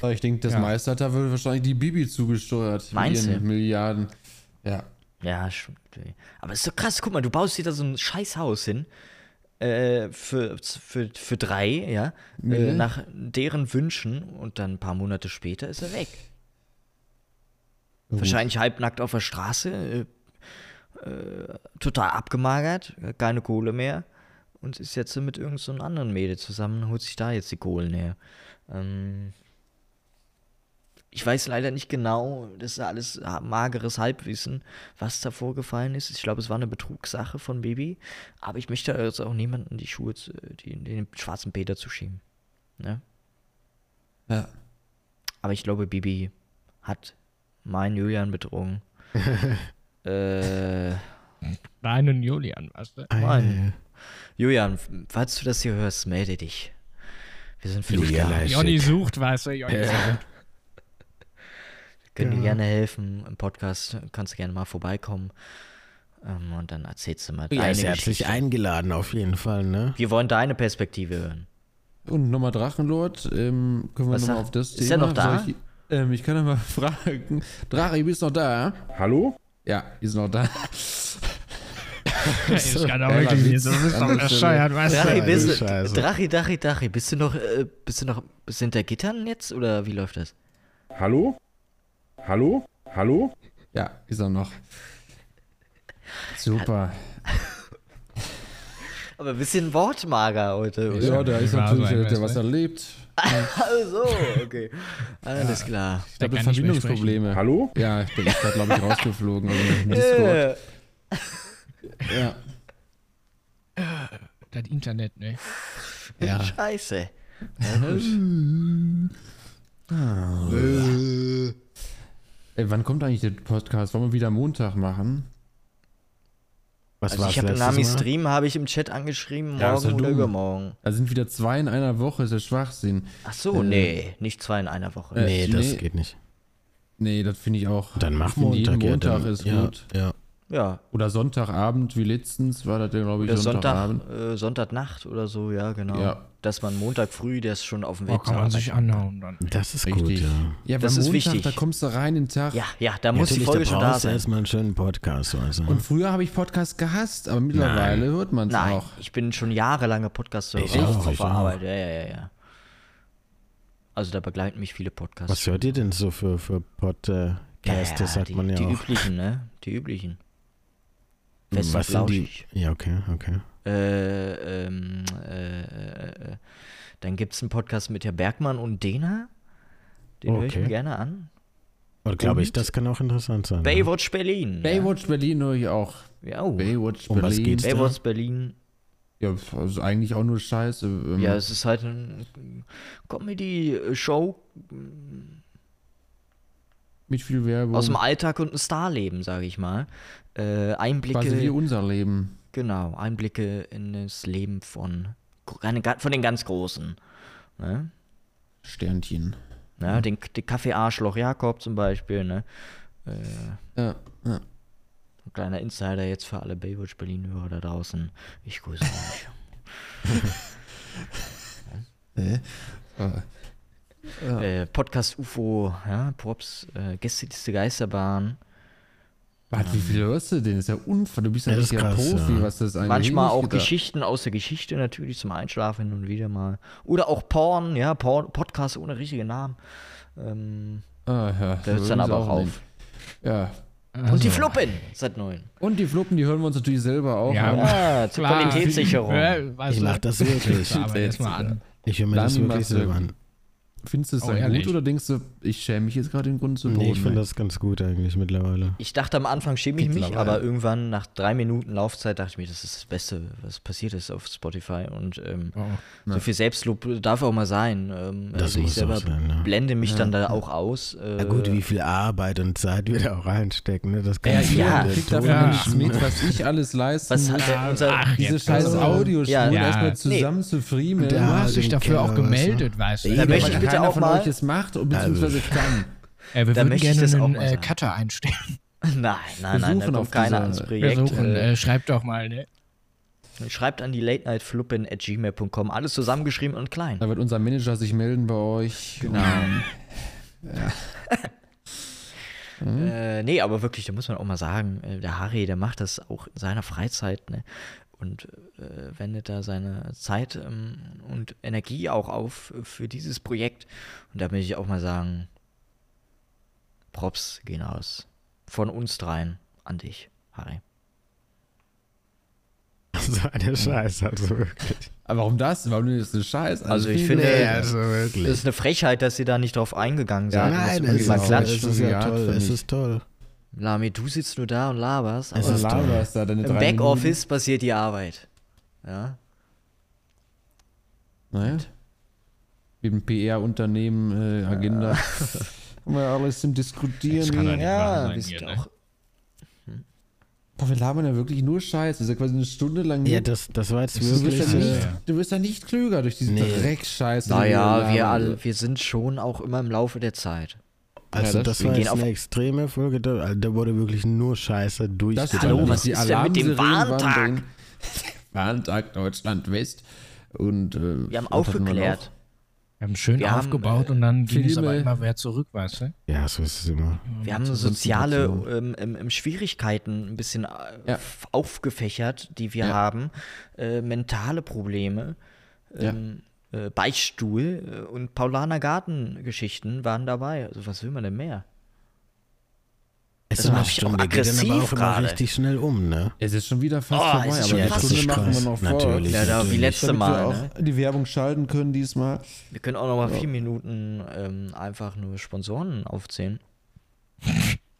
Speaker 4: Aber Ich denke, das
Speaker 2: Ja.
Speaker 4: meiste hat da wohl wahrscheinlich die Bibi zugesteuert. mit
Speaker 3: Meinst
Speaker 4: ihren
Speaker 3: du?
Speaker 4: Milliarden. Ja.
Speaker 3: Ja, stimmt. Aber ist so krass, guck mal, du baust dir da so ein scheiß Haus hin äh, für, für, für drei, ja, äh, nach deren Wünschen und dann ein paar Monate später ist er weg. Wahrscheinlich halbnackt auf der Straße, äh, äh, total abgemagert, äh, keine Kohle mehr und ist jetzt mit irgendeinem so einem anderen Mädel zusammen und holt sich da jetzt die Kohlen her. Ähm, ich weiß leider nicht genau, das ist alles ha- mageres Halbwissen, was da vorgefallen ist. Ich glaube, es war eine Betrugssache von Baby, aber ich möchte jetzt auch niemanden die Schuhe, zu, die, den schwarzen Peter zu schieben. Ne?
Speaker 4: Ja.
Speaker 3: Aber ich glaube, Bibi hat meinen Julian betrogen. äh,
Speaker 2: Nein, und Julian, weißt du?
Speaker 3: Mann. Julian, falls du das hier hörst, melde dich. Wir sind für dich da. Wir
Speaker 1: Realize
Speaker 2: Jonny
Speaker 1: it.
Speaker 2: sucht, weißt du? Jonny
Speaker 3: [LAUGHS]
Speaker 2: sucht.
Speaker 3: können
Speaker 1: Genau.
Speaker 3: dir gerne helfen im Podcast. Kannst du gerne mal vorbeikommen. Ähm, und dann erzählst du mal
Speaker 1: Ja,
Speaker 3: deine
Speaker 1: ist herzlich
Speaker 3: Geschichte.
Speaker 1: eingeladen auf jeden Fall, ne?
Speaker 3: Wir wollen deine Perspektive hören.
Speaker 4: Und nochmal Drachenlord, ähm, können wir
Speaker 3: Was
Speaker 4: nochmal
Speaker 3: sagt-
Speaker 4: auf das
Speaker 3: ist
Speaker 4: Thema.
Speaker 3: er noch da?
Speaker 4: Soll Ich, ähm, ich kann ja mal [LAUGHS] fragen. Drache, bist du noch da?
Speaker 7: Hallo?
Speaker 4: Ja, ist noch da.
Speaker 2: Ich kann auch
Speaker 4: Ja,
Speaker 2: wirklich
Speaker 4: Witz.
Speaker 2: nicht, das ist doch bescheuert, weißt
Speaker 3: Drachi,
Speaker 2: du?
Speaker 3: bist, du-
Speaker 1: Scheiße.
Speaker 3: Drachi, Drachi, Drachi, bist du noch, äh, bist du noch, bist du hinter Gittern jetzt oder wie läuft das?
Speaker 7: Hallo? Hallo? Hallo?
Speaker 4: Ja, ist er noch. Super.
Speaker 3: Aber ein bisschen wortmager heute, oder?
Speaker 4: Ja, da ist
Speaker 2: Ja,
Speaker 4: natürlich
Speaker 2: so ein ne?
Speaker 4: der, der was
Speaker 2: Investment.
Speaker 4: erlebt.
Speaker 3: Ach so,
Speaker 1: [LAUGHS]
Speaker 3: okay. Alles klar.
Speaker 4: Ich habe
Speaker 2: kann nicht mehr
Speaker 4: Verbindungsprobleme.
Speaker 7: Hallo?
Speaker 4: Ja, ich bin gerade, glaube ich, rausgeflogen. Also im Discord.
Speaker 3: [LAUGHS] Äh,
Speaker 4: Ja.
Speaker 2: Das Internet, ne?
Speaker 3: Scheiße.
Speaker 4: Ah. Ey, wann kommt eigentlich der Podcast? Wollen wir wieder Montag machen?
Speaker 1: Was
Speaker 3: Also
Speaker 1: war's
Speaker 3: ich habe
Speaker 1: letztes
Speaker 3: Nami
Speaker 1: Mal? also
Speaker 3: Stream habe ich im Chat angeschrieben,
Speaker 4: Ja, ist
Speaker 3: morgen
Speaker 4: ja
Speaker 3: oder
Speaker 4: dumm.
Speaker 3: übermorgen.
Speaker 4: Da sind wieder zwei in einer Woche, ist ja Schwachsinn.
Speaker 3: Ach so,
Speaker 1: Äh.
Speaker 3: nee, nicht zwei in einer Woche.
Speaker 4: Äh,
Speaker 1: Nee, das
Speaker 4: nee.
Speaker 1: geht nicht.
Speaker 4: Nee, das finde ich auch.
Speaker 1: Dann mach
Speaker 4: Ich finde,
Speaker 1: Montag.
Speaker 4: jeden
Speaker 1: ja,
Speaker 4: Montag
Speaker 1: dann,
Speaker 4: ist
Speaker 1: ja,
Speaker 4: gut.
Speaker 1: Ja.
Speaker 3: Ja,
Speaker 4: Oder Sonntagabend, wie letztens war das, glaube ich,
Speaker 3: äh,
Speaker 4: Sonntagabend.
Speaker 3: Sonntag, äh, Sonntagnacht oder so, ja, genau.
Speaker 4: Ja.
Speaker 3: Dass man Montag früh, der ist schon auf dem
Speaker 2: Boah,
Speaker 3: Weg
Speaker 2: Oh,
Speaker 3: zur
Speaker 2: kann man
Speaker 3: Arbeit.
Speaker 2: sich anhauen dann.
Speaker 1: Das ist
Speaker 4: Richtig.
Speaker 1: gut, ja.
Speaker 4: Ja,
Speaker 3: Das
Speaker 4: weil
Speaker 3: ist
Speaker 4: Montag,
Speaker 3: wichtig.
Speaker 4: da kommst du rein in den Tag.
Speaker 3: Ja, ja, da muss die
Speaker 1: Natürlich,
Speaker 3: Folge
Speaker 1: da
Speaker 3: schon da
Speaker 1: brauchst du
Speaker 3: sein.
Speaker 1: erstmal einen schönen Podcast. Also.
Speaker 4: Und früher habe ich Podcast gehasst, aber mittlerweile hört man es
Speaker 3: Nein,
Speaker 4: auch.
Speaker 3: ich bin schon jahrelange Podcast-Hörer
Speaker 1: Ich auch,
Speaker 3: auf
Speaker 1: ich
Speaker 3: der
Speaker 1: auch.
Speaker 3: Arbeit. Ja, ja, ja, ja. Also da begleiten mich viele Podcasts.
Speaker 1: Was hört ihr denn so für, für Podcasts?
Speaker 3: Ja,
Speaker 1: das sagt
Speaker 3: die,
Speaker 1: man ja
Speaker 3: Die
Speaker 1: auch. Hm,
Speaker 3: üblichen, ne? Die üblichen. Fest
Speaker 1: Was
Speaker 3: und
Speaker 1: sind die?
Speaker 3: flauschig.
Speaker 1: Ja, okay, okay.
Speaker 3: Äh, ähm, äh, äh, äh. Dann gibt es einen Podcast mit Herr Bergmann und Dena. Den höre ich
Speaker 1: Okay.
Speaker 3: mir gerne an.
Speaker 1: Und glaube ich, das kann auch interessant sein. ne?
Speaker 3: Baywatch Berlin.
Speaker 4: Baywatch Berlin höre ich auch.
Speaker 3: Ja. Oh.
Speaker 4: Baywatch
Speaker 1: Um
Speaker 4: Berlin.
Speaker 1: was geht's?
Speaker 3: Baywatch Berlin.
Speaker 4: Ja, pf, also eigentlich auch nur Scheiße. Ähm,
Speaker 3: Ja, es ist halt eine Comedy-Show
Speaker 4: mit viel Werbung.
Speaker 3: aus dem Alltag und ein Starleben, sage ich mal. Äh,
Speaker 4: Quasi wie
Speaker 3: Einblicke,
Speaker 4: unser Leben.
Speaker 3: genau, Einblicke in das Leben von, von den ganz Großen. Ne?
Speaker 4: Sternchen. Mhm.
Speaker 3: Ja, den, den Kaffee-Arschloch Jakob zum Beispiel, ne? Äh,
Speaker 4: Ja, ja.
Speaker 3: Ein kleiner Insider jetzt für alle Baywatch Berlin-Hörer da draußen. Ich
Speaker 4: [LAUGHS]
Speaker 3: grüße euch.
Speaker 4: Äh,
Speaker 3: äh, Podcast UFO, ja, Props, äh, Gästeliste Geisterbahn.
Speaker 4: Warte,
Speaker 3: Ähm.
Speaker 4: wie viel hörst du denn? Das ist ja unfassbar. Du bist ja
Speaker 1: Ja, das ist
Speaker 4: richtig ein
Speaker 1: krass,
Speaker 4: Profi,
Speaker 1: ja.
Speaker 4: was das eigentlich
Speaker 3: Manchmal auch
Speaker 4: Geschichte.
Speaker 3: Geschichten aus der Geschichte natürlich zum Einschlafen hin und wieder mal. Oder auch Porn, ja, Porn, Podcast ohne richtigen Namen. Ähm,
Speaker 4: Ah, ja,
Speaker 3: da hört es dann aber auch auf.
Speaker 4: Ja.
Speaker 3: Und
Speaker 2: Also.
Speaker 3: die Fluppen seit neun.
Speaker 4: Und die Fluppen, die hören wir uns natürlich selber auch.
Speaker 2: Ja,
Speaker 4: an.
Speaker 3: Ah, zur
Speaker 2: Klar.
Speaker 3: Qualitätssicherung.
Speaker 2: Ja, weißt
Speaker 1: Ich
Speaker 2: du, [LAUGHS]
Speaker 1: mach das
Speaker 4: [LAUGHS]
Speaker 1: wirklich.
Speaker 2: aber erstmal an.
Speaker 1: Ich höre mir das
Speaker 4: Lami
Speaker 1: wirklich
Speaker 4: macht's
Speaker 1: selber an.
Speaker 4: Findest du es
Speaker 2: Oh,
Speaker 4: dann
Speaker 2: ehrlich?
Speaker 4: gut oder denkst du, ich schäme mich jetzt gerade im Grunde zu Boden?
Speaker 1: Nee, ich finde
Speaker 4: ey?
Speaker 1: das ganz gut eigentlich mittlerweile.
Speaker 3: Ich dachte am Anfang schäme ich mich,
Speaker 4: Mittlerweile.
Speaker 3: aber irgendwann nach drei Minuten Laufzeit dachte ich mir, das ist das Beste, was passiert ist auf Spotify. Und ähm, so viel Selbstlob darf auch mal sein. Ähm,
Speaker 4: Äh,
Speaker 1: Das
Speaker 3: also ich
Speaker 1: muss auch
Speaker 3: selber
Speaker 1: sein, ne?
Speaker 3: blende mich dann da auch aus. Äh,
Speaker 1: Na gut, wie viel Arbeit und Zeit wir da auch reinstecken, ne? Das kann
Speaker 4: Ja,
Speaker 1: ich
Speaker 4: ja,
Speaker 3: Ja,
Speaker 4: ihr kriegt davon
Speaker 2: ja.
Speaker 4: nichts mit, was ich alles leiste.
Speaker 3: was hat
Speaker 2: Äh,
Speaker 3: der, unser,
Speaker 4: diese scheiß
Speaker 1: also,
Speaker 4: Audiospur
Speaker 3: Ja. Ja.
Speaker 4: erstmal zusammen zu friemen.
Speaker 1: Du hast
Speaker 2: hast dich dafür auch gemeldet, weißt du?
Speaker 3: Da
Speaker 4: Ja,
Speaker 3: möchte
Speaker 4: weil
Speaker 3: ich bitte
Speaker 4: keiner
Speaker 3: auch
Speaker 4: von
Speaker 3: mal-
Speaker 4: euch es macht,
Speaker 1: Also.
Speaker 4: beziehungsweise kann.
Speaker 2: Äh, wir
Speaker 3: Da
Speaker 2: würden
Speaker 3: möchte ich
Speaker 2: gerne
Speaker 3: das auch
Speaker 2: einen
Speaker 3: mal
Speaker 2: äh,
Speaker 3: sagen.
Speaker 2: Cutter einstellen.
Speaker 3: [LAUGHS] Nein, nein, nein, da
Speaker 4: suchen
Speaker 3: kommt
Speaker 4: auf
Speaker 3: keiner
Speaker 4: dieser-
Speaker 3: ans Projekt.
Speaker 2: Wir suchen,
Speaker 3: äh,
Speaker 2: äh, schreib doch mal, ne?
Speaker 3: schreibt an die late night fluppen at gmail.com. Alles zusammengeschrieben und klein.
Speaker 4: Da wird unser Manager sich melden bei euch. Genau.
Speaker 3: Äh, nee, aber wirklich, da muss man auch mal sagen, äh, der Harry, der macht das auch in seiner Freizeit. Ne? und äh, wendet da seine Zeit ähm, und Energie auch auf für dieses Projekt. Und da möchte ich auch mal sagen, Props gehen aus. Von uns dreien an dich, Harry.
Speaker 1: [LAUGHS] So eine Scheiße, also wirklich.
Speaker 4: Aber warum das? Warum ist das ein Scheiß?
Speaker 3: Also äh, ich
Speaker 4: viel-
Speaker 3: finde,
Speaker 1: Nee, also wirklich.
Speaker 3: es ist eine Frechheit, dass ihr da nicht drauf eingegangen seid. und das
Speaker 1: Nein,
Speaker 3: irgendwie
Speaker 1: es
Speaker 3: mal
Speaker 1: ist,
Speaker 3: klatscht.
Speaker 1: es ist ja
Speaker 4: Art,
Speaker 1: toll,
Speaker 4: finde
Speaker 1: es
Speaker 4: ich.
Speaker 1: ist toll.
Speaker 3: Lami, du sitzt nur da und laberst.
Speaker 1: Es
Speaker 3: aber
Speaker 1: ist
Speaker 4: Lava
Speaker 1: toll.
Speaker 4: ist da deine
Speaker 3: Im
Speaker 4: drei
Speaker 3: Backoffice passiert die Arbeit. Ja.
Speaker 4: Minuten. Naja. Eben PR-Unternehmen, äh, Agenda. [LAUGHS] Mal alles zum Diskutieren.
Speaker 2: Das kann doch nicht wahr sein
Speaker 3: wir
Speaker 2: hier,
Speaker 3: sind
Speaker 2: ne?
Speaker 3: auch.
Speaker 4: Boah, wir labern ja wirklich nur Scheiß. Das ist ja quasi eine Stunde lang.
Speaker 1: Ja,
Speaker 4: nur-
Speaker 1: das, das war jetzt
Speaker 4: du, wirst
Speaker 1: wirklich.
Speaker 4: ja
Speaker 1: äh,
Speaker 4: nicht, du wirst ja nicht klüger durch diesen
Speaker 1: Nee.
Speaker 4: Dreckscheiß. den
Speaker 3: Naja, wir,
Speaker 4: labern.
Speaker 3: alle, wir sind schon auch immer im Laufe der Zeit.
Speaker 1: Also
Speaker 4: Ja, das
Speaker 1: das,
Speaker 3: stimmt.
Speaker 1: war
Speaker 3: Wir
Speaker 1: jetzt
Speaker 3: gehen auf-
Speaker 1: eine extreme Folge, da, also da wurde wirklich nur Scheiße
Speaker 4: Das
Speaker 1: durchgeballert.
Speaker 4: Hallo, was
Speaker 3: Was
Speaker 4: die
Speaker 3: ist denn mit dem
Speaker 4: Alarmsirenen waren
Speaker 3: Warntag?
Speaker 4: [LAUGHS] drin. Warntag Deutschland West. Und, äh,
Speaker 3: Wir haben
Speaker 4: was hatten wir noch?
Speaker 3: aufgeklärt.
Speaker 2: Wir haben schön
Speaker 3: Wir haben, äh,
Speaker 2: aufgebaut und dann ging es aber
Speaker 4: Filme-
Speaker 2: immer wer zurück, weißt du?
Speaker 1: Ja, so ist es immer.
Speaker 3: Wir haben soziale ähm, ähm, ähm, Schwierigkeiten ein bisschen äh,
Speaker 4: Ja.
Speaker 3: f- aufgefächert, die wir
Speaker 4: Ja.
Speaker 3: haben. Äh, mentale Probleme, ähm, äh, Beichtstuhl äh, und Paulaner Gartengeschichten waren dabei. Also was will man denn mehr?
Speaker 1: Es
Speaker 3: Das macht mich
Speaker 1: die gehen
Speaker 3: auch
Speaker 1: dann aber
Speaker 3: aggressiv
Speaker 1: auch immer
Speaker 3: gerade.
Speaker 1: richtig schnell um, ne?
Speaker 4: Es ist schon wieder fast
Speaker 3: Oh,
Speaker 4: vorbei,
Speaker 3: es ist
Speaker 4: aber
Speaker 3: schon
Speaker 4: die
Speaker 3: fast
Speaker 4: Stunde
Speaker 1: so
Speaker 4: machen wir
Speaker 1: krass.
Speaker 4: noch vor.
Speaker 1: Natürlich.
Speaker 3: Ja, da, wie
Speaker 1: natürlich.
Speaker 3: letzte
Speaker 4: Damit wir
Speaker 3: Mal.
Speaker 4: auch
Speaker 3: Ne?
Speaker 4: die Werbung schalten können diesmal.
Speaker 3: Wir können auch noch mal vier Minuten ähm, einfach nur Sponsoren aufzählen.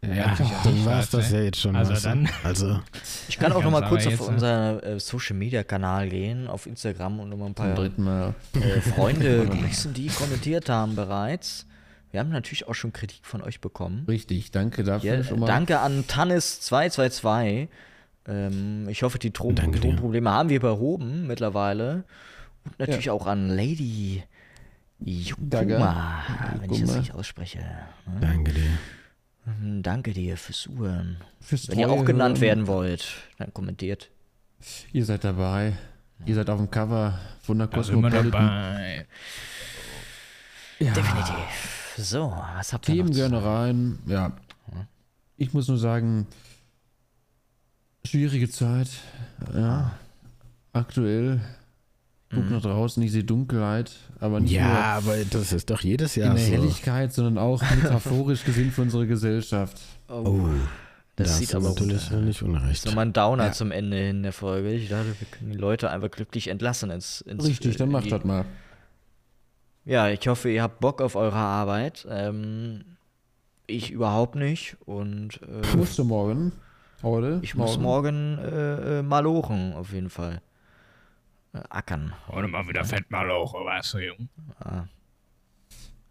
Speaker 2: Ja,
Speaker 1: Dann war es das ja jetzt schon.
Speaker 2: Also
Speaker 1: weißt du?
Speaker 2: dann- [LAUGHS]
Speaker 1: also
Speaker 3: Ich kann auch noch
Speaker 2: Ganz
Speaker 3: mal kurz
Speaker 2: aber
Speaker 3: auf
Speaker 2: jetzt, ne?
Speaker 3: unseren äh, Social Media Kanal gehen, auf Instagram und noch mal ein paar
Speaker 4: Mal.
Speaker 3: äh, Freunde grüßen, die kommentiert haben bereits. Wir haben natürlich auch schon Kritik von euch bekommen.
Speaker 4: Richtig, danke dafür
Speaker 3: Ja,
Speaker 4: schon mal.
Speaker 3: danke an Tannis222. Ähm, ich hoffe, die Tro-
Speaker 1: Danke dir.
Speaker 3: Tonprobleme haben wir behoben mittlerweile. Und natürlich auch an Lady Yukuma, wenn ich das
Speaker 4: Yukuma.
Speaker 3: nicht ausspreche.
Speaker 1: danke dir.
Speaker 3: Mhm, Danke dir fürs Zuhören.
Speaker 4: Fürs
Speaker 3: Wenn ihr
Speaker 4: treue
Speaker 3: auch genannt
Speaker 4: Hören.
Speaker 3: werden wollt, dann kommentiert.
Speaker 4: Ihr seid dabei. Ihr seid auf dem Cover von der
Speaker 2: Da sind wir
Speaker 4: Cosmopolitan.
Speaker 2: dabei.
Speaker 3: Definitiv. So, was habt ihr
Speaker 4: Themen
Speaker 3: noch? zu-
Speaker 4: gerne rein. Ja. Ich muss nur sagen, schwierige Zeit. Ja. Aktuell.
Speaker 3: Mhm.
Speaker 4: Guck nach draußen, ich sehe Dunkelheit, aber nicht nur
Speaker 1: Ja, aber das ist doch jedes
Speaker 4: in
Speaker 1: Jahr
Speaker 4: der
Speaker 1: so.
Speaker 4: Helligkeit, sondern auch metaphorisch gesehen für unsere Gesellschaft.
Speaker 1: Oh,
Speaker 3: Das
Speaker 1: das,
Speaker 3: sieht
Speaker 1: ist
Speaker 3: aber
Speaker 1: natürlich nicht unrecht.
Speaker 3: Das ist nochmal ein Downer zum Ende hin der Folge. Ich dachte, wir können die Leute einfach glücklich entlassen ins, ins
Speaker 4: Richtig,
Speaker 1: äh,
Speaker 4: dann
Speaker 3: in
Speaker 4: macht
Speaker 3: die-
Speaker 4: das mal.
Speaker 3: Ja, ich hoffe, ihr habt Bock auf eure Arbeit. Ähm, ich überhaupt nicht. Und äh,
Speaker 4: Musst du morgen? Heute?
Speaker 3: ich muss morgen äh, äh, malochen, auf jeden Fall. Äh, ackern.
Speaker 2: Heute mal wieder fett mal auch, weißt du, Junge.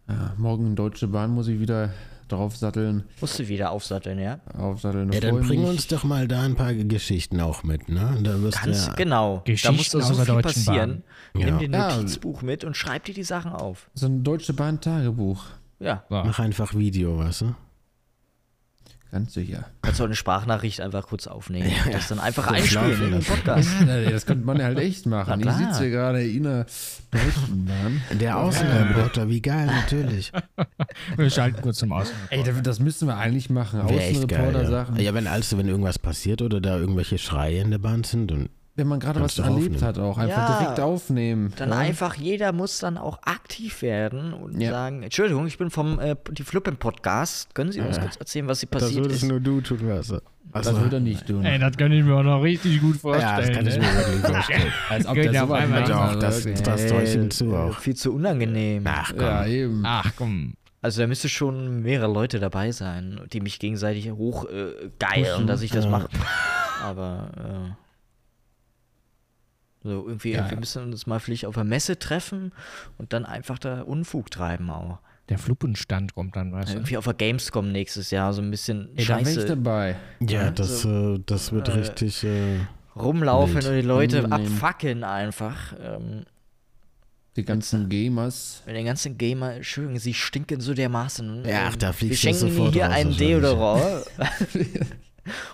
Speaker 4: Ja, morgen Deutsche Bahn muss ich wieder draufsatteln.
Speaker 3: Musste wieder aufsatteln, ja?
Speaker 4: Aufsatteln.
Speaker 1: Ja, dann
Speaker 4: Freu
Speaker 1: bring
Speaker 4: mich.
Speaker 1: uns doch mal da ein paar Geschichten auch mit, ne? Da wirst du
Speaker 3: Ganz
Speaker 1: ja,
Speaker 3: genau. Da
Speaker 2: Geschichten
Speaker 3: muss doch
Speaker 2: aus
Speaker 3: so
Speaker 2: der
Speaker 3: viel
Speaker 2: Deutschen
Speaker 3: passieren.
Speaker 1: Ja.
Speaker 3: Nimm dir ein
Speaker 4: Ja.
Speaker 3: Notizbuch mit und schreib dir die Sachen auf.
Speaker 4: So ein Deutsche Bahn Tagebuch.
Speaker 3: Ja.
Speaker 1: mach einfach Video, weißt du? [LAUGHS]
Speaker 4: Ganz sicher.
Speaker 3: Kannst du auch eine Sprachnachricht einfach kurz aufnehmen. und das dann einfach
Speaker 1: laufen
Speaker 3: einspielen in den
Speaker 1: lassen.
Speaker 3: Podcast.
Speaker 4: Das könnte man ja halt echt machen. Ich
Speaker 3: Na klar.
Speaker 4: sitze hier gerade in der Deutschen Bahn.
Speaker 1: Der Außenreporter, wie [LAUGHS] geil, natürlich.
Speaker 2: Wir schalten kurz zum Außen.
Speaker 4: Ey, das das müssen wir eigentlich machen.
Speaker 1: Wär echt geil,
Speaker 4: Außenreporter-Sachen.
Speaker 1: ja. ja, wenn also, wenn irgendwas passiert oder da irgendwelche Schreie in der Bahn sind und
Speaker 4: Wenn man gerade was
Speaker 1: Kannst du
Speaker 4: erlebt
Speaker 1: aufnehmen.
Speaker 4: hat, auch einfach
Speaker 3: Ja.
Speaker 4: direkt aufnehmen.
Speaker 3: Dann
Speaker 4: ja?
Speaker 3: einfach, jeder muss dann auch aktiv werden und
Speaker 4: Ja.
Speaker 3: sagen, Entschuldigung, ich bin vom äh, Die Flippen Podcast. Können Sie uns kurz erzählen, was hier passiert ist?
Speaker 1: du tun, weißt du? Also,
Speaker 4: Das würde er nicht tun.
Speaker 2: Ey, das kann ich mir auch noch richtig
Speaker 1: ja,
Speaker 2: gut
Speaker 1: das
Speaker 2: vorstellen.
Speaker 1: kann ich mir
Speaker 2: ne?
Speaker 1: wirklich vorstellen.
Speaker 4: Als ob
Speaker 2: Geht
Speaker 4: der
Speaker 2: ja
Speaker 4: so
Speaker 2: auf
Speaker 4: weit
Speaker 2: einmal.
Speaker 4: weg
Speaker 2: Doch,
Speaker 4: war,
Speaker 1: das,
Speaker 4: wirklich.
Speaker 1: das Täuschen zu auch.
Speaker 3: Viel zu unangenehm.
Speaker 1: Ach komm.
Speaker 4: Äh, Ja, eben.
Speaker 2: Ach komm.
Speaker 3: Also da müsste schon mehrere Leute dabei sein, die mich gegenseitig hoch äh, geilen, dass ich das mache. Aber äh, so irgendwie, wir müssen uns mal vielleicht auf der Messe treffen und dann einfach da Unfug treiben auch.
Speaker 2: Der Fluppenstand kommt dann, weißt du.
Speaker 3: Irgendwie auf der Gamescom nächstes Jahr so ein bisschen
Speaker 4: Ey, da bin ich
Speaker 3: Scheiße
Speaker 4: dabei.
Speaker 1: Ja, das, äh, das wird richtig. Äh,
Speaker 3: rumlaufen
Speaker 1: Wild.
Speaker 3: und die Leute
Speaker 4: Unangenehm.
Speaker 3: abfackeln einfach. Ähm,
Speaker 4: Die ganzen Gamers.
Speaker 3: Wenn den ganzen Gamer, Entschuldigung, sie stinken so dermaßen. Ähm,
Speaker 1: Ja, ach, da
Speaker 3: Wir
Speaker 1: fliegst du
Speaker 3: schenken ihnen
Speaker 1: sofort
Speaker 3: hier
Speaker 1: raus,
Speaker 3: einen
Speaker 1: wahrscheinlich.
Speaker 3: Deodorant.
Speaker 1: [LAUGHS]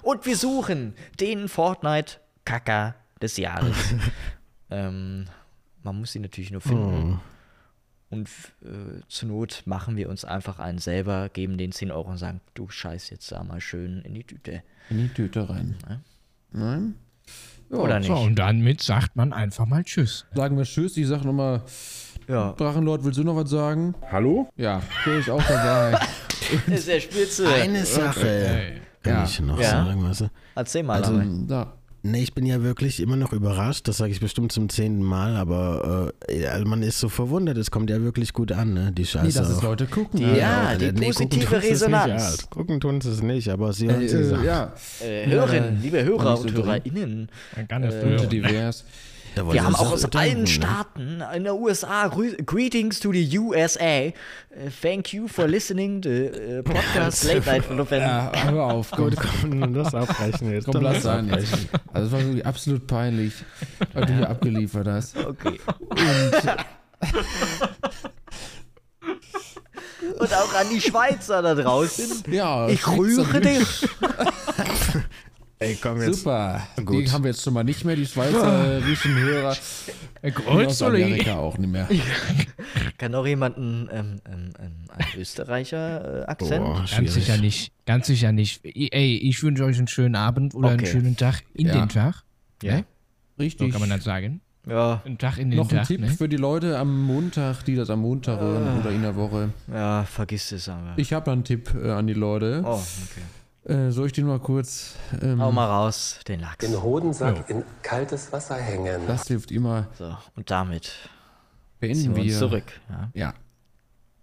Speaker 3: Und wir suchen den Fortnite-Kacker
Speaker 1: [LAUGHS]
Speaker 3: des Jahres. ähm, man muss ihn natürlich nur
Speaker 1: Oh.
Speaker 3: finden. Und äh, zur Not machen wir uns einfach einen selber, geben den 10 Euro und sagen, du scheiß jetzt da mal schön in die Tüte.
Speaker 4: ne? In die Tüte rein. Nein?
Speaker 3: Oder
Speaker 2: So,
Speaker 3: nicht?
Speaker 2: und damit sagt man einfach mal Tschüss.
Speaker 4: Sagen wir Tschüss, ich sag nochmal,
Speaker 3: Ja.
Speaker 4: Drachenlord, willst du noch was sagen?
Speaker 7: Hallo?
Speaker 4: Ja, bin ich auch dabei.
Speaker 3: Ist der Spitze.
Speaker 1: Eine Sache kann
Speaker 4: Ja.
Speaker 1: ich noch
Speaker 3: Ja.
Speaker 1: sagen, weißt du?
Speaker 3: Erzähl mal.
Speaker 1: Also,
Speaker 3: Lamai.
Speaker 4: da.
Speaker 1: Nee, ich bin ja wirklich immer noch überrascht, das sage ich bestimmt zum zehnten Mal, aber äh, also man ist so verwundert, es kommt ja wirklich gut an, ne? Die Scheiße.
Speaker 4: Wie, dass es
Speaker 1: auch.
Speaker 4: Leute gucken. ne?
Speaker 3: Die- Ja,
Speaker 1: äh,
Speaker 3: die
Speaker 1: gucken
Speaker 3: positive
Speaker 1: tun's es nicht,
Speaker 3: Resonanz.
Speaker 1: ja. Gucken tun es nicht, aber sie hören
Speaker 4: Äh,
Speaker 1: es.
Speaker 4: äh,
Speaker 1: ja.
Speaker 4: ja,
Speaker 3: äh, Hörerinnen,
Speaker 4: äh,
Speaker 3: liebe Hörer
Speaker 4: nicht so
Speaker 3: und
Speaker 4: drin.
Speaker 3: HörerInnen.
Speaker 2: Man kann
Speaker 3: Äh,
Speaker 2: das
Speaker 4: so
Speaker 2: hören.
Speaker 4: divers.
Speaker 1: Da wollen
Speaker 3: Wir haben
Speaker 1: sie
Speaker 3: auch
Speaker 1: so
Speaker 3: aus
Speaker 1: denken,
Speaker 3: allen
Speaker 1: ne?
Speaker 3: Staaten in der USA. Grü- Greetings to the USA. Äh, thank you for listening to äh, Podcast Late Night von November.
Speaker 4: Ja, hör auf, komm,
Speaker 1: Gut, komm, das abbrechen jetzt.
Speaker 4: komm lass sein jetzt. Also es war wirklich absolut peinlich, weil du hier abgeliefert hast.
Speaker 3: Okay. äh, Und auch an die Schweizer da draußen.
Speaker 4: Ja,
Speaker 3: Ich
Speaker 4: kriegst du
Speaker 3: rühre dich.
Speaker 1: Ey, komm jetzt.
Speaker 4: Super.
Speaker 1: Gut.
Speaker 4: Die haben wir jetzt schon mal nicht mehr, die Schweizer rischen Hörer.
Speaker 2: Äh,
Speaker 4: Und aus
Speaker 2: Grolzoli.
Speaker 4: Amerika auch nicht mehr.
Speaker 3: Kann doch jemand einen, ähm, ähm, ähm, einen Österreicher äh, Akzent?
Speaker 1: Boah,
Speaker 2: Ganz sicher
Speaker 1: schwierig.
Speaker 2: nicht. Ganz sicher nicht. I- Ey, ich wünsche euch einen schönen Abend oder einen
Speaker 3: Okay.
Speaker 2: schönen Tag in
Speaker 4: Ja.
Speaker 2: den Tag.
Speaker 3: Ja.
Speaker 2: Ne? So
Speaker 4: Richtig.
Speaker 2: kann man das sagen.
Speaker 3: Ja,
Speaker 2: Einen Tag in den
Speaker 4: Noch ein
Speaker 2: Tag.
Speaker 4: Tipp
Speaker 2: ne?
Speaker 4: für die Leute am Montag, die das am Montag hören
Speaker 3: Ah.
Speaker 4: oder in der Woche.
Speaker 3: ja, vergiss es aber.
Speaker 4: Ich habe da einen Tipp äh, an die Leute.
Speaker 3: Oh, okay.
Speaker 4: Äh, soll ich den mal kurz? Ähm,
Speaker 3: Hau mal raus, den Lachs.
Speaker 5: Den Hodensack in kaltes Wasser hängen.
Speaker 4: das hilft immer.
Speaker 3: So, und damit
Speaker 4: Beenden
Speaker 3: sind wir
Speaker 4: wir.
Speaker 3: uns zurück. Ja.
Speaker 4: Ja.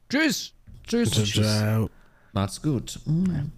Speaker 2: Tschüss.
Speaker 4: Tschüss. Tschüss.
Speaker 1: Ciao.
Speaker 4: Macht's gut. Mhm.